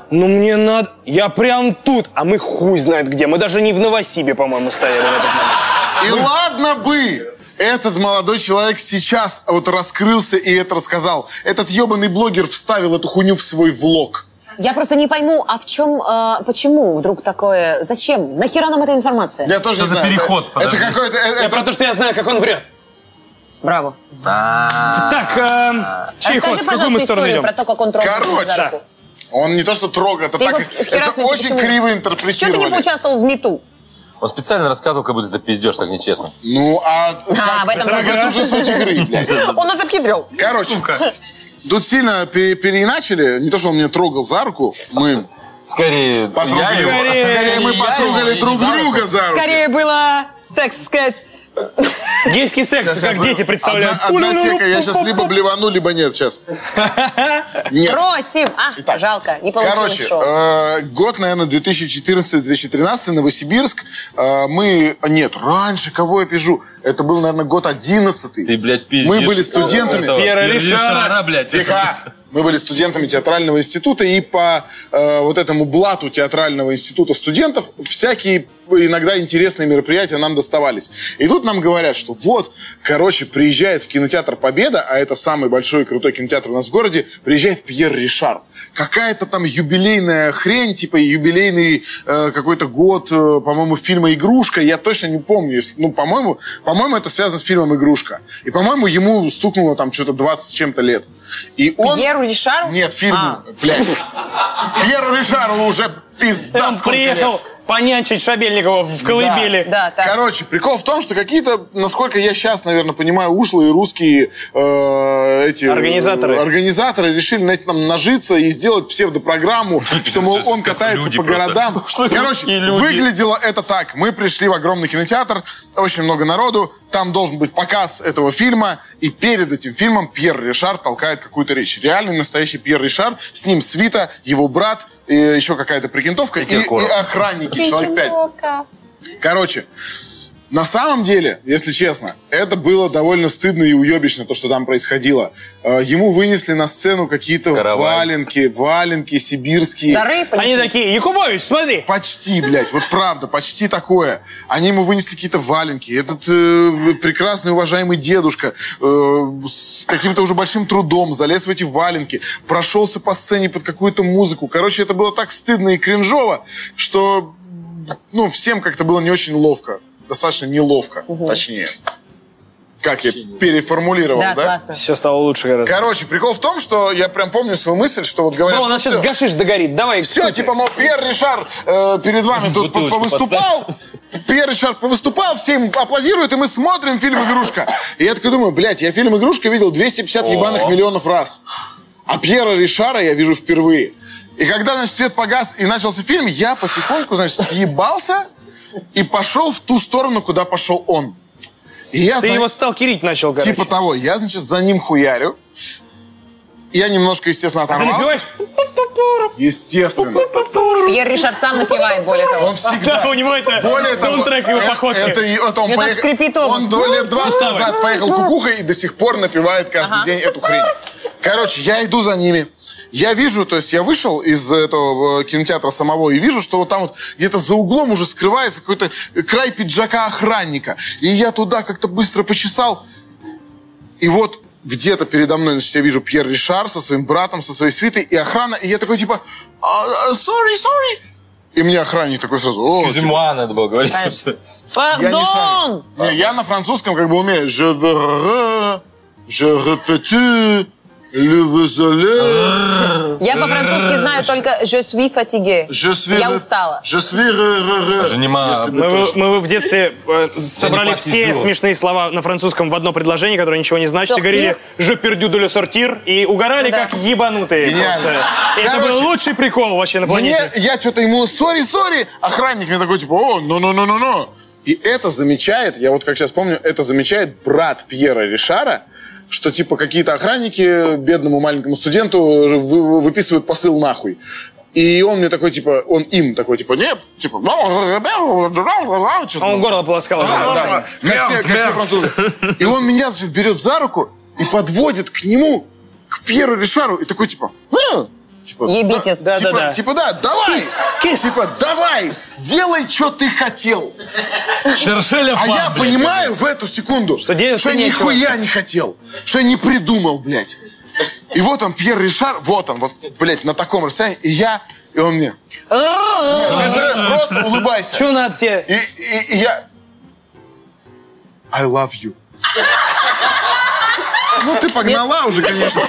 [SPEAKER 2] Ну мне надо... Я прям тут. А мы хуй знает где. Мы даже не в Новосибе, по-моему, стояли в этот момент.
[SPEAKER 1] И ладно бы! Этот молодой человек сейчас вот раскрылся и это рассказал. Этот ебаный блогер вставил эту хуйню в свой влог.
[SPEAKER 5] Я просто не пойму, а в чем, э, почему вдруг такое, зачем, нахера нам эта информация?
[SPEAKER 1] Я тоже
[SPEAKER 11] Что
[SPEAKER 1] не
[SPEAKER 11] за
[SPEAKER 1] знаю.
[SPEAKER 11] переход,
[SPEAKER 1] Это- Это
[SPEAKER 11] подожди.
[SPEAKER 1] какой-то... э,
[SPEAKER 2] Я
[SPEAKER 1] это-
[SPEAKER 2] про то, что я знаю, как он врет.
[SPEAKER 5] Браво.
[SPEAKER 2] Так, эм, чей ход?
[SPEAKER 5] Расскажи,
[SPEAKER 2] В какую
[SPEAKER 5] пожалуйста,
[SPEAKER 2] мы сторону
[SPEAKER 5] историю
[SPEAKER 2] идем?
[SPEAKER 5] про то, как он трогал
[SPEAKER 1] Короче.
[SPEAKER 5] за руку.
[SPEAKER 1] Он не то что трогает, это
[SPEAKER 5] Ты
[SPEAKER 1] так...
[SPEAKER 5] его
[SPEAKER 1] и-
[SPEAKER 5] вчера
[SPEAKER 1] Это очень
[SPEAKER 5] почему?
[SPEAKER 1] криво
[SPEAKER 5] Чего ты не
[SPEAKER 1] интерпретировали.
[SPEAKER 5] поучаствовал в МИТУ?
[SPEAKER 11] Он специально рассказывал, как будто это пиздеж, так нечестно.
[SPEAKER 1] Ну, а... как-
[SPEAKER 5] в этом
[SPEAKER 1] так
[SPEAKER 5] загра-
[SPEAKER 1] это же суть игры, блядь.
[SPEAKER 5] Он нас обхитрил.
[SPEAKER 1] Короче, тут сильно пере- переиначили. Не то, что он меня трогал за руку, мы
[SPEAKER 11] Скорее, я
[SPEAKER 1] потрогали.
[SPEAKER 11] его.
[SPEAKER 2] Скорее.
[SPEAKER 1] Скорее мы
[SPEAKER 11] я его,
[SPEAKER 1] потрогали
[SPEAKER 11] и
[SPEAKER 1] друг
[SPEAKER 11] за руку.
[SPEAKER 1] друга за руку.
[SPEAKER 5] Скорее было, так сказать,
[SPEAKER 2] Гейский секс,
[SPEAKER 1] Сейчас я
[SPEAKER 2] как
[SPEAKER 1] бы-
[SPEAKER 2] дети представляют.
[SPEAKER 1] Одна, одна сека, я сейчас либо блевану, либо нет сейчас. Нет.
[SPEAKER 5] просим. А,
[SPEAKER 1] Итак,
[SPEAKER 5] жалко, не получилось
[SPEAKER 1] Короче,
[SPEAKER 5] шоу.
[SPEAKER 1] э, год, наверное, 2014-2013, Новосибирск. Э, мы... Нет, раньше, кого я пижу? Это был, наверное, год 11
[SPEAKER 11] Ты, блядь, пиздишь. Э,
[SPEAKER 1] Мы были студентами.
[SPEAKER 11] этого
[SPEAKER 2] Пьера
[SPEAKER 11] Пьера
[SPEAKER 2] Ришара.
[SPEAKER 11] Ришара, блядь.
[SPEAKER 1] Тихо! Мы были студентами театрального института, и по э, вот этому блату театрального института студентов всякие иногда интересные мероприятия нам доставались. И тут нам говорят, что вот, короче, приезжает в кинотеатр «Победа», а это самый большой и крутой кинотеатр у нас в городе, приезжает Пьер Ришар. Какая-то там юбилейная хрень, типа юбилейный э, какой-то год, э, по-моему, фильма «Игрушка», я точно не помню, если- ну, по-моему, по-моему, это связано с фильмом «Игрушка». И, по-моему, ему стукнуло там что-то 20 с чем-то лет. И он...
[SPEAKER 5] Пьеру Ришару?
[SPEAKER 1] Нет, фильм,
[SPEAKER 5] А.
[SPEAKER 1] блядь. Пьеру Ришару уже пизда
[SPEAKER 2] Он
[SPEAKER 1] сколько
[SPEAKER 2] приехал
[SPEAKER 1] лет.
[SPEAKER 2] понянчить Шабельникова в колыбели.
[SPEAKER 5] Да, так.
[SPEAKER 1] Короче, прикол в том, что какие-то, насколько я сейчас, наверное, понимаю, ушлые русские э, эти э,
[SPEAKER 2] Организаторы.
[SPEAKER 1] организаторы решили на этом нажиться и сделать псевдопрограмму, что мол, он катается
[SPEAKER 11] Люди
[SPEAKER 1] по
[SPEAKER 11] просто.
[SPEAKER 1] городам. Короче, выглядело это так. Мы пришли в огромный кинотеатр, очень много народу, там должен быть показ этого фильма, и перед этим фильмом Пьер Ришар толкает какую-то речь. Реальный настоящий Пьер Ришар, с ним свита, его брат, и еще какая-то прикинтовка и, и
[SPEAKER 11] Киркоров.
[SPEAKER 1] охранники, человек пять. Короче, На самом деле, если честно, это было довольно стыдно и уебищно, то, что там происходило. Э, Ему вынесли на сцену какие-то валенки, валенки сибирские.
[SPEAKER 2] Они такие, Якубович, смотри.
[SPEAKER 1] Почти, блядь, вот правда, почти такое. Они ему вынесли какие-то валенки. Этот э, прекрасный, уважаемый дедушка э, с каким-то уже большим трудом залез в эти валенки, прошелся по сцене под какую-то музыку. Короче, это было так стыдно и кринжово, что ну, всем как-то было не очень ловко. Достаточно неловко, точнее. Как я переформулировал, да?
[SPEAKER 2] Все стало лучше гораздо.
[SPEAKER 1] Короче, прикол в том, что я прям помню свою мысль, что вот говорят...
[SPEAKER 2] Бро, у нас сейчас гашиш догорит, давай.
[SPEAKER 1] Все, типа, мол, Пьер Ришар э, перед вами тут по- повыступал. Пьер Ришар повыступал, все им аплодируют, и мы смотрим фильм «Игрушка». И я такой думаю, блядь, я фильм «Игрушка» видел 250 ебаных миллионов раз. А Пьера Ришара я вижу впервые. И когда, значит, свет погас и начался фильм, я потихоньку, значит, съебался и пошел в ту сторону, куда пошел он. И я
[SPEAKER 2] Ты
[SPEAKER 1] за-
[SPEAKER 2] его сталкерить начал, короче.
[SPEAKER 1] Типа того. Я, значит, за ним хуярю. Я немножко, естественно,
[SPEAKER 2] А ты
[SPEAKER 1] оторвался.
[SPEAKER 2] напиваешь?
[SPEAKER 1] Естественно.
[SPEAKER 5] Пьер Ришар сам напевает, более того.
[SPEAKER 1] Он всегда.
[SPEAKER 2] Да, у него это
[SPEAKER 1] Более того,
[SPEAKER 2] саундтрек его
[SPEAKER 1] э-
[SPEAKER 2] походки.
[SPEAKER 1] Это, и- это он
[SPEAKER 5] Я так
[SPEAKER 1] поех-
[SPEAKER 5] скрипит он.
[SPEAKER 1] Он до лет 20 назад поехал кукухой и до сих пор напевает каждый
[SPEAKER 5] Ага.
[SPEAKER 1] день эту хрень. Короче, я иду за ними. Я вижу, то есть я вышел из этого э, кинотеатра самого и вижу, что вот там вот где-то за углом уже скрывается какой-то край пиджака охранника. И я туда как-то быстро почесал. И вот где-то передо мной, значит, я вижу Пьер Ришар со своим братом, со своей свитой и охрана. И я такой типа, «А, а, sorry, sorry. И мне охранник такой сразу, о, типа,
[SPEAKER 11] Зима, надо было говорить.
[SPEAKER 1] я не шарю. Не, я на французском как бы умею. Je veux re, je répète, le veuzelé,
[SPEAKER 5] Я по-французски знаю только «je suis fatigué».
[SPEAKER 1] je suis...
[SPEAKER 5] Я
[SPEAKER 1] re-
[SPEAKER 5] устала.
[SPEAKER 1] Je suis re, re, re.
[SPEAKER 11] Даже нема.
[SPEAKER 1] Если бы
[SPEAKER 2] Мы, вы-
[SPEAKER 1] тоже.
[SPEAKER 2] мы вы в детстве э, собрали все
[SPEAKER 11] посижу.
[SPEAKER 2] смешные слова на французском в одно предложение, которое ничего не значит,
[SPEAKER 5] Сортир.
[SPEAKER 2] и говорили «je perdu de le sortir» и угорали
[SPEAKER 5] Да.
[SPEAKER 2] как ебанутые
[SPEAKER 1] Гениально.
[SPEAKER 2] просто. И это
[SPEAKER 1] Короче,
[SPEAKER 2] был лучший прикол вообще на
[SPEAKER 1] Мне,
[SPEAKER 2] планете.
[SPEAKER 1] я что-то ему, сори, сори, охранник мне такой, типа, о, ну-ну-ну-ну-ну. И это замечает, я вот как сейчас помню, это замечает брат Пьера Ришара, что типа какие-то охранники бедному маленькому студенту вы- выписывают посыл нахуй. И он мне такой, типа, он им такой, типа, нет, типа,
[SPEAKER 2] А Он горло полоскал.
[SPEAKER 11] Ну,
[SPEAKER 1] да, да. Как все- как все французы. И он меня значит, берет за руку и подводит к нему, к Пьеру Ришару, и такой типа, «А!» типа,
[SPEAKER 5] Ебитесь.
[SPEAKER 1] да, типа,
[SPEAKER 2] Да-да-да.
[SPEAKER 1] типа, да, давай, типа, давай, делай, что ты хотел.
[SPEAKER 11] Шершеля
[SPEAKER 1] А
[SPEAKER 11] фан,
[SPEAKER 1] я
[SPEAKER 11] блядь.
[SPEAKER 1] понимаю в эту секунду, что,
[SPEAKER 2] делать
[SPEAKER 1] я
[SPEAKER 2] нечего.
[SPEAKER 1] нихуя не хотел, что я не придумал, блядь. И вот он, Пьер Ришар, вот он, вот, блядь, на таком расстоянии, и я, и он мне, просто улыбайся.
[SPEAKER 2] Че надо тебе?
[SPEAKER 1] И, и- и я... I love you. Ну, ты погнала уже, конечно.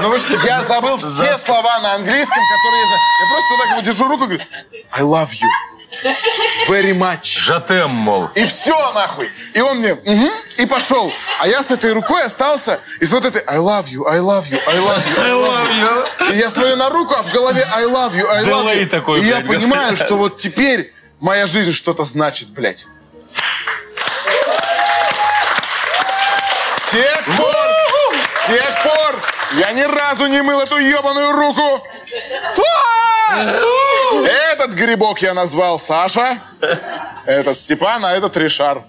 [SPEAKER 1] Но вы ж- я забыл все слова на английском, которые я знаю. Я просто так вот держу руку и говорю, I love you very much.
[SPEAKER 11] Жатем, мол.
[SPEAKER 1] И все, нахуй. И он мне, «Мгм», и пошел. А я с этой рукой остался, и с вот этой, I love you, I love you, I love you. I
[SPEAKER 11] love
[SPEAKER 1] you». И я смотрю на руку, а в голове I love you, I love
[SPEAKER 11] Delay
[SPEAKER 1] you.
[SPEAKER 11] такой,
[SPEAKER 1] и я
[SPEAKER 11] блядь,
[SPEAKER 1] понимаю,
[SPEAKER 11] говорят.
[SPEAKER 1] что вот теперь моя жизнь что-то значит, блядь. С тех пор, с тех пор я ни разу не мыл эту ебаную руку. Фу! Этот грибок я назвал Саша, этот Степан, а этот Ришар.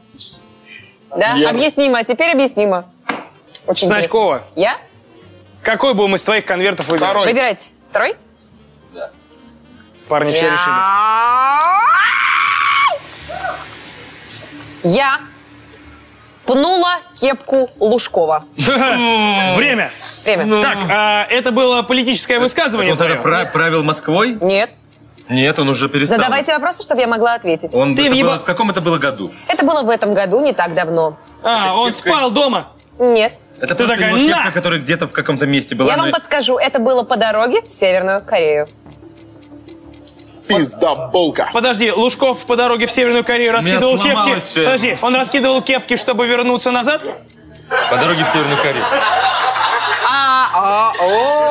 [SPEAKER 5] Да? Объяснимо, А теперь объяснимо. Очень
[SPEAKER 2] Чесночкова.
[SPEAKER 5] интересно. Я?
[SPEAKER 2] Какой бы мы из твоих конвертов выбрали?
[SPEAKER 1] Второй.
[SPEAKER 5] Выбирайте. Второй?
[SPEAKER 2] Парни все решили.
[SPEAKER 5] Я... Я пнула кепку Лужкова.
[SPEAKER 2] Время.
[SPEAKER 5] Время.
[SPEAKER 1] Ну.
[SPEAKER 2] Так, а, это было политическое высказывание.
[SPEAKER 11] Вот это
[SPEAKER 2] твое.
[SPEAKER 11] пра- правил Москвой?
[SPEAKER 5] Нет.
[SPEAKER 11] Нет, он уже перестал.
[SPEAKER 5] Задавайте вопросы, чтобы я могла ответить.
[SPEAKER 11] Он,
[SPEAKER 2] Ты
[SPEAKER 11] это
[SPEAKER 2] въеба-
[SPEAKER 11] было- в каком это было году?
[SPEAKER 5] Это было в этом году, не так давно.
[SPEAKER 2] А, он спал дома.
[SPEAKER 5] Нет.
[SPEAKER 11] Это
[SPEAKER 2] Ты
[SPEAKER 11] просто
[SPEAKER 2] такая,
[SPEAKER 11] его кепка,
[SPEAKER 2] «На!»
[SPEAKER 11] которая где-то в каком-то месте была.
[SPEAKER 5] я
[SPEAKER 11] но-
[SPEAKER 5] вам подскажу, это было по дороге в Северную Корею.
[SPEAKER 1] Пиздоболка.
[SPEAKER 2] Подожди, Лужков по дороге в Северную Корею раскидывал
[SPEAKER 11] сломалось
[SPEAKER 2] кепки.
[SPEAKER 11] всё.
[SPEAKER 2] Подожди, он раскидывал кепки, чтобы вернуться назад?
[SPEAKER 11] По дороге в Северную Корею.
[SPEAKER 5] А, а,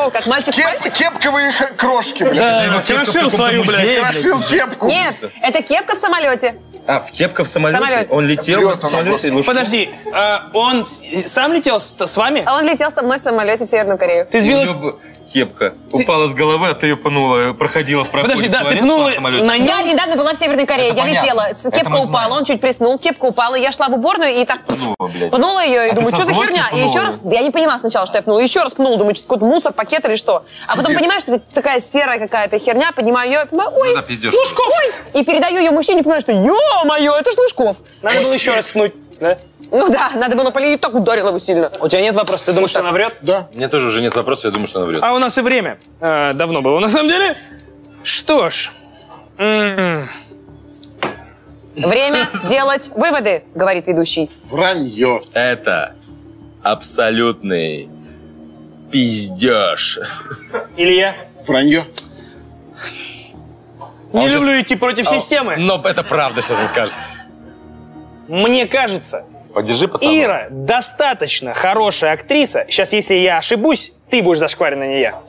[SPEAKER 5] о, как мальчик в
[SPEAKER 1] Кеп,
[SPEAKER 5] пальчик?
[SPEAKER 1] кепковые х- крошки, блядь.
[SPEAKER 11] его кепка в
[SPEAKER 2] Крошил
[SPEAKER 11] каком-то
[SPEAKER 2] Э, свою, блядь.
[SPEAKER 11] музее.
[SPEAKER 1] Крошил кепку.
[SPEAKER 5] Нет, это кепка в самолете.
[SPEAKER 11] А, в кепка в самолете?
[SPEAKER 5] Самолете.
[SPEAKER 11] Он летел
[SPEAKER 5] Врет
[SPEAKER 11] в самолете? ну что?
[SPEAKER 2] Подожди, а он с- сам летел с, с вами?
[SPEAKER 5] А он летел со мной в самолете в Северную Корею.
[SPEAKER 2] Ты
[SPEAKER 11] У неё б- кепка упала с головы, а ты ее пнула, проходила в проходе.
[SPEAKER 2] Подожди, да,
[SPEAKER 11] туалета,
[SPEAKER 2] пнула
[SPEAKER 11] шла в самолете.
[SPEAKER 2] на
[SPEAKER 5] Я недавно была в Северной Корее, я
[SPEAKER 11] понятно.
[SPEAKER 5] летела, с-
[SPEAKER 11] Это
[SPEAKER 5] кепка
[SPEAKER 11] мы
[SPEAKER 5] упала, он чуть приснул, кепка упала, я шла в уборную и так
[SPEAKER 11] Пнула, Ну, блядь.
[SPEAKER 5] пнула ее и
[SPEAKER 11] А
[SPEAKER 5] думаю,
[SPEAKER 11] ты со
[SPEAKER 5] что за
[SPEAKER 11] злости
[SPEAKER 5] херня? И
[SPEAKER 11] пнула
[SPEAKER 5] еще
[SPEAKER 11] её?
[SPEAKER 5] раз, я не поняла сначала, что я пнула, еще раз пнула, думаю, что какой-то мусор, пакет или что. А
[SPEAKER 11] Пиздец.
[SPEAKER 5] потом
[SPEAKER 11] Ну
[SPEAKER 5] понимаешь, что это такая серая какая-то херня, поднимаю ее, понимаю, ой,
[SPEAKER 11] да, пиздёж.
[SPEAKER 5] Лужков! Ой, и передаю ее мужчине, понимаю, что ё-моё, это ж Лужков.
[SPEAKER 2] Надо было еще раз пнуть, да?
[SPEAKER 5] Ну да, надо было полить, так ударила его сильно.
[SPEAKER 2] У тебя нет вопроса, ты думаешь, что она врет?
[SPEAKER 1] Да.
[SPEAKER 11] У меня тоже уже нет вопроса, я думаю, что она врет.
[SPEAKER 2] А у нас и время э, давно было. На самом деле, что ж, м-м,
[SPEAKER 5] Время делать выводы, говорит ведущий.
[SPEAKER 1] Вранье.
[SPEAKER 11] Это абсолютный пиздеж.
[SPEAKER 2] Илья,
[SPEAKER 1] Вранье.
[SPEAKER 2] не
[SPEAKER 11] он же
[SPEAKER 2] люблю
[SPEAKER 11] с-
[SPEAKER 2] идти против системы.
[SPEAKER 11] Но это правда сейчас он скажет.
[SPEAKER 2] Мне кажется,
[SPEAKER 11] Подержи, пацан.
[SPEAKER 2] Ира достаточно хорошая актриса. Сейчас, если я ошибусь, ты будешь зашкварен, а не я.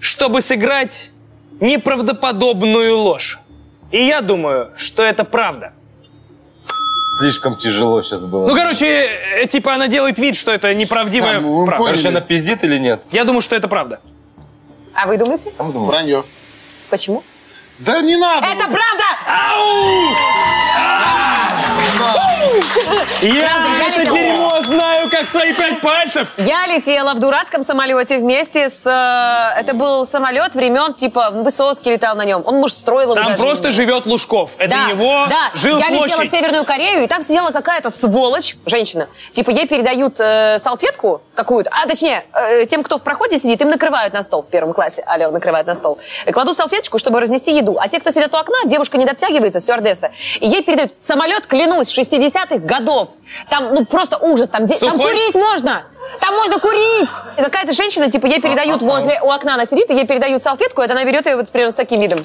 [SPEAKER 2] Чтобы сыграть неправдоподобную ложь. И я думаю, что это правда.
[SPEAKER 11] Слишком тяжело сейчас было.
[SPEAKER 2] Ну, короче, э, типа она делает вид, что это неправдивая
[SPEAKER 1] Сам, мы
[SPEAKER 2] правда.
[SPEAKER 1] поняли.
[SPEAKER 11] Короче, она пиздит или нет?
[SPEAKER 2] Я думаю, что это правда.
[SPEAKER 5] А вы думаете?
[SPEAKER 11] Ну.
[SPEAKER 1] Вранье.
[SPEAKER 5] Почему?
[SPEAKER 1] Да не надо.
[SPEAKER 5] Это правда!
[SPEAKER 2] Я
[SPEAKER 5] А Правда, я
[SPEAKER 2] это
[SPEAKER 5] летела.
[SPEAKER 2] дерьмо знаю, как свои пять пальцев.
[SPEAKER 5] Я летела в дурацком самолете вместе с... э, это был самолет времен, типа, Высоцкий летал на нем. Он, может, строил его
[SPEAKER 2] Там
[SPEAKER 5] даже.
[SPEAKER 2] просто живет Лужков. Это
[SPEAKER 5] Да,
[SPEAKER 2] его
[SPEAKER 5] да.
[SPEAKER 2] жил
[SPEAKER 5] Я летела в
[SPEAKER 2] площадь.
[SPEAKER 5] Северную Корею, и там сидела какая-то сволочь, женщина. Типа, ей передают э, салфетку какую-то, а точнее, э, тем, кто в проходе сидит, им накрывают на стол в первом классе. Алло, накрывают на стол. Э, Кладу салфеточку, чтобы разнести еду. А те, кто сидят у окна, девушка не дотягивается, стюардесса. И ей передают самолет, клянусь, 60-х годов. Там, ну, просто ужас. Там, де- там
[SPEAKER 2] Сухой?
[SPEAKER 5] курить можно! Там можно курить! И какая-то женщина, типа, ей передают возле у окна, она сидит, и ей передают салфетку, это она берет ее вот примерно с таким видом.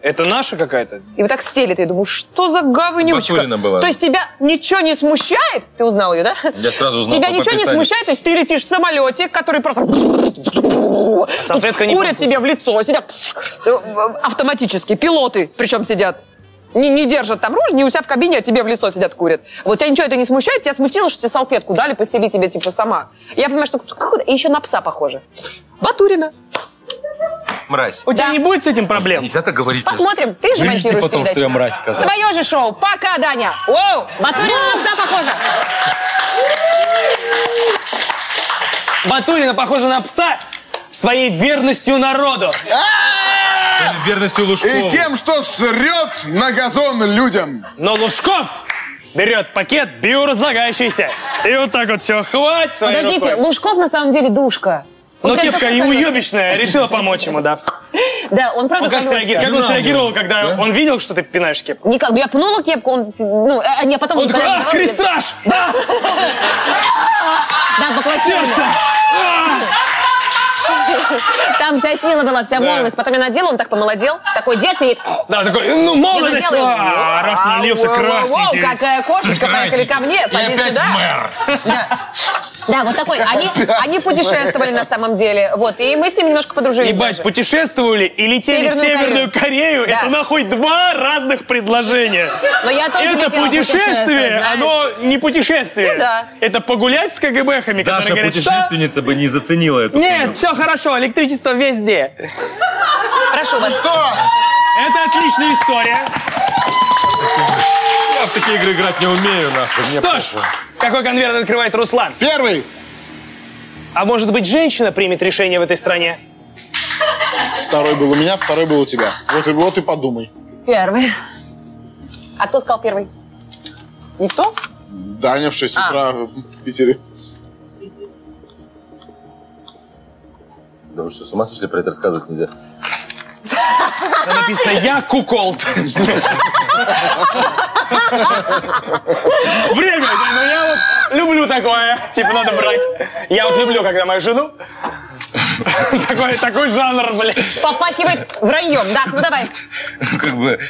[SPEAKER 2] Это наша какая-то?
[SPEAKER 5] И вот так стелит. Я думаю, что за говнючка?
[SPEAKER 11] Батурина была.
[SPEAKER 5] То есть тебя ничего не смущает? Ты узнал ее, да?
[SPEAKER 11] Я сразу узнал
[SPEAKER 5] Тебя
[SPEAKER 11] по
[SPEAKER 5] ничего не
[SPEAKER 11] описанию.
[SPEAKER 5] смущает? То есть ты летишь в самолете, который просто...
[SPEAKER 2] А салфетка не
[SPEAKER 5] Курят
[SPEAKER 2] привкус.
[SPEAKER 5] тебе в лицо, сидят автоматически. Пилоты причем сидят. Не, не держат там руль, не у себя в кабине, а тебе в лицо сидят, курят. Вот тебя ничего это не смущает? Тебя смутило, что тебе салфетку дали, посели тебе типа сама. Я понимаю, что... какой-то- И еще на пса похоже. Батурина.
[SPEAKER 11] Мразь.
[SPEAKER 2] У тебя
[SPEAKER 5] Да.
[SPEAKER 2] не будет с этим проблем?
[SPEAKER 11] Нельзя так говорить.
[SPEAKER 5] Посмотрим. Ты же
[SPEAKER 11] Вырежьте
[SPEAKER 5] монтируешь
[SPEAKER 11] Ну, потом, что я
[SPEAKER 5] передачу.
[SPEAKER 11] мразь сказал.
[SPEAKER 5] Твое же шоу. Пока, Даня. Воу, Батурина на пса похожа.
[SPEAKER 2] Батурина похожа на пса своей верностью народу.
[SPEAKER 11] Верностью
[SPEAKER 1] И
[SPEAKER 5] Э,
[SPEAKER 11] Лужкову.
[SPEAKER 1] тем, что срет на газон людям.
[SPEAKER 2] Но Лужков берет пакет биоразлагающийся. И вот так вот все, хватит своей
[SPEAKER 5] Подождите,
[SPEAKER 2] рукой.
[SPEAKER 5] Лужков на самом деле душка. Он
[SPEAKER 2] Но
[SPEAKER 5] прям
[SPEAKER 2] Ну, кепка
[SPEAKER 5] такой
[SPEAKER 2] и
[SPEAKER 5] колёс-
[SPEAKER 2] уебищная решила помочь ему, да.
[SPEAKER 5] Да, он правда
[SPEAKER 2] Он Ну, как,
[SPEAKER 5] колёсика.
[SPEAKER 2] среаги- как он среагировал, когда он видел, что ты пинаешь кепку?
[SPEAKER 5] Никак. Я пнула кепку, он... Ну, э, не, потом...
[SPEAKER 2] Он такой, «А,
[SPEAKER 5] когда
[SPEAKER 2] ах,
[SPEAKER 5] я сдавала кепку,
[SPEAKER 2] крестраж! Да,
[SPEAKER 5] Да, поклонилась.
[SPEAKER 2] сердце!
[SPEAKER 5] Там вся сила была, вся молодость. Потом я надела, он так помолодел. Такой дед сидит.
[SPEAKER 2] Да, такой, ну,
[SPEAKER 5] Я
[SPEAKER 2] молодость!
[SPEAKER 5] надела, и-
[SPEAKER 2] а, раз
[SPEAKER 5] Вау,
[SPEAKER 2] налился
[SPEAKER 5] вау, вау, вау,
[SPEAKER 2] красненький.
[SPEAKER 5] Какая кошечка, поехали ко мне,
[SPEAKER 11] И
[SPEAKER 5] садись
[SPEAKER 11] опять
[SPEAKER 5] сюда.
[SPEAKER 11] мэр.
[SPEAKER 5] Да. Да, вот такой. Они, они путешествовали на самом деле. Вот, и мы с ним немножко подружились
[SPEAKER 2] Ебать,
[SPEAKER 5] даже.
[SPEAKER 2] путешествовали и летели в
[SPEAKER 5] Северную
[SPEAKER 2] Северную Корею.
[SPEAKER 5] Да.
[SPEAKER 2] Это нахуй два разных предложения.
[SPEAKER 5] Но я тоже
[SPEAKER 2] Это
[SPEAKER 5] хотела
[SPEAKER 2] путешествие,
[SPEAKER 5] путешествовать, знаешь.
[SPEAKER 2] оно не путешествие.
[SPEAKER 5] Ну да.
[SPEAKER 2] Это погулять с КГБхами,
[SPEAKER 11] Даша,
[SPEAKER 2] которые говорят, что...
[SPEAKER 11] путешественница, бы не заценила эту
[SPEAKER 2] Нет, все хорошо, электричество везде.
[SPEAKER 5] Прошу вас.
[SPEAKER 1] Что?
[SPEAKER 2] Это отличная история.
[SPEAKER 11] хуйню. Я в такие игры играть не умею, нахуй. Мне
[SPEAKER 2] Что ж, какой конверт открывает Руслан?
[SPEAKER 1] Первый.
[SPEAKER 2] А может быть, женщина примет решение в этой стране?
[SPEAKER 1] Второй был у меня, второй был у тебя. Вот и, вот и подумай.
[SPEAKER 5] Первый. А кто сказал первый? Никто?
[SPEAKER 1] Даня в 6
[SPEAKER 5] А.
[SPEAKER 1] утра в Питере.
[SPEAKER 11] Да вы что, с ума сошли про это рассказывать нельзя?
[SPEAKER 2] Там написано «Я куколд». Время, ну я вот люблю такое, типа надо брать. Я вот люблю, когда мою жену... Такой, такой жанр, блин.
[SPEAKER 5] Попахивает враньем. Так, ну давай.
[SPEAKER 11] Ну, Как бы...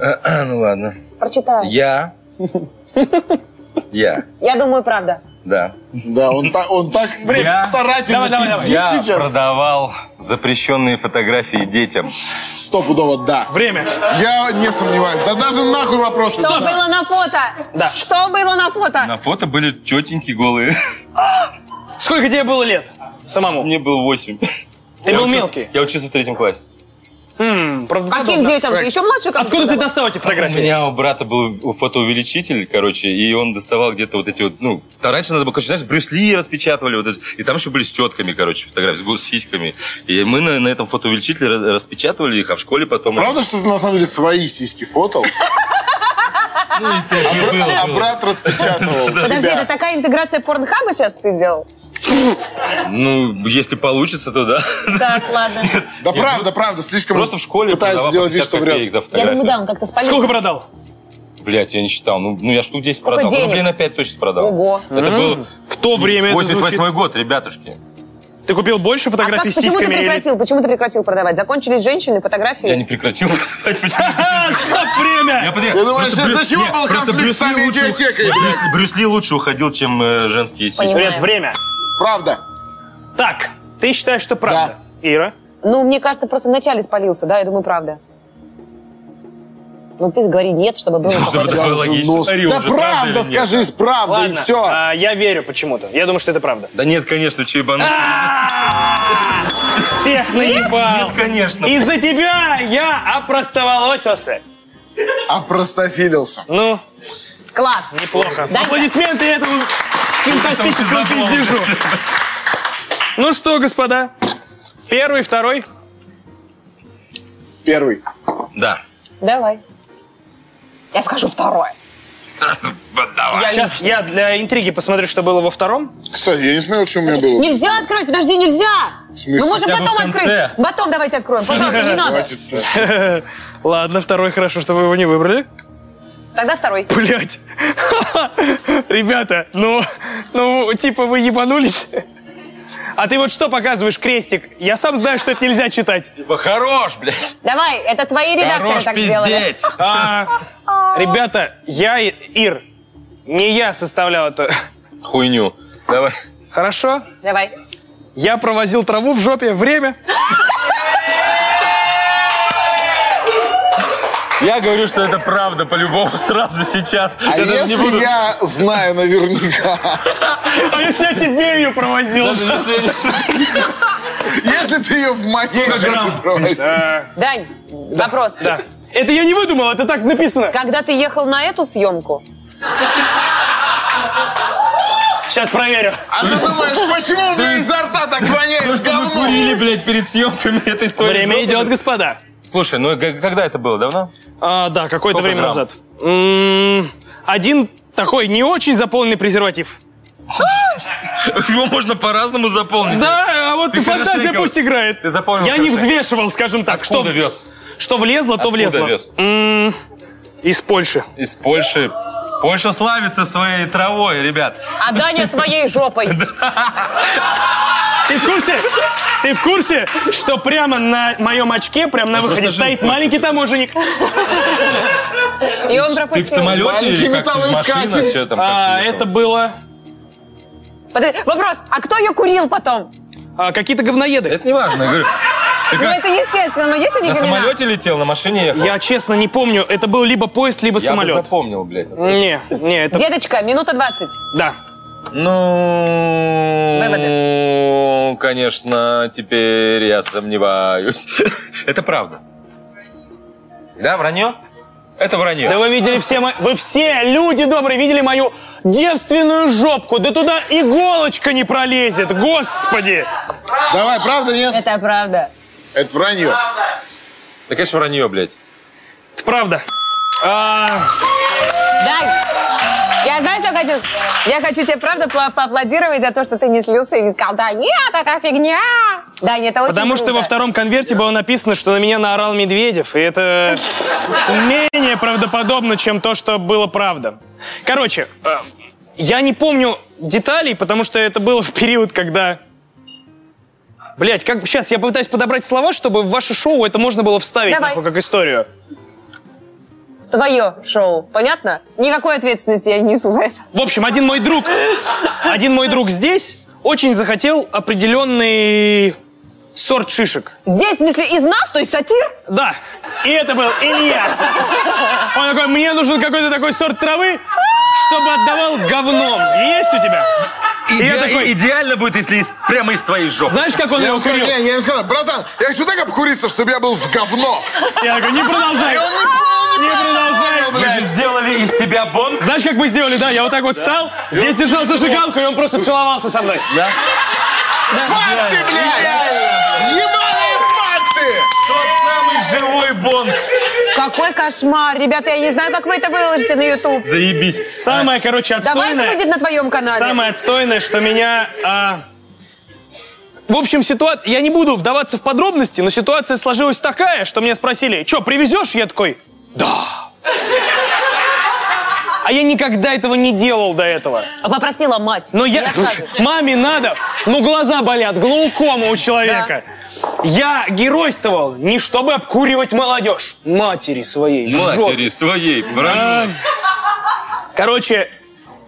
[SPEAKER 11] э, Ну ладно.
[SPEAKER 5] Прочитаю.
[SPEAKER 11] Я... Я.
[SPEAKER 5] Я думаю, правда.
[SPEAKER 11] Да.
[SPEAKER 1] Да, он, та- он так блин,
[SPEAKER 11] Я-
[SPEAKER 1] старательно пиздит
[SPEAKER 11] Я
[SPEAKER 1] сейчас.
[SPEAKER 11] продавал запрещенные фотографии детям.
[SPEAKER 1] Стопудово, да.
[SPEAKER 2] Время.
[SPEAKER 1] Я не сомневаюсь. Да даже нахуй вопросы.
[SPEAKER 5] Что
[SPEAKER 1] задам.
[SPEAKER 5] было на фото?
[SPEAKER 2] Да.
[SPEAKER 5] Что было на фото?
[SPEAKER 11] На фото были тетеньки голые.
[SPEAKER 2] Сколько тебе было лет самому?
[SPEAKER 11] Мне было 8.
[SPEAKER 2] Ты был мелкий.
[SPEAKER 11] Я учился в третьем классе.
[SPEAKER 2] М, правда,
[SPEAKER 5] Каким
[SPEAKER 2] да.
[SPEAKER 5] детям? Ты еще младше как
[SPEAKER 2] Откуда ты достал эти
[SPEAKER 11] У
[SPEAKER 2] фотографии?
[SPEAKER 11] меня у брата был у- фотоувеличитель, короче, и он доставал где-то вот эти вот, ну, там раньше надо было, короче, знаешь, Брюс Ли распечатывали, вот эти, и там еще были с тетками, короче, фотографии, с гу- с сиськами. И мы на, на этом фотоувеличителе ра- распечатывали их, а в школе потом...
[SPEAKER 1] Правда, что ты на самом деле свои сиськи фотал? А бра-
[SPEAKER 11] Ну, было,
[SPEAKER 1] а
[SPEAKER 11] было.
[SPEAKER 1] брат распечатывал
[SPEAKER 5] Подожди,
[SPEAKER 1] тебя.
[SPEAKER 5] это такая интеграция порнхаба сейчас ты сделал?
[SPEAKER 11] Ну, если получится, то да.
[SPEAKER 5] Так, ладно.
[SPEAKER 1] Да правда, правда, слишком
[SPEAKER 11] Просто в школе
[SPEAKER 1] пытается
[SPEAKER 11] продавал по
[SPEAKER 1] сделать вид,
[SPEAKER 11] 50
[SPEAKER 1] что
[SPEAKER 11] копеек
[SPEAKER 1] врет.
[SPEAKER 11] за
[SPEAKER 5] Я думаю, да,
[SPEAKER 11] фотографию.
[SPEAKER 5] он как-то спалил.
[SPEAKER 2] Сколько продал?
[SPEAKER 11] Блять, я не считал. Ну, ну, я штук 10
[SPEAKER 5] Сколько
[SPEAKER 11] продал.
[SPEAKER 5] денег?
[SPEAKER 11] Рублей на 5 точно продал.
[SPEAKER 5] Ого.
[SPEAKER 11] Это был
[SPEAKER 2] В то время это
[SPEAKER 11] 88
[SPEAKER 2] звучит-
[SPEAKER 11] год, ребятушки.
[SPEAKER 2] Ты купил больше
[SPEAKER 5] А
[SPEAKER 2] фотографий
[SPEAKER 5] как,
[SPEAKER 2] с
[SPEAKER 5] почему ты
[SPEAKER 2] сиськами? или-
[SPEAKER 5] прекратил? Почему ты прекратил продавать? Закончились женщины, фотографии?
[SPEAKER 11] Я не прекратил продавать, почему?
[SPEAKER 2] А, Стоп, время!
[SPEAKER 11] Я понимаю,
[SPEAKER 1] Я думаю,
[SPEAKER 11] просто
[SPEAKER 1] сейчас
[SPEAKER 11] Брю-
[SPEAKER 1] из-за чего
[SPEAKER 11] нет,
[SPEAKER 1] был
[SPEAKER 11] просто
[SPEAKER 1] конфликт
[SPEAKER 11] Брюс
[SPEAKER 1] с
[SPEAKER 11] Ли
[SPEAKER 1] самой
[SPEAKER 11] лучше-
[SPEAKER 1] идиотекой,
[SPEAKER 11] Брюс- Брюс Ли лучше уходил, чем э, женские сиськи.
[SPEAKER 5] Понимаю.
[SPEAKER 2] Привет, время.
[SPEAKER 1] Правда.
[SPEAKER 2] Так, ты считаешь, что правда? Ира?
[SPEAKER 5] Ну, мне кажется, просто вначале спалился, да, я думаю, правда. Ну, ты говори нет, чтобы было
[SPEAKER 11] Чтобы
[SPEAKER 5] какое-то-
[SPEAKER 11] такое
[SPEAKER 1] Я же
[SPEAKER 11] логично.
[SPEAKER 1] нос.
[SPEAKER 11] Смотри,
[SPEAKER 1] Да
[SPEAKER 11] уже правда или
[SPEAKER 1] правда,
[SPEAKER 11] нет?
[SPEAKER 1] скажи, правда, и
[SPEAKER 2] Ладно,
[SPEAKER 1] все.
[SPEAKER 2] а, я верю почему-то. Я думаю, что это правда.
[SPEAKER 11] Да нет, конечно, че ебануть.
[SPEAKER 5] А.
[SPEAKER 2] Всех наебал.
[SPEAKER 11] Нет, конечно.
[SPEAKER 2] Из-за тебя я опростоволосился.
[SPEAKER 1] А простофилился.
[SPEAKER 2] Ну,
[SPEAKER 5] Класс.
[SPEAKER 2] плохо.
[SPEAKER 5] Да,
[SPEAKER 2] Аплодисменты этому фантастическому
[SPEAKER 11] Потому что
[SPEAKER 2] пиздежу. Ну что, господа, первый, второй.
[SPEAKER 1] Первый.
[SPEAKER 11] Да.
[SPEAKER 5] Давай. Я скажу второе.
[SPEAKER 2] Сейчас я для интриги посмотрю, что было во втором.
[SPEAKER 1] Кстати, я не смотрел, что у
[SPEAKER 2] Э,
[SPEAKER 1] меня было.
[SPEAKER 5] Нельзя открыть, подожди, нельзя.
[SPEAKER 1] смысле?
[SPEAKER 5] Мы можем
[SPEAKER 11] Хотя бы
[SPEAKER 5] потом
[SPEAKER 11] в конце.
[SPEAKER 5] открыть. Потом давайте откроем, пожалуйста, не надо.
[SPEAKER 1] Хватит.
[SPEAKER 2] Ладно, второй хорошо, что вы его не выбрали.
[SPEAKER 5] Тогда второй.
[SPEAKER 2] Блять. Ребята, ну, ну, типа вы ебанулись. А ты вот что показываешь, крестик? Я сам знаю, что это нельзя читать.
[SPEAKER 11] Типа, хорош, блядь.
[SPEAKER 5] Давай, это твои редакторы
[SPEAKER 11] Хорош
[SPEAKER 5] так сделали.
[SPEAKER 11] пиздеть.
[SPEAKER 2] А, ребята, я и- Ир. Не я составлял это.
[SPEAKER 11] Хуйню. Давай.
[SPEAKER 2] Хорошо?
[SPEAKER 5] Давай.
[SPEAKER 2] Я провозил траву в жопе. Время.
[SPEAKER 11] Я говорю, что это правда, по-любому, сразу сейчас.
[SPEAKER 1] А
[SPEAKER 11] я даже не
[SPEAKER 1] если
[SPEAKER 11] буду...
[SPEAKER 1] я знаю наверняка,
[SPEAKER 2] А если я тебе ее провозил?
[SPEAKER 11] Даже если я не знаю.
[SPEAKER 1] если ты ее в моей жизни
[SPEAKER 11] грамм?
[SPEAKER 1] проводил.
[SPEAKER 5] Дань, вопрос.
[SPEAKER 2] Э, Да. Это я не выдумал, это так написано.
[SPEAKER 5] Когда ты ехал на эту съемку,
[SPEAKER 2] Сейчас проверю.
[SPEAKER 1] А ты думаешь, почему у меня изо рта так
[SPEAKER 11] То,
[SPEAKER 1] воняет
[SPEAKER 11] что Ну, мы
[SPEAKER 1] говно?
[SPEAKER 11] курили, блядь, перед съемками этой истории.
[SPEAKER 2] Время
[SPEAKER 11] жопы.
[SPEAKER 2] идет, господа.
[SPEAKER 11] Слушай, ну г- когда это было? Давно?
[SPEAKER 2] А, да, какое-то
[SPEAKER 11] Сколько
[SPEAKER 2] время
[SPEAKER 11] грамм?
[SPEAKER 2] назад. М, один такой не очень заполненный презерватив.
[SPEAKER 11] Его можно по-разному заполнить.
[SPEAKER 2] Да, а вот
[SPEAKER 11] Ты
[SPEAKER 2] фантазия
[SPEAKER 11] хорошенько-
[SPEAKER 2] пусть играет.
[SPEAKER 11] Ты запомнил
[SPEAKER 2] Я не
[SPEAKER 11] хорошенько.
[SPEAKER 2] взвешивал, скажем так. Что,
[SPEAKER 11] Откуда вез?
[SPEAKER 2] что влезло, то
[SPEAKER 11] Откуда
[SPEAKER 2] влезло.
[SPEAKER 11] вез?
[SPEAKER 2] М, Из Польши.
[SPEAKER 11] Из Польши. Польша славится своей травой, ребят.
[SPEAKER 5] а Даня своей жопой.
[SPEAKER 2] Ты в курсе? Ты в курсе, что прямо на моем очке, прямо на выходе
[SPEAKER 11] просто жил в
[SPEAKER 2] стоит
[SPEAKER 11] Польше,
[SPEAKER 2] маленький таможенник?
[SPEAKER 5] И он
[SPEAKER 11] Ты в
[SPEAKER 5] пропустил.
[SPEAKER 11] самолете или
[SPEAKER 1] Маленький
[SPEAKER 11] как? Ты
[SPEAKER 1] металлоискатель.
[SPEAKER 11] машина, все там?
[SPEAKER 2] А,
[SPEAKER 11] как ты
[SPEAKER 2] это
[SPEAKER 11] ехал?
[SPEAKER 2] было...
[SPEAKER 5] Подожди, вопрос, а кто ее курил потом?
[SPEAKER 2] а, какие-то говноеды.
[SPEAKER 11] Это не важно, я говорю. Ты
[SPEAKER 5] Ну,
[SPEAKER 11] как,
[SPEAKER 5] это естественно, но есть у
[SPEAKER 11] На
[SPEAKER 5] них имена?
[SPEAKER 11] самолете летел, на машине ехал?
[SPEAKER 2] Я честно не помню, это был либо поезд, либо
[SPEAKER 11] Я бы
[SPEAKER 2] самолет.
[SPEAKER 11] запомнил, блядь.
[SPEAKER 2] Не, не, это...
[SPEAKER 5] Деточка, минута 20.
[SPEAKER 2] Да.
[SPEAKER 11] Ну, конечно, теперь я сомневаюсь. Это правда. Да, вранье? Это вранье.
[SPEAKER 2] Да вы видели все мои... Вы все, люди добрые, видели мою девственную жопку. Да туда иголочка не пролезет, господи.
[SPEAKER 1] Давай, правда, нет?
[SPEAKER 5] Это правда.
[SPEAKER 1] Это вранье.
[SPEAKER 11] Да, конечно, вранье, блядь.
[SPEAKER 2] Это правда. А,
[SPEAKER 5] Дань, я знаю, что хочу. Я хочу тебе правда пла- поаплодировать за то, что ты не слился и не сказал, да нет, это фигня. Дань, это очень
[SPEAKER 2] потому что
[SPEAKER 5] круто.
[SPEAKER 2] во втором конверте было написано, что на меня наорал Медведев, и это менее правдоподобно, чем то, что было правда. Короче, э, я не помню деталей, потому что это было в период, когда... Блять, как сейчас я пытаюсь подобрать слова, чтобы в ваше шоу это можно было вставить,
[SPEAKER 5] Давай.
[SPEAKER 2] нахуй, как историю.
[SPEAKER 5] твое шоу. Понятно? Никакой ответственности я не несу за это.
[SPEAKER 2] В общем, один мой друг, один мой друг здесь очень захотел определенный сорт шишек.
[SPEAKER 5] Здесь, в смысле, из нас, то есть сатир?
[SPEAKER 2] Да. И это был Илья. Он такой, мне нужен какой-то такой сорт травы, чтобы отдавал говном. Есть у тебя? И я
[SPEAKER 11] Иде-
[SPEAKER 2] такой-
[SPEAKER 11] Идеально будет, если из- прямо из твоей жопы.
[SPEAKER 2] Знаешь, как он
[SPEAKER 8] Я
[SPEAKER 2] его
[SPEAKER 8] ему сказал,
[SPEAKER 2] курил?
[SPEAKER 8] «Не, я ему сказал, братан, я хочу так обкуриться, чтобы я был в говно.
[SPEAKER 2] Я говорю, не продолжай.
[SPEAKER 8] И он не понял,
[SPEAKER 2] Не продолжай.
[SPEAKER 8] понял,
[SPEAKER 11] Мы же
[SPEAKER 8] блядь.
[SPEAKER 11] сделали из тебя бонг.
[SPEAKER 2] Знаешь, как мы сделали, да? Я вот так вот встал, здесь держал зажигалку, и он просто целовался со мной.
[SPEAKER 8] Факты, блядь! Ебаные факты!
[SPEAKER 11] Тот самый живой бонг.
[SPEAKER 5] Какой кошмар. Ребята, я не знаю, как вы это выложите на YouTube.
[SPEAKER 11] Заебись.
[SPEAKER 2] Самое, короче,
[SPEAKER 5] Давай это
[SPEAKER 2] отстойное...
[SPEAKER 5] будет на твоем канале.
[SPEAKER 2] Самое отстойное, что меня... а, В общем, ситуация... Я не буду вдаваться в подробности, но ситуация сложилась такая, что меня спросили, что, привезешь? Я такой, да. А я никогда этого не делал до этого.
[SPEAKER 5] А Попросила мать.
[SPEAKER 2] Но Ну, я...
[SPEAKER 5] Не откажешь.
[SPEAKER 2] Маме надо. Ну, глаза болят, глаукома у человека. Я геройствовал не чтобы обкуривать молодежь. Матери своей. в жопу.
[SPEAKER 11] Матери своей.
[SPEAKER 2] А,
[SPEAKER 11] врагу.
[SPEAKER 2] Короче,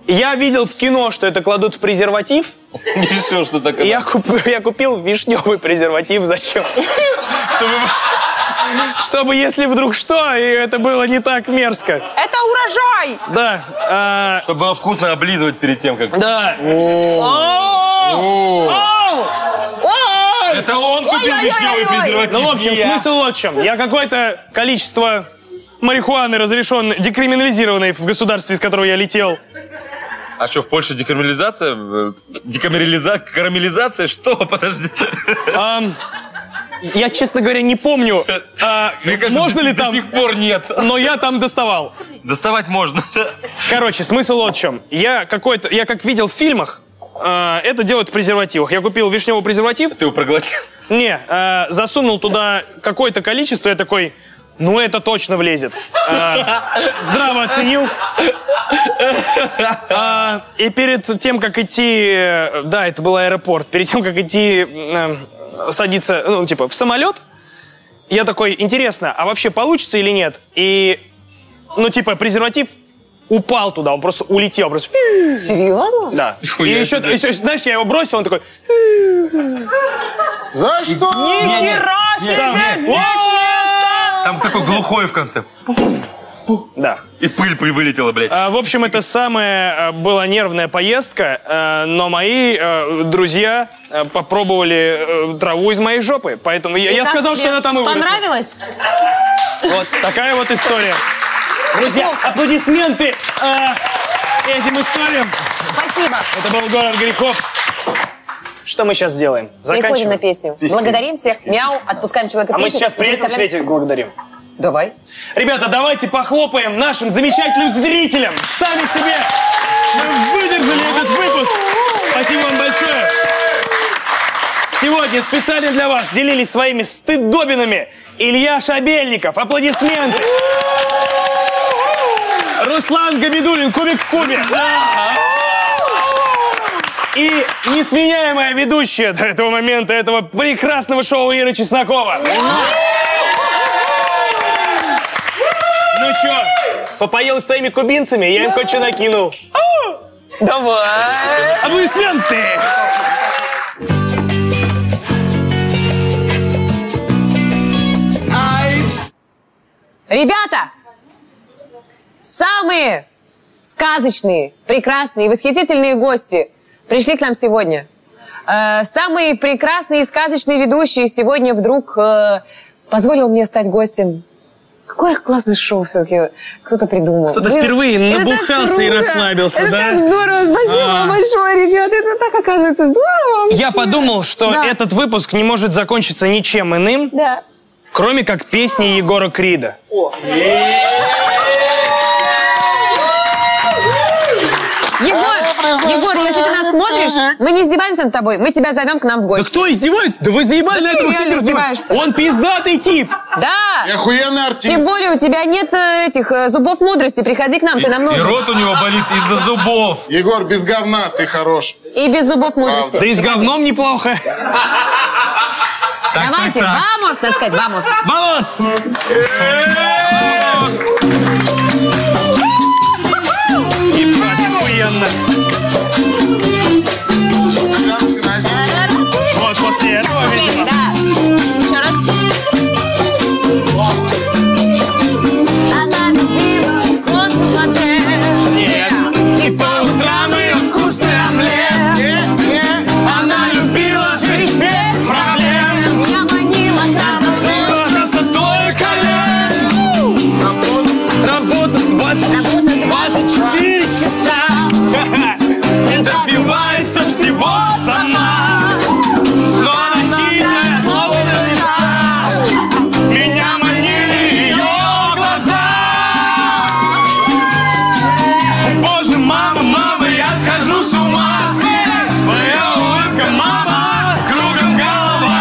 [SPEAKER 2] я видел в кино, что это кладут в презерватив,
[SPEAKER 11] Еще что
[SPEAKER 2] И
[SPEAKER 11] такое.
[SPEAKER 2] Я, куп- я купил вишневый презерватив. Зачем?
[SPEAKER 11] Чтобы...
[SPEAKER 2] Чтобы, если вдруг что, и это было не так мерзко.
[SPEAKER 5] Это урожай!
[SPEAKER 2] Да. а,
[SPEAKER 11] Чтобы было вкусно облизывать перед тем, как...
[SPEAKER 2] да.
[SPEAKER 5] Оу! Ой!
[SPEAKER 11] Это он купил
[SPEAKER 5] Ой-ой-ой-ой-ой.
[SPEAKER 11] вишневый презерватив,
[SPEAKER 2] Ну, в общем,
[SPEAKER 11] не я.
[SPEAKER 2] смысл вот в чем. Я какое-то количество марихуаны разрешенной, декриминализированной в государстве, из которого я летел.
[SPEAKER 11] А что, в Польше декарамелизация? Э, Декамерилиза... Карамелизация? Что? Подожди.
[SPEAKER 2] Ам, я, честно говоря, не помню, а,
[SPEAKER 11] Мне кажется,
[SPEAKER 2] можно
[SPEAKER 11] до,
[SPEAKER 2] ли
[SPEAKER 11] сих- до
[SPEAKER 2] там,
[SPEAKER 11] сих пор нет.
[SPEAKER 2] но я там доставал.
[SPEAKER 11] Доставать можно.
[SPEAKER 2] Короче, смысл вот в чем. Я какой-то, я как видел в фильмах, а, это делают в презервативах. Я купил вишневый презерватив,
[SPEAKER 11] Ты его проглотил.
[SPEAKER 2] Не, э, засунул туда какое-то количество, я такой, ну это точно влезет. Э, здраво оценил. Э, и перед тем, как идти, э, да, это был аэропорт, перед тем, как идти э, садиться, ну типа, в самолет, я такой, интересно, а вообще получится или нет? И, ну типа, презерватив упал туда, он просто улетел, просто
[SPEAKER 5] Серьезно?
[SPEAKER 2] да. И
[SPEAKER 11] Нихуя
[SPEAKER 2] еще,
[SPEAKER 11] себе.
[SPEAKER 2] еще, знаешь, я его бросил, он такой,
[SPEAKER 8] За что?
[SPEAKER 5] Ни хера
[SPEAKER 2] сам.
[SPEAKER 5] себе здесь место!
[SPEAKER 11] Там такой глухой в конце.
[SPEAKER 2] да.
[SPEAKER 11] И пыль, пыль вылетела, блядь.
[SPEAKER 2] А, В общем, это самая э, была нервная поездка, э, но мои э, друзья э, попробовали э, траву из моей жопы, поэтому я,
[SPEAKER 5] И
[SPEAKER 2] я
[SPEAKER 5] как
[SPEAKER 2] сказал, что
[SPEAKER 5] тебе?
[SPEAKER 2] она там и выросла.
[SPEAKER 5] Понравилось?
[SPEAKER 2] Вот такая вот история. Друзья, аплодисменты э, этим историям.
[SPEAKER 5] Спасибо.
[SPEAKER 2] Это был город грехов. Что мы сейчас делаем?
[SPEAKER 5] Переходим на
[SPEAKER 2] Заканчиваем.
[SPEAKER 5] песню. Благодарим всех. Мяу, отпускаем человека
[SPEAKER 2] А мы
[SPEAKER 5] песню
[SPEAKER 2] сейчас
[SPEAKER 5] и
[SPEAKER 2] при этом
[SPEAKER 5] представляем-
[SPEAKER 2] свете благодарим.
[SPEAKER 5] Давай.
[SPEAKER 2] Ребята, давайте похлопаем нашим замечательным зрителям. Сами себе мы выдержали этот выпуск. Спасибо вам большое. Сегодня специально для вас делились своими стыдобинами Илья Шабельников. Аплодисменты. Руслан Габидулин, Кубик в кубе. И несменяемая ведущая до этого момента этого прекрасного шоу Ира Чеснокова. Ну чё, попоел с твоими кубинцами, я им кое-что накинул. А,
[SPEAKER 5] Давай.
[SPEAKER 2] Аплодисменты!
[SPEAKER 5] Ребята, самые сказочные, прекрасные и восхитительные гости пришли к нам сегодня. Э, Самые прекрасные и сказочные ведущие сегодня вдруг э, позволил мне стать гостем. Какое классное шоу все-таки кто-то придумал.
[SPEAKER 2] Кто-то
[SPEAKER 5] Блин,
[SPEAKER 2] впервые
[SPEAKER 5] это так
[SPEAKER 2] набухался и
[SPEAKER 5] круто!
[SPEAKER 2] расслабился,
[SPEAKER 5] это
[SPEAKER 2] да?
[SPEAKER 5] так здорово, спасибо вам
[SPEAKER 2] А.
[SPEAKER 5] большое, ребят, это так оказывается здорово вообще.
[SPEAKER 2] Я подумал, что
[SPEAKER 5] Да.
[SPEAKER 2] этот выпуск не может закончиться ничем иным,
[SPEAKER 5] Да.
[SPEAKER 2] кроме как песни Егора Крида.
[SPEAKER 5] Егор, Егор, если ты нас смотришь, мы не издеваемся над тобой, мы тебя зовем к нам в
[SPEAKER 2] Да
[SPEAKER 5] гости.
[SPEAKER 2] кто издевается? Да вы заебали
[SPEAKER 5] Да
[SPEAKER 2] на
[SPEAKER 5] ты
[SPEAKER 2] этом
[SPEAKER 5] реально
[SPEAKER 2] сидеть.
[SPEAKER 5] издеваешься.
[SPEAKER 2] Он пиздатый тип.
[SPEAKER 5] Да!
[SPEAKER 8] И Охуенный артист.
[SPEAKER 5] Тем более у тебя нет э, этих э, зубов мудрости. Приходи к нам, ты нам
[SPEAKER 11] И
[SPEAKER 5] нужен.
[SPEAKER 11] рот у него болит из-за зубов.
[SPEAKER 8] Егор, без говна ты хорош.
[SPEAKER 5] И без зубов мудрости.
[SPEAKER 2] Да и с говном неплохо.
[SPEAKER 11] Давайте, вамос, надо сказать, вамос.
[SPEAKER 13] Вамос!
[SPEAKER 12] Охуенно. Вот после этого, видимо.
[SPEAKER 5] Да. Еще раз.
[SPEAKER 12] Она любила Нет. И по утрам ее вкусный омлет.
[SPEAKER 8] Э,
[SPEAKER 12] Она любила жить без проблем. Я манила красотой колен. Работа 20, 24 часа. И добивается всего сама. Но она хитрая, словно лиса. Меня манили ее глаза. Боже, мама, мама, я схожу с ума Твоя улыбка, мама, кругом голова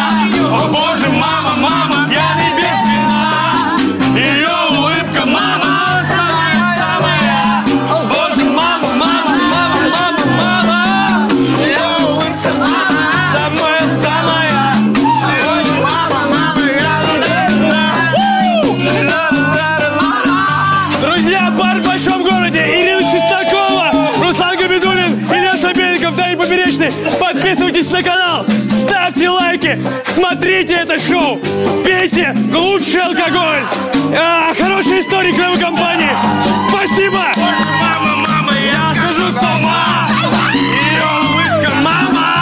[SPEAKER 12] О, боже, мама, мама, я не без вина Ее улыбка, мама, самая-самая О, боже, мама, мама, мама, мама, мама Ее улыбка, мама, самая-самая О, боже, мама, мама, я не без
[SPEAKER 2] Друзья, бар в большом городе. Ирина Шестакова, Руслан Габидулин и Леша Беликов, Дани Поперечный. Подписывайтесь на канал, ставьте лайки, смотрите это шоу, пейте лучший алкоголь. А, хорошая история рекламы компании. Спасибо. Мама, мама, я схожу с ума. Ее улыбка, мама.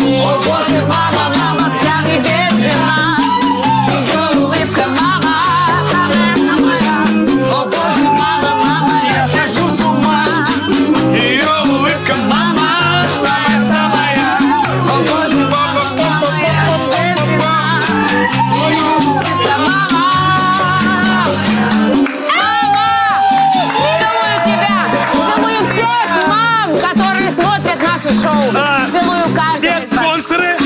[SPEAKER 12] О, боже, мама, мама, пьяный без вина. Ее улыбка, мама, самая-самая. О, боже, мама, мама, я схожу с ума. Ее улыбка, мама, самая-самая. О, боже, мама, мама, я без вина. Ее улыбка, мама.
[SPEAKER 11] Целую тебя! Целую всех мам, которые смотрят наше шоу. Целую каждого
[SPEAKER 2] Все
[SPEAKER 11] из вас.
[SPEAKER 2] спонсоры,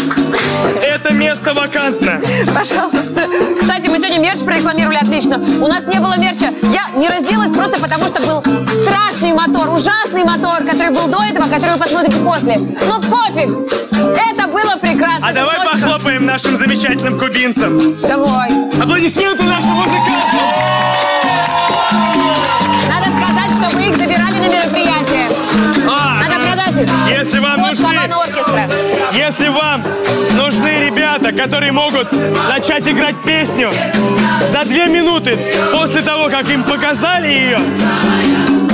[SPEAKER 2] это место вакантно.
[SPEAKER 5] Пожалуйста. Кстати, мы сегодня мерч прорекламировали отлично. У нас не было мерча. Я не разделась просто потому, что был страшный мотор, ужасный мотор, который был до этого, который вы посмотрите после. Но пофиг. Это было прекрасно.
[SPEAKER 2] А давай
[SPEAKER 5] Просто-
[SPEAKER 2] похлопаем нашим замечательным кубинцам.
[SPEAKER 5] Давай.
[SPEAKER 2] Аплодисменты нашим музыкантам.
[SPEAKER 11] Надо сказать, что мы их забирали на мероприятие. Надо продать их.
[SPEAKER 2] А, Если вам
[SPEAKER 11] вот
[SPEAKER 2] нужны-
[SPEAKER 11] кабан оркестра.
[SPEAKER 2] Если вам нужны ребята, которые могут начать играть песню за две минуты после того, как им показали ее, а,
[SPEAKER 5] А э,
[SPEAKER 2] А